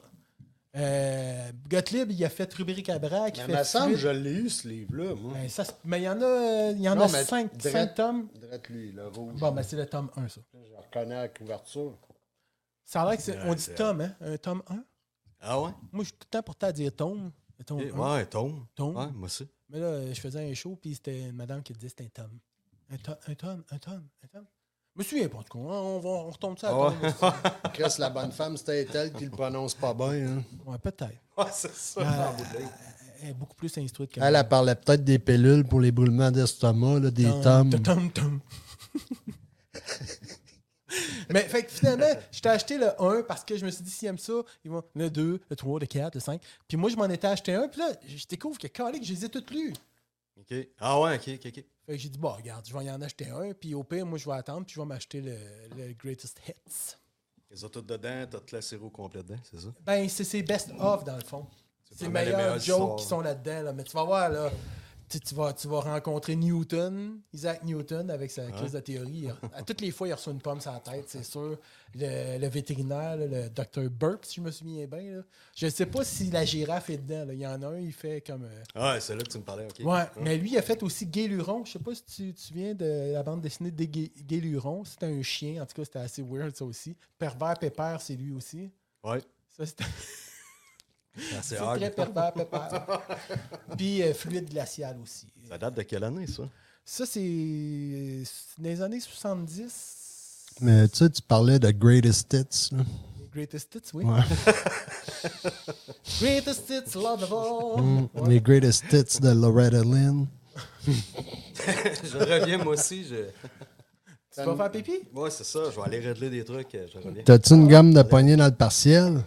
S2: Euh, Gottlieb, il a fait Rubéry Cabra, qui
S5: Mais
S2: fait.
S5: il me semble que
S2: Fluide.
S5: je l'ai eu, ce livre-là, moi.
S2: Ben, ça, c'est- mais il y en a, euh, il y en
S5: Non,
S2: a
S5: mais
S2: cinq,
S5: direct-
S2: cinq tomes.
S5: Drette lui, le rouge.
S2: Bon, ben, c'est le tome 1, ça.
S5: Je reconnais la couverture.
S2: Ça a l'air que c'est. On dit
S3: Direct.
S2: tome, hein? Un tome 1.
S3: Ah ouais?
S2: Moi, je suis tout le temps porté à dire tome. Le tome
S3: Eh,
S2: un,
S3: Ouais, Tom.
S2: tome.
S3: Ouais, moi aussi. *laughs*
S2: Mais là, je faisais un show, puis c'était une madame qui disait c'était un tome. Un, to- un tome, un tome, un tome. Je me souviens pas, en tout cas. On, va, on retombe ça à
S3: Ah
S2: tome.
S5: Chris, la bonne femme, c'était elle qui le prononce pas bien. hein.
S2: Ouais, peut-être.
S3: Ouais, c'est ça.
S2: Ah, Elle est beaucoup plus instruite que
S5: Elle, elle parlait peut-être des pilules pour les brûlements d'estomac, là,
S2: Ah,
S5: des tomes.
S2: Tom, tom, tom. *laughs* Mais fait que finalement, je t'ai acheté le 1 parce que je me suis dit, s'ils aiment ça, ils vont le 2, le 3, le 4, le 5. Puis moi, je m'en étais acheté un. Puis là, je découvre que, calé, que je les ai toutes lues.
S3: OK. Ah ouais, OK, OK, OK.
S2: Fait que j'ai dit, bon, regarde, je vais y en acheter un. Puis au pire, moi, je vais attendre. Puis je vais m'acheter le, le Greatest Hits.
S3: Ils ont tout dedans, t'as toute la série au complet dedans, c'est ça?
S2: Ben, c'est ses best-of, dans le fond. C'est les
S3: vraiment les
S2: meilleurs
S3: meilleurs
S2: jokes
S3: histoires.
S2: qui sont là-dedans. là. Mais tu vas voir, là, tu, tu vas, tu vas rencontrer Newton, Isaac Newton, avec sa crise de théorie. Il- À toutes les fois, il reçoit une pomme sur la tête, c'est sûr. Le, le vétérinaire, là, le Dr. Burke, si je me souviens bien. là. Je sais pas si la girafe est dedans. là. Il y en a un, il fait comme... euh,
S3: Ah, c'est là que tu me parlais, OK.
S2: Ouais, mais lui, il a fait aussi Gay Luron. Je sais pas si tu, tu viens de la bande dessinée des Gay, Gay Luron. C'était un chien, en tout cas, c'était assez weird, ça aussi. Pervers Pépère, c'est lui aussi.
S3: Ouais.
S2: Ça, c'était... *laughs*
S3: Ah, C'est
S2: C'est
S3: hard.
S2: très pervers, pervers. *laughs* Puis euh, fluide glacial aussi.
S3: Ça date de quelle année, ça?
S2: Ça, c'est c'est dans les années 70.
S5: Mais tu sais, tu parlais de Greatest Hits. là.
S2: Greatest Hits, oui.
S5: Ouais.
S2: *laughs* Greatest Hits, love of all.
S5: Mm,
S2: Ouais.
S5: Les Greatest Hits de Loretta Lynn.
S3: *laughs* je reviens, moi aussi. Je...
S2: Tu vas faire pipi?
S3: Ouais, c'est ça. Je vais aller régler des trucs. euh, Je
S2: *laughs*
S3: reviens.
S5: T'as-tu une gamme de poignées dans le partiel?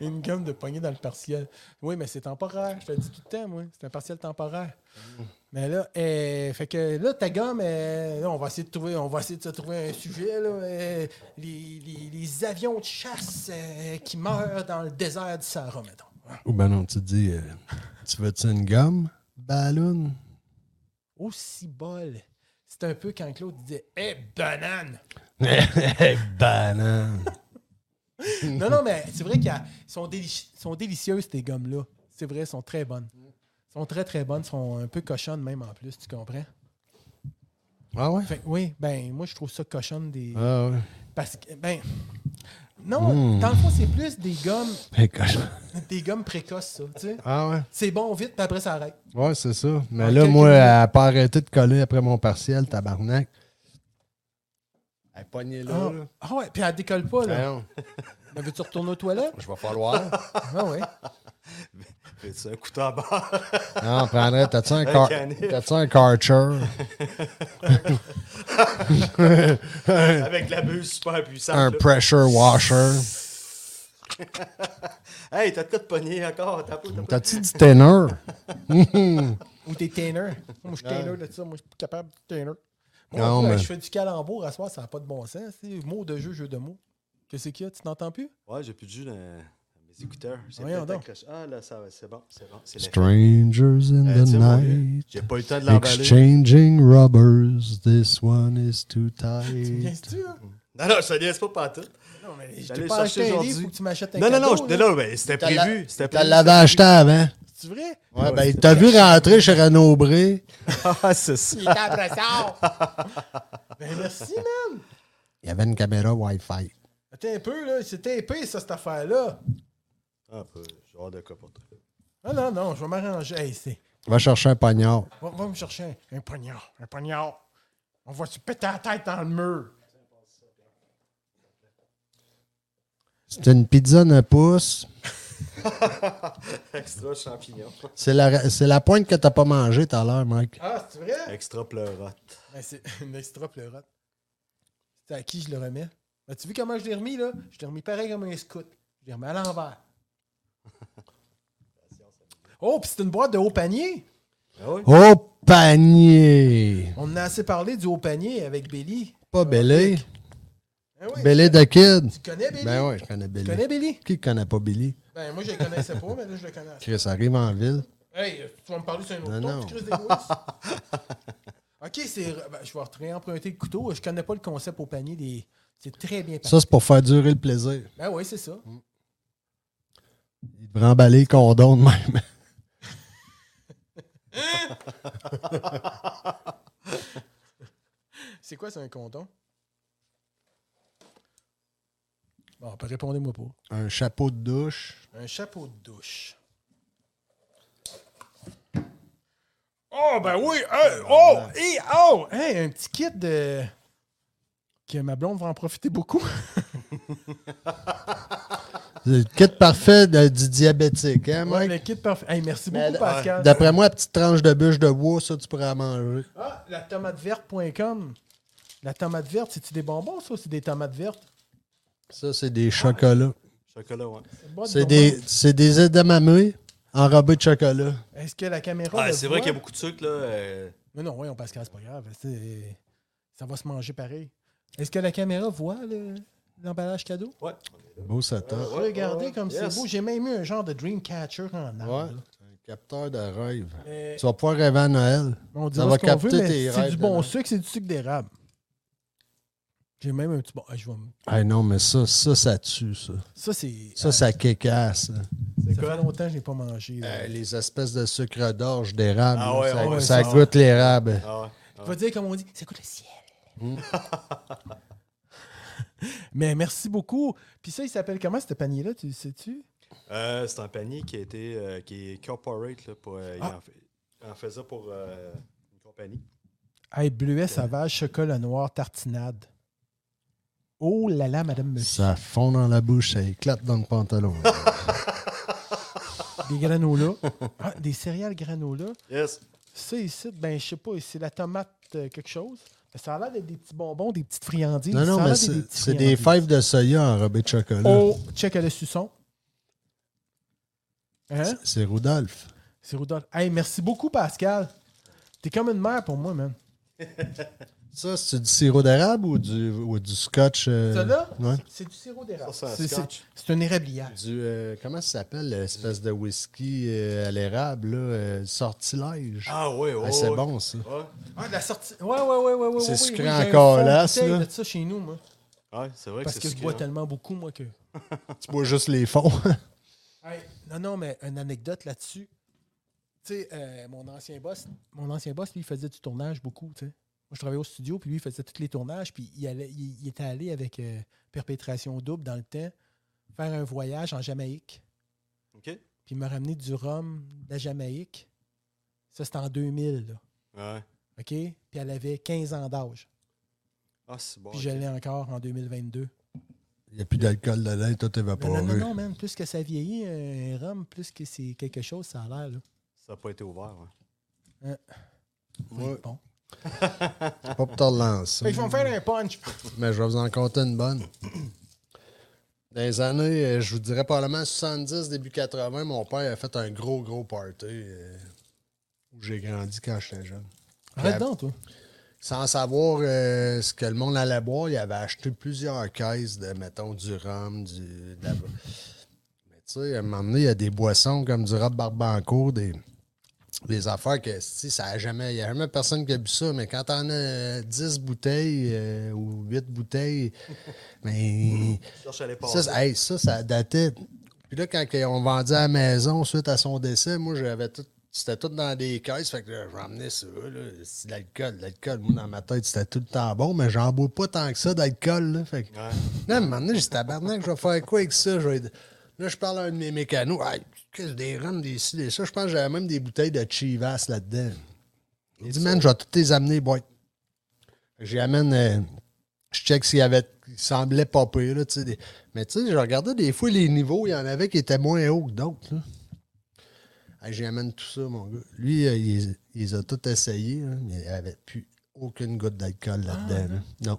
S2: Une gomme de poignée dans le partiel. Oui, mais c'est temporaire. Je te le dis tout le temps, moi. C'est un partiel temporaire. Mais là, euh, fait que là, ta gomme, euh, là, on va essayer de trouver, on va essayer de se trouver un sujet. Là, euh, les, les- les avions de chasse euh, qui meurent dans le désert du Sahara, mettons.
S5: Ou ben non, tu dis, euh, tu veux-tu une gomme? Ballon. *laughs*
S2: aussi bol. C'est un peu quand Claude disait Hé, banane!
S5: Ballon.
S2: non, non, mais c'est vrai qu'elles sont, délici- sont délicieuses, ces gommes-là. C'est vrai, elles sont très bonnes. Elles sont très, très bonnes. Elles sont un peu cochonnes, même en plus, tu comprends?
S5: Ah ouais?
S2: Fait que oui, ben, moi, je trouve ça cochonne des.
S5: Ah ouais.
S2: Parce que, ben. Non, dans le fond, c'est plus des gommes,
S5: Hey, cochon.
S2: des gommes précoces, ça. tu sais.
S5: Ah ouais?
S2: C'est bon vite, puis après, ça arrête.
S5: Ouais, c'est ça. Mais
S2: En
S5: là,
S2: quelques
S5: moi,
S2: minutes.
S5: elle n'a pas arrêté de coller après mon partiel, tabarnak. Elle pognée
S2: Ah, ah ouais, puis elle décolle pas,
S7: Ah.
S2: là. Mais Veux-tu retourner aux toilettes?
S5: Je vais falloir.
S2: Ah ouais.
S3: C'est un coup de barre.
S5: *laughs*
S3: *laughs*
S5: Non, on prendrait. T'as-tu un, car...
S3: canif.
S5: t'as-tu un *laughs* carcher?
S3: Avec la bulle super puissante.
S5: un
S3: là.
S5: pressure washer?
S3: *laughs*
S5: *laughs*
S3: Hey, t'as de quoi de pogner encore? T'as pas, t'as pas.
S5: T'as-tu du tenor?
S2: Ou t'es tanner. Moi, je suis tanner de ça. Moi, je suis plus capable de tanner. Moi,
S5: Non,
S2: là,
S5: mais-
S2: je fais du calembour à soir, ça n'a pas de bon sens. C'est mot de jeu, jeu de mots. Qu'est-ce qu'il y a? Tu n'entends plus?
S3: Ouais, j'ai plus de jus dans dans mes écouteurs. C'est
S2: Voyons
S3: peut-être
S2: donc.
S3: accroché. Ah, là, ça va, c'est bon. C'est bon. C'est la-
S5: Strangers in
S3: Euh,
S5: the
S3: tiens, mon vieux,
S5: night.
S3: J'ai pas eu le temps de l'emballer.
S5: Exchanging rubbers. This one is too
S2: Tu
S5: tight.
S2: viens-tu? hein?
S3: Non, non, je te laisse pas partout.
S2: Non, mais je t'ai
S3: J'allais
S2: pas
S3: le
S2: acheté un
S3: chercher
S2: livre,
S3: aujourd'hui.
S2: faut que tu m'achètes un
S3: Non, non, non,
S2: cadeau,
S3: j'étais
S2: là.
S3: là, mais c'était prévu. C'était
S5: Tu
S3: prévu.
S5: l'avais acheté avant.
S2: C'est vrai?
S5: Ouais, ben, il t'a vu rentrer chez Renaud Bré.
S3: *laughs* Ah,
S2: *laughs*
S3: c'est ça.
S2: Il est en brassard! ben, merci, man!
S5: Il y avait une caméra Wi-Fi.
S2: Attends un peu, là. C'était épais, ça, cette affaire-là.
S3: Ah, peu, j'ai hâte de quoi pour toi.
S2: Ah non, non, je vais m'arranger. Hey, c'est...
S5: Va chercher un poignard.
S2: Va, va me chercher un, un poignard. Un poignard. On va se péter la tête dans le mur.
S5: C'est une pizza 9 pouces.
S3: *laughs* Extra champignon.
S5: C'est la, c'est la pointe que t'as pas mangée tout à l'heure, Mike.
S2: Ah, c'est vrai?
S3: Extra pleurote.
S2: Ben, c'est *laughs* une extra pleurote. C'est à qui je le remets? As-tu vu comment je l'ai remis, là? Je l'ai remis pareil comme un scout. Je l'ai remis à *laughs* l'envers. Oh, puis c'est une boîte de haut panier.
S3: Ah oui?
S5: Au
S7: Oh,
S5: panier!
S2: On en a assez parlé du haut panier avec Billy.
S5: Pas Bélé.
S2: Ah oui,
S5: Bélé de Kid.
S2: Tu connais Billy?
S5: Ben ouais, je connais Billy.
S2: Tu connais Billy?
S5: Qui connaît pas Billy?
S2: Ben, moi, je le connaissais pas, mais là, je le connais.
S5: Chris arrive en ville.
S2: Hey, tu vas me parler sur un autre
S5: Non,
S2: ton,
S5: non.
S2: tu crises des couilles. OK, OK, c'est. ben, je vais réemprunter le couteau. Je connais pas le concept au panier des. C'est très bien parti.
S7: Ça, c'est pour faire durer le plaisir.
S2: Ben oui, c'est ça.
S7: Il devrait emballer le condom de même. *laughs*
S2: C'est quoi, c'est un condom? Bon, ben, répondez-moi pas.
S7: Un chapeau de douche.
S2: Un chapeau de douche. Oh, ben oui! hey, oh! Et oh! Hey, un petit kit de. Que ma blonde va en profiter beaucoup. *laughs*
S7: Le kit parfait de- du diabétique, hein,
S2: Ouais,
S7: Mike?
S2: le kit parfait. Hey, merci
S7: Mais
S2: beaucoup,
S7: d-
S2: Pascal.
S7: D'après moi, petite tranche de bûche de bois, ça, tu pourrais la manger.
S2: Ah, la tomate verte.com. La tomate verte, c'est-tu des bonbons, ça, ou c'est des tomates vertes?
S7: Ça, c'est des chocolats.
S3: Chocolat, ouais.
S2: Boîte
S7: C'est
S2: bonbons.
S7: des, c'est des edamame enrobés de chocolat.
S2: Est-ce que la caméra.
S3: Ah,
S2: le
S3: c'est vrai
S2: voit?
S3: qu'il y a beaucoup de sucre, là. euh,
S2: Mais non, voyons, Pascal, c'est pas grave. c'est- Ça va se manger pareil. Est-ce que la caméra voit le- l'emballage cadeau?
S3: Ouais.
S7: Beau setup.
S3: Ouais,
S2: Regardez
S3: ouais,
S2: comme
S3: yes.
S2: c'est beau. J'ai même eu un genre de Dreamcatcher en
S7: Ouais.
S2: or. là.
S7: Un capteur de rêve.
S2: Mais-
S7: Tu vas pouvoir rêver à Noël.
S2: On
S7: Ça va
S2: dira ce qu'on
S7: capter
S2: veut,
S7: tes
S2: mais c'est
S7: rêves
S2: du bon
S7: dedans.
S2: sucre, c'est du sucre d'érable. J'ai même un petit bon. ah, je vais me-
S7: Ah non, mais ça, ça, ça tue, ça.
S2: Ça, c'est.
S7: Ça, ça kécasse. là.
S2: ça fait longtemps que je n'ai pas mangé. là.
S7: Euh, les espèces de sucre d'orge d'érable,
S3: Ah
S7: là,
S3: ouais,
S7: ça,
S3: ouais,
S7: ça
S3: ça,
S7: goûte l'érable.
S3: Ah ouais.
S2: Je vais dire comme on dit, ça coûte le ciel.
S7: Mm.
S2: *laughs* Mais merci beaucoup. Puis ça, il s'appelle comment ce panier-là, tu le sais-tu?
S3: Euh, c'est un panier qui a été euh, qui est corporate là, pour, euh, il
S2: Ah.
S3: en fait- il en faisait pour euh, une compagnie.
S2: Hey, bleuet, sauvage, chocolat noir, tartinade. Oh là là, madame, monsieur.
S7: Ça fond dans la bouche, ça éclate dans
S3: *laughs*
S7: le pantalon.
S2: Des granolas. *laughs* Ah, des céréales granola.
S3: Yes.
S2: Ça ici, ben je sais pas, c'est la tomate euh, quelque chose. Mais ça a l'air d'être des petits bonbons, des petites friandises.
S7: non,
S2: Ça
S7: non,
S2: a
S7: mais
S2: l'air
S7: c'est
S2: petites
S7: c'est des
S2: friandises.
S7: fèves de soya enrobées de chocolat.
S2: Oh, check le suçon. Hein?
S7: C'est Rudolph.
S2: C'est Rudolph. Hey, merci beaucoup, Pascal. T'es comme une mère pour moi, man.
S7: Ça, c'est du sirop d'érable ou du, ou du scotch? euh,
S2: Ça, là?
S7: ouais.
S2: C'est du sirop d'érable.
S3: Ça, c'est un
S2: C'est-
S3: scotch.
S2: c'est- C'est une érablière.
S7: Du, euh, comment ça s'appelle, l'espèce de whisky euh, à l'érable, là, euh, sortilège?
S3: Ah ouais, ouais.
S7: Ah, c'est
S3: ouais.
S7: bon, ça.
S3: Ouais,
S2: Ah, de la sortie. Ouais, ouais, ouais, ouais. ouais
S7: C'est
S2: ouais,
S7: sucré
S2: oui, j'ai
S7: en
S2: un fond de
S7: calasse,
S2: bouteille
S7: là.
S2: de ça chez nous, moi.
S3: Ouais, c'est vrai
S2: Parce
S3: que
S2: que
S3: c'est
S2: je bois
S3: sucré, hein.
S2: tellement beaucoup, moi, que.
S7: Tu bois juste les fonds.
S2: Hey, non, non, mais une anecdote là-dessus. Tu sais, euh, mon ancien boss, mon ancien boss, lui, il faisait du tournage beaucoup, tu sais. Moi, je travaillais au studio, puis lui, il faisait tous les tournages, puis il, allait, il, il était allé avec euh, Perpétration Double dans le temps faire un voyage en Jamaïque,
S3: OK.
S2: puis il m'a ramené du rhum de la Jamaïque. Ça, c'était en 2000, là.
S3: Ouais.
S2: OK? Puis elle avait 15 ans d'âge.
S3: Ah, c'est bon.
S2: Puis
S3: ok.
S2: je l'ai encore en 2022.
S7: Il n'y a plus d'alcool dedans, toi, t'es
S2: Non, non, non,
S7: vaporé.
S2: non, man. Plus que ça vieillit, un rhum, plus que c'est quelque chose, ça a l'air, là.
S3: Ça n'a pas été ouvert. ouais.
S2: Ça va être Bon.
S7: C'est pas pour te relancer.
S2: Fait qu'ils vont me faire un punch.
S7: Mais je vais vous en compter une bonne. Dans les années, euh, je vous dirais probablement 70, début 80, mon père a fait un gros, gros party euh, où j'ai grandi quand j'étais jeune.
S2: Arrête donc, toi.
S7: Sans savoir euh, ce que le monde allait boire, il avait acheté plusieurs caisses de, mettons, du rhum, du. de la- Mais tu sais, à un moment donné, il y a des boissons comme du rhum barbancourt, des, des affaires que, si, ça a jamais. Il n'y a jamais personne qui a bu ça, mais quand t'en as euh, 10 bouteilles euh, ou 8 bouteilles, *laughs* mais.
S3: Je cherche à l'époque. *laughs*
S7: Ça, ça- hey, ça, ça datait. Puis là, quand on vendait à la maison suite à son décès, moi, j'avais tout. C'était tout dans des caisses. Fait que là, je ramenais ça. Là, c'est de l'alcool. de l'alcool, moi, dans ma tête, c'était tout le temps bon, mais j'en bois pas tant que ça d'alcool. Là, fait que...
S3: Ouais.
S7: Là, à un moment donné, j'ai dit, tabarnak, je vais faire quoi avec ça? Je vais- Là, je parle à un de mes mécanos. Hey, qu'est-ce que des rames, des ci, des ça? Je pense que j'avais même des bouteilles de Chivas là-dedans. Il dit, man, je vais toutes les amener, boîte. J'y amène. euh, je check s'il y avait. Il semblait pas pire, là, tu sais. des- Mais tu sais, je regardais des fois les niveaux, il y en avait qui étaient moins hauts que d'autres, là. Hey, J'y amène tout ça, mon gars. Lui, euh, il, les- il les a tout essayé, hein, mais il n'y avait plus aucune goutte d'alcool là-dedans. là. Non.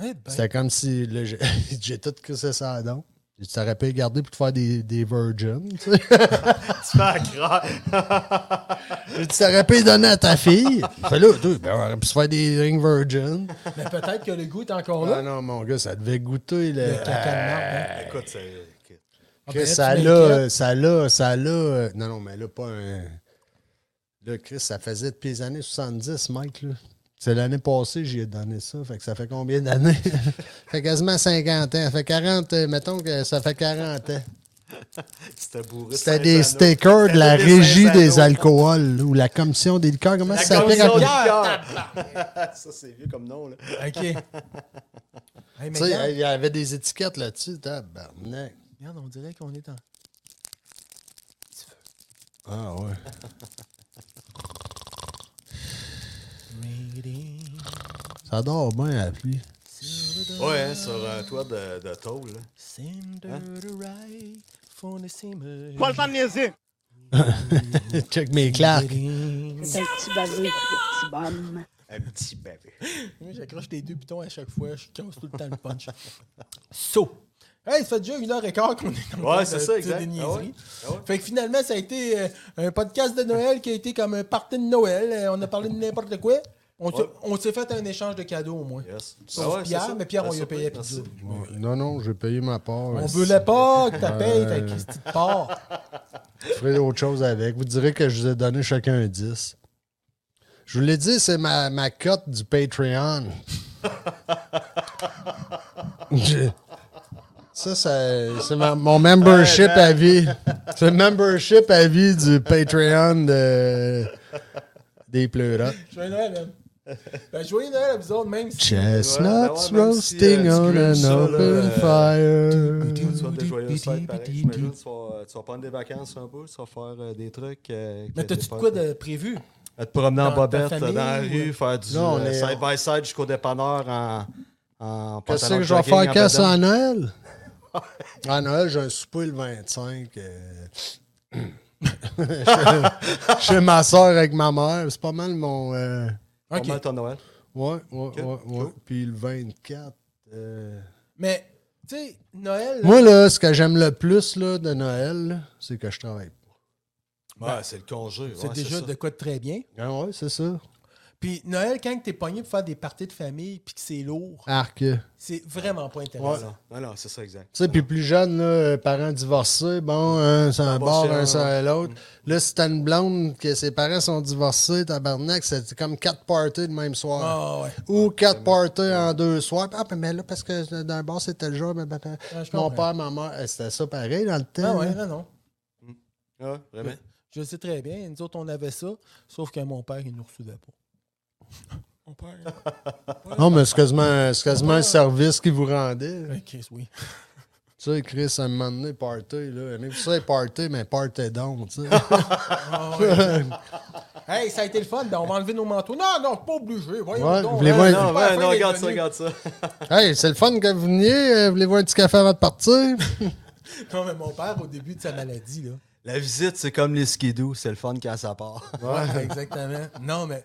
S2: Eh ben,
S7: C'était comme si là, j'ai *laughs* j'ai tout crissé ça à don. Tu t'aurais pu garder pour te faire des, des virgins. Tu *laughs* sais.
S3: Tu fais un crack.
S7: tu t'aurais pu les donner à ta *laughs* fille. Fait là, tu ben, on aurait pu se faire des ring virgins.
S2: mais peut-être que le goût est encore là.
S7: Ah non, mon gars, ça devait goûter.
S2: Le
S7: Là.
S2: caca de marde, hein.
S3: Écoute, c'est. ok.
S2: Ah, ben là,
S7: Chris,
S2: tu
S7: ça
S2: m'inquiètes.
S7: l'a, euh, ça l'a, ça l'a. euh, Non, non, mais là, pas un. Là, Chris, ça faisait depuis les années 70, Mike. Là. C'est l'année passée, j'y ai donné ça. Fait que ça fait combien d'années? *laughs* ça fait quasiment 50 ans. Ça fait 40, euh, mettons que ça fait 40 ans.
S3: C'était bourré.
S7: C'était
S3: Saint-Anneau.
S7: des stickers de la
S3: C'était des
S7: régie des
S3: Saint-Anneau.
S7: alcools ou la commission des liqueurs. Comment
S3: La
S7: ça s'appelle?
S3: commission
S7: rapidement?
S3: liqueur. *laughs* Ça, c'est vieux comme nom. Là.
S2: hein. OK. Hey, *laughs* mais
S7: Tu sais,
S2: regarde,
S7: il y avait des étiquettes là-dessus. Tabarnak.
S2: regarde, on dirait qu'on est en.
S7: Ah ouais. *laughs* Ça dort bien à la pluie.
S3: Ouais, hein, sur un toit de, de tôle. là.
S2: Hein? Pas
S8: le temps de niaiser.
S7: Check mes claques.
S9: C'est un petit bavé, un petit bonhomme.
S3: Un petit bébé.
S2: Moi, j'accroche les deux pitons à chaque fois. Je casse tout le temps le punch. Saut. Hey, ça fait déjà une heure et quart qu'on est dans
S3: Ouais, c'est ça, exact.
S2: Des niaiseries.
S3: Ah ouais. Ah ouais.
S2: Fait que finalement, ça a été euh, un podcast de Noël qui a été comme un party de Noël. Euh, on a parlé de n'importe quoi. On s'est-
S3: Ouais.
S2: on s'est fait un échange de cadeaux au moins.
S3: Yes. Ah
S2: Sauf Pierre, mais Pierre, on lui a payé la pizza.
S7: Non, non, j'ai payé ma part.
S2: On
S7: Merci.
S2: veut l'époque, t'as
S7: Ouais.
S2: payé, t'as Christy de part.
S7: Je ferai autre chose avec. Vous direz que je vous ai donné chacun un 10. Je vous l'ai dit, c'est ma, ma cote du
S3: *laughs*
S7: Patreon. Je- Ça, ça- c'est ma- mon membership à vie. C'est le membership à vie du Patreon de,
S3: ben
S7: des pleurotes.
S2: Joyeux Noël, man. Ben, joyeux Noël à vous autres, même si.
S7: Chestnuts
S3: ouais, même si,
S7: roasting
S3: euh, tu
S7: on an
S3: grimes ça, là, euh,
S7: open
S3: Tu
S7: fire.
S3: vas des joyeuses fêtes, pareil. J'imagine que tu vas, tu vas prendre des vacances un peu, tu vas faire euh, des trucs. euh, que
S2: Mais
S3: des
S2: t'as-tu de
S3: potes-
S2: quoi de prévu?
S3: À te promener
S2: Dans
S3: en
S2: ta
S3: bobette euh, dans la
S2: famille, ou-
S3: rue, faire du
S7: Non, on est-
S3: side-by-side jusqu'au dépanneur en, en
S7: Qu'est-ce
S3: pantalon
S7: que je vais
S3: jogging,
S7: faire
S3: en
S7: quand c'est
S3: bedaine.
S7: à Noël? À Noël, j'ai un souper le 25. euh, chez, chez ma soeur avec ma mère. C'est pas mal mon. euh,
S3: Pas mal ton Noël.
S7: ouais, ouais, ouais, ouais. Puis le 24. euh,
S2: Mais, tu sais, Noël. là,
S7: Moi, là, ce que j'aime le plus là, de Noël, là, c'est que je travaille pas.
S3: Ouais, c'est le congé.
S2: c'est déjà de quoi de très bien.
S7: Ah ouais, c'est ça.
S2: Puis Noël, quand t'es pogné pour faire des parties de famille puis que c'est lourd,
S7: Arc. Tu
S2: c'est vraiment pas intéressant.
S3: Non, non, c'est ça, exact.
S7: sais, puis plus jeune, là, euh, parents divorcés, bon, un sur un bord,
S3: c'est
S7: un
S3: un-
S7: sur l'autre. Là, si t'as une blonde que ses parents sont divorcés, tabarnak, c'est comme quatre parties le même soir.
S2: Ah ouais.
S7: Ou quatre parties en deux soirs. Ah, ben, mais là, parce que d'un bord, c'était le jour. ben, ben, ben.
S2: Ah, je comprends.
S7: mon père, ma mère, eh, c'était ça pareil dans le
S2: Ah
S7: temps.
S2: ouais,
S7: là.
S2: non, non.
S3: Ouais, vraiment.
S2: Je le sais très bien. Nous autres, on avait ça, sauf que mon père, il nous recevait pas. Ah, mon père.
S7: Non, mais c'est quasiment, c'est
S2: Ah.
S7: quasiment un service qu'ils vous rendaient.
S2: hein? Chris, oui.
S7: Tu sais, Chris, un moment donné, party, là. Aimez-vous ça, les party, mais party donc, tu sais. *laughs*
S2: Ah ouais. hey, ça a été le fun. Ben, on va enlever nos manteaux. Non, non, c'est pas obligé. Voyons
S7: Ouais,
S2: donc.
S7: vous voulez
S2: hein,
S7: voir-
S2: c'est pas
S3: Non,
S2: la fin
S3: ouais, non,
S2: des
S3: regarde ça,
S2: menus.
S3: regarde ça.
S7: hey, c'est le fun que vous veniez. euh, Voulez-vous un petit café avant de *laughs* partir?
S2: Non, mais mon père, au début de sa maladie, là.
S3: La visite, c'est comme les skidoo, c'est le fun quand ça part.
S7: *laughs*
S2: Ouais, exactement. Non, mais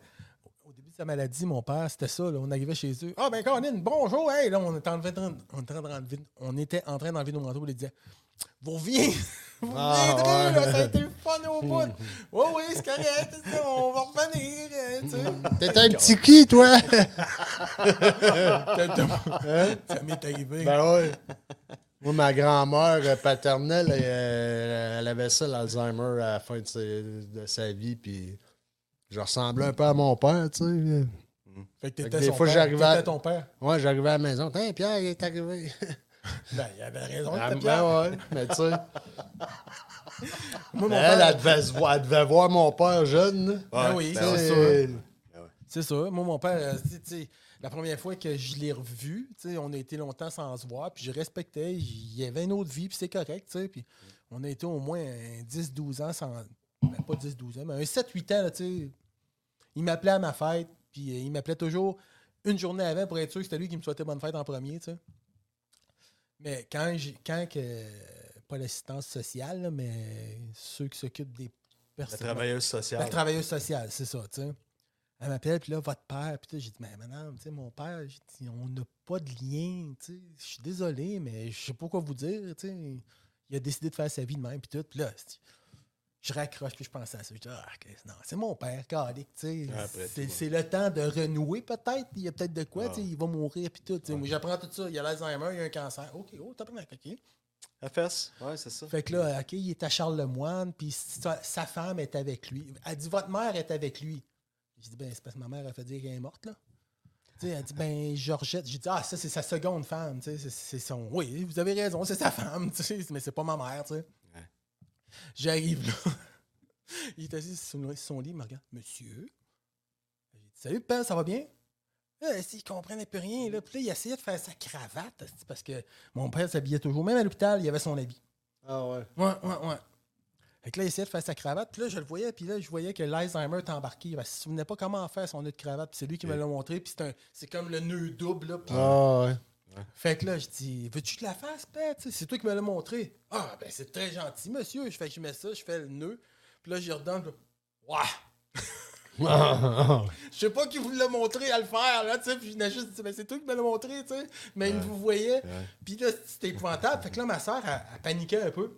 S2: au début de sa maladie, mon père, c'était ça. là. On arrivait chez eux. Ah, ben, Corinne, bonjour. Hey, là, on était en train de- on était en train d'enlever on était en train d'enlever nos manteaux. Il disait Vous reviendrez, *laughs* vous
S7: Ah,
S2: reviendrez, là,
S7: ouais.
S2: ça a été le fun au
S7: *laughs*
S2: bout. Oui, oui, c'est correct, c'est ça, on va revenir. hein, tu sais.
S7: T'es un petit qui, toi?
S2: Ça m'est arrivé.
S7: *laughs* ben ouais. Moi, ma grand-mère euh, paternelle, euh, elle avait ça, l'Alzheimer, à la fin de, ses- de sa vie, puis je ressemblais un peu à mon père, tu
S2: fait
S7: sais.
S2: que
S7: Fait que
S2: t'étais
S7: des
S2: son
S7: fois,
S2: père.
S7: j'arrivais à-
S2: T'étais ton père.
S7: Ouais, j'arrivais à la maison, « Tiens, Pierre, il est arrivé!
S2: Ben, il avait raison. »
S7: Ah,
S2: c'était
S7: ben
S2: Pierre.
S7: ouais, mais tu sais,
S2: Moi, mon
S7: elle, elle,
S2: père-
S7: devait se voir, elle devait voir mon père jeune.
S2: Ben oui.
S7: Tu sais,
S2: C'est ça. Moi, mon père, euh, tu sais, tu sais, la première fois que je l'ai revu, tu sais, on a été longtemps sans se voir, puis je respectais, il y avait une autre vie, puis c'est correct, tu sais, puis on a été au moins un 10-12 ans sans... ben, pas 10-12 ans, mais un 7-8 ans, là, tu sais. Il m'appelait à ma fête, puis euh, il m'appelait toujours une journée avant pour être sûr que c'était lui qui me souhaitait bonne fête en premier, tu sais. Mais quand, j'ai- quand que... Pas l'assistance sociale, là, mais ceux qui s'occupent des
S3: La
S2: personnes...
S3: travailleuse sociale.
S2: La travailleuse sociale, c'est ça, tu sais. Elle m'appelle, puis là, votre père, puis tout. j'ai dit, mais madame, tu sais, mon père, j'ai dit, on n'a pas de lien, tu sais. Je suis désolé, mais je sais pas quoi vous dire, tu sais. Il a décidé de faire sa vie de même, puis tout. Puis là, c'est- je raccroche, puis je pense à ça. Je dis, ah, Christ, non, c'est mon père, calique, tu sais.
S3: Ah, Après
S2: C'est
S3: tout,
S2: c'est le temps de renouer, peut-être. Il y a peut-être de quoi,
S3: Ah.
S2: tu sais. Il va mourir, puis tout. tu sais. Moi, j'apprends tout ça. Il a l'Alzheimer, il a un cancer. OK, oh, t'as pris OK.
S3: La fesse, ouais, c'est ça.
S2: Fait que là, OK, il est à Charles Lemoine, puis sa, sa femme est avec lui. Elle dit Votre mère est avec lui. J'ai dit Ben, c'est parce que ma mère a fait dire qu'elle est morte, là. Tu sais, elle dit, ben, Georgette. J'ai dit, ah, ça, c'est sa seconde femme. Tu sais, c'est- c'est son. Oui, vous avez raison, c'est sa femme. Tu sais, mais c'est pas ma mère. Tu sais. J'arrive là. *laughs* Il est assis sur le- son lit, il me regarde. Monsieur. J'ai dit, salut, père, ça va bien? Là, il comprenait plus rien. Là. Puis là, il essayait de faire sa cravate c'est parce que mon père s'habillait toujours. Même à l'hôpital, il avait son habit.
S5: Ah ouais.
S2: Ouais, ouais, ouais. Fait que là, il essayait de faire sa cravate. Puis là, je le voyais. Puis là, je voyais que l'Alzheimer était embarqué. Parce qu'il se souvenait pas comment faire son nœud de cravate. Puis c'est lui qui me l'a montré. Puis c'est un- c'est comme le nœud double. Là, Puis-
S5: Ah ouais.
S2: Fait que là, je dis, veux-tu que je la fasse, Pat? Tu sais, C'est toi qui me l'as montré. Ah, ben c'est très gentil, monsieur. Je fais que je mets ça, je fais le nœud. Puis là, j'y redonne. puis- Ouah! Je sais pas qui vous l'a montré à le faire, là, tu sais. Puis je n'ai juste dit, ben c'est toi qui me l'as montré, tu sais. Mais il vous voyait. Puis là, c'était épouvantable. Fait que là, ma soeur, elle, elle paniquait un peu.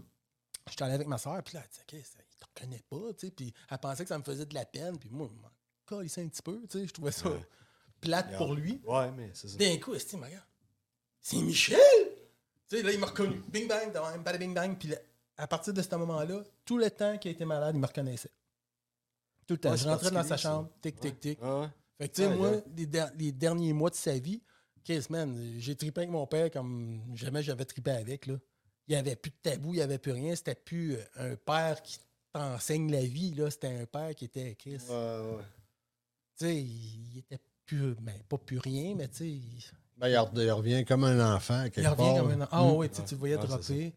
S2: J'étais allé avec ma soeur, puis là, elle dit, OK, ça, il te reconnaît pas, tu sais. Puis elle pensait que ça me faisait de la peine. Puis moi, je m'en calissais un petit peu, tu sais. Je trouvais ça plate pour lui.
S3: Ouais, mais c'est ça.
S2: D'un coup, est-ce qu'il me regarde? C'est Michel! Tu sais, là, il m'a reconnu. Bing bang, de même, bada bing bang. Puis là, à partir de ce moment-là, tout le temps qu'il a été malade, il me reconnaissait. Tout le temps.
S3: Ouais,
S2: je
S3: c'est
S2: rentrais dans sa
S3: particulier,
S2: chambre,
S3: ça.
S2: tic, tic, tic.
S3: Ah ouais.
S2: Fait que, tu sais,
S3: Ouais,
S2: moi,
S3: là.
S2: les, der- les derniers mois de sa vie, Chris, man, j'ai tripé avec mon père comme jamais j'avais tripé avec, là. Il n'y avait plus de tabou, il n'y avait plus rien. C'était plus euh, un père qui t'enseigne la vie, là. C'était un père qui était Chris.
S5: Ouais, ouais.
S2: Tu sais, il, il était plus, ben, pas plus rien, mais tu sais, il-
S5: Ben, il re- il revient comme un enfant. Quelque
S2: il revient
S5: part,
S2: comme
S5: là.
S2: un. Ah
S5: Mm.
S2: ouais, tu sais, tu le voyais
S3: Ouais, c'est
S2: dropper.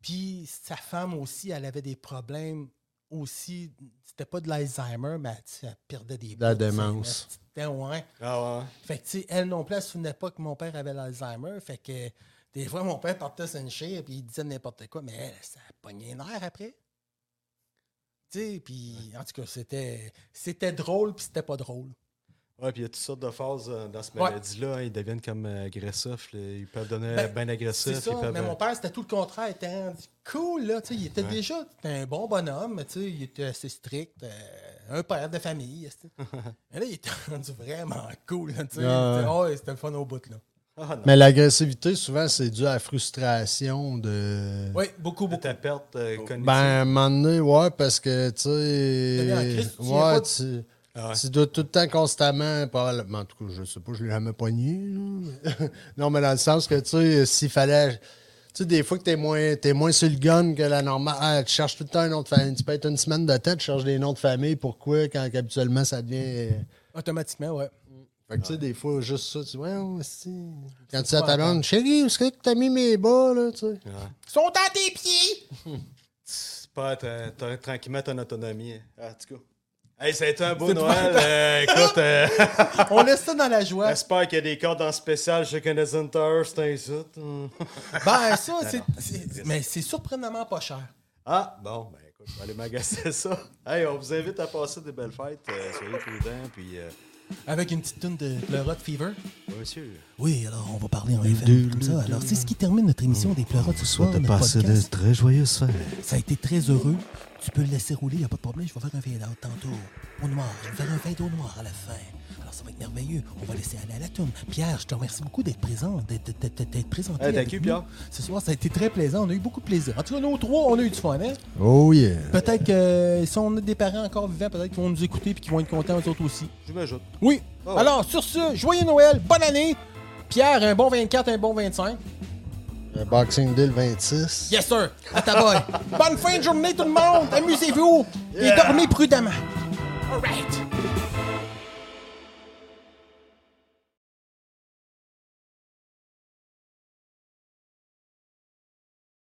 S2: Puis sa femme aussi, elle avait des problèmes aussi. C'était pas de l'Alzheimer, mais tu sais, elle perdait des.
S5: De la
S2: bouts, tu sais,
S5: démence.
S2: mais C'était ouais.
S3: Ah ouais.
S2: Fait que, tu sais, elle non plus, elle se souvenait pas que mon père avait l'Alzheimer. Fait que, euh, des fois, mon père partait sur une chair et il disait n'importe quoi, mais elle, ça a pogné l'air après. Tu sais, puis en tout cas, c'était c'était drôle puis c'était pas drôle.
S3: Ouais, puis il y a toutes sortes de phases euh, dans ce
S2: Ouais.
S3: maladie-là. hein, ils deviennent comme euh, agressifs. là, Ils peuvent devenir
S2: Ben,
S3: ben, agressifs.
S2: C'est ça,
S3: ils peuvent, euh,
S2: mais mon père, c'était tout le contraire. Il était rendu cool, là. Tu sais, il était déjà c'était un bon bonhomme, mais tu sais, il était assez strict, euh, un père de famille. tu sais. mais là, il était rendu vraiment cool, là, tu sais.
S5: Ouais, ouais.
S2: Oh, c'était le fun au bout, là.
S3: Ah non.
S5: Mais l'agressivité, souvent,
S7: *laughs*
S5: c'est dû à la frustration de.
S2: Oui, beaucoup,
S3: De
S2: beaucoup.
S3: ta perte euh, cognitive.
S5: Ben, à un moment donné, ouais, parce que, tu
S2: T'es en crise,
S5: sais.
S2: tu viens pas
S5: Ouais,
S2: de-
S5: tu.
S3: Ah ouais.
S5: Tu dois tout le temps constamment. probablement- En tout cas, je sais pas, je l'ai jamais pogné. là. *laughs* non, mais dans le sens que, tu sais, s'il fallait. Tu sais, des fois que t'es moins, t'es moins sur le gun que la normale. Ah, tu cherches tout le temps un nom de famille. Tu peux être une semaine de tête, tu cherches des noms de famille. Pourquoi? Quand habituellement, ça devient.
S2: Automatiquement, ouais.
S5: Fait que tu sais, des fois, juste ça, tu dis, ouais, ouais, c'est.
S2: pas
S5: Quand tu dis à ta blonde, chérie, où est-ce que t'as mis mes bas, là, tu sais?
S2: Sont à tes pieds!
S3: Tu perds ta- ta- tranquillement ton autonomie. hein. Ah, en tout cas. Hey, ça a été un beau
S2: C'est
S3: Noël. euh, *laughs*
S2: *laughs*
S3: écoute, euh,
S2: On laisse ça dans la joie.
S3: j'espère qu'il y a des cordes en spécial chez Canadian Tower, c'est un site. Hmm.
S2: *laughs* Ben, ça, c'est- c'est. Mais c'est surprenamment pas cher.
S3: *laughs* Ah, bon, ben écoute, je vais aller magasiner *laughs* ça. Hey, on vous invite à passer des belles fêtes. euh, soyez prudents, puis... euh,
S2: Avec une petite tune de Pleurote Fever.
S3: bien sûr.
S2: Oui, alors on va parler en FM comme ça. Alors c'est ce qui termine notre émission des Pleurotes ce soir. notre podcast.
S10: très joyeuses fêtes.
S2: Ça a été très heureux. Tu peux le laisser rouler, il a pas de problème. Je vais faire un fade-out tantôt. Au noir, je vais faire un fade au noir à la fin. Alors ça va être merveilleux. On va laisser aller à la toune. Pierre, je te remercie beaucoup d'être présent, d'être d'être- d'être- d'être présenté.
S3: Hey, thank
S2: avec
S3: you,
S2: nous.
S3: Pierre.
S2: Ce soir, ça a été très plaisant. On a eu beaucoup de plaisir. En tout cas, nous trois, on a eu du fun, hein?
S5: Oh yeah.
S2: Peut-être que euh, si on a des parents encore vivants, peut-être qu'ils vont nous écouter et qu'ils vont être contents, eux autres aussi.
S3: Je m'ajoute.
S2: Oui.
S3: Ah ouais.
S2: Alors, sur ce, joyeux Noël, bonne année. Pierre, un bon 24, un bon 25.
S5: Le Boxing Day le 26.
S2: Yes, sir. À ta boy. bonne fin de journée, tout le monde. Amusez-vous et dormez prudemment. All right.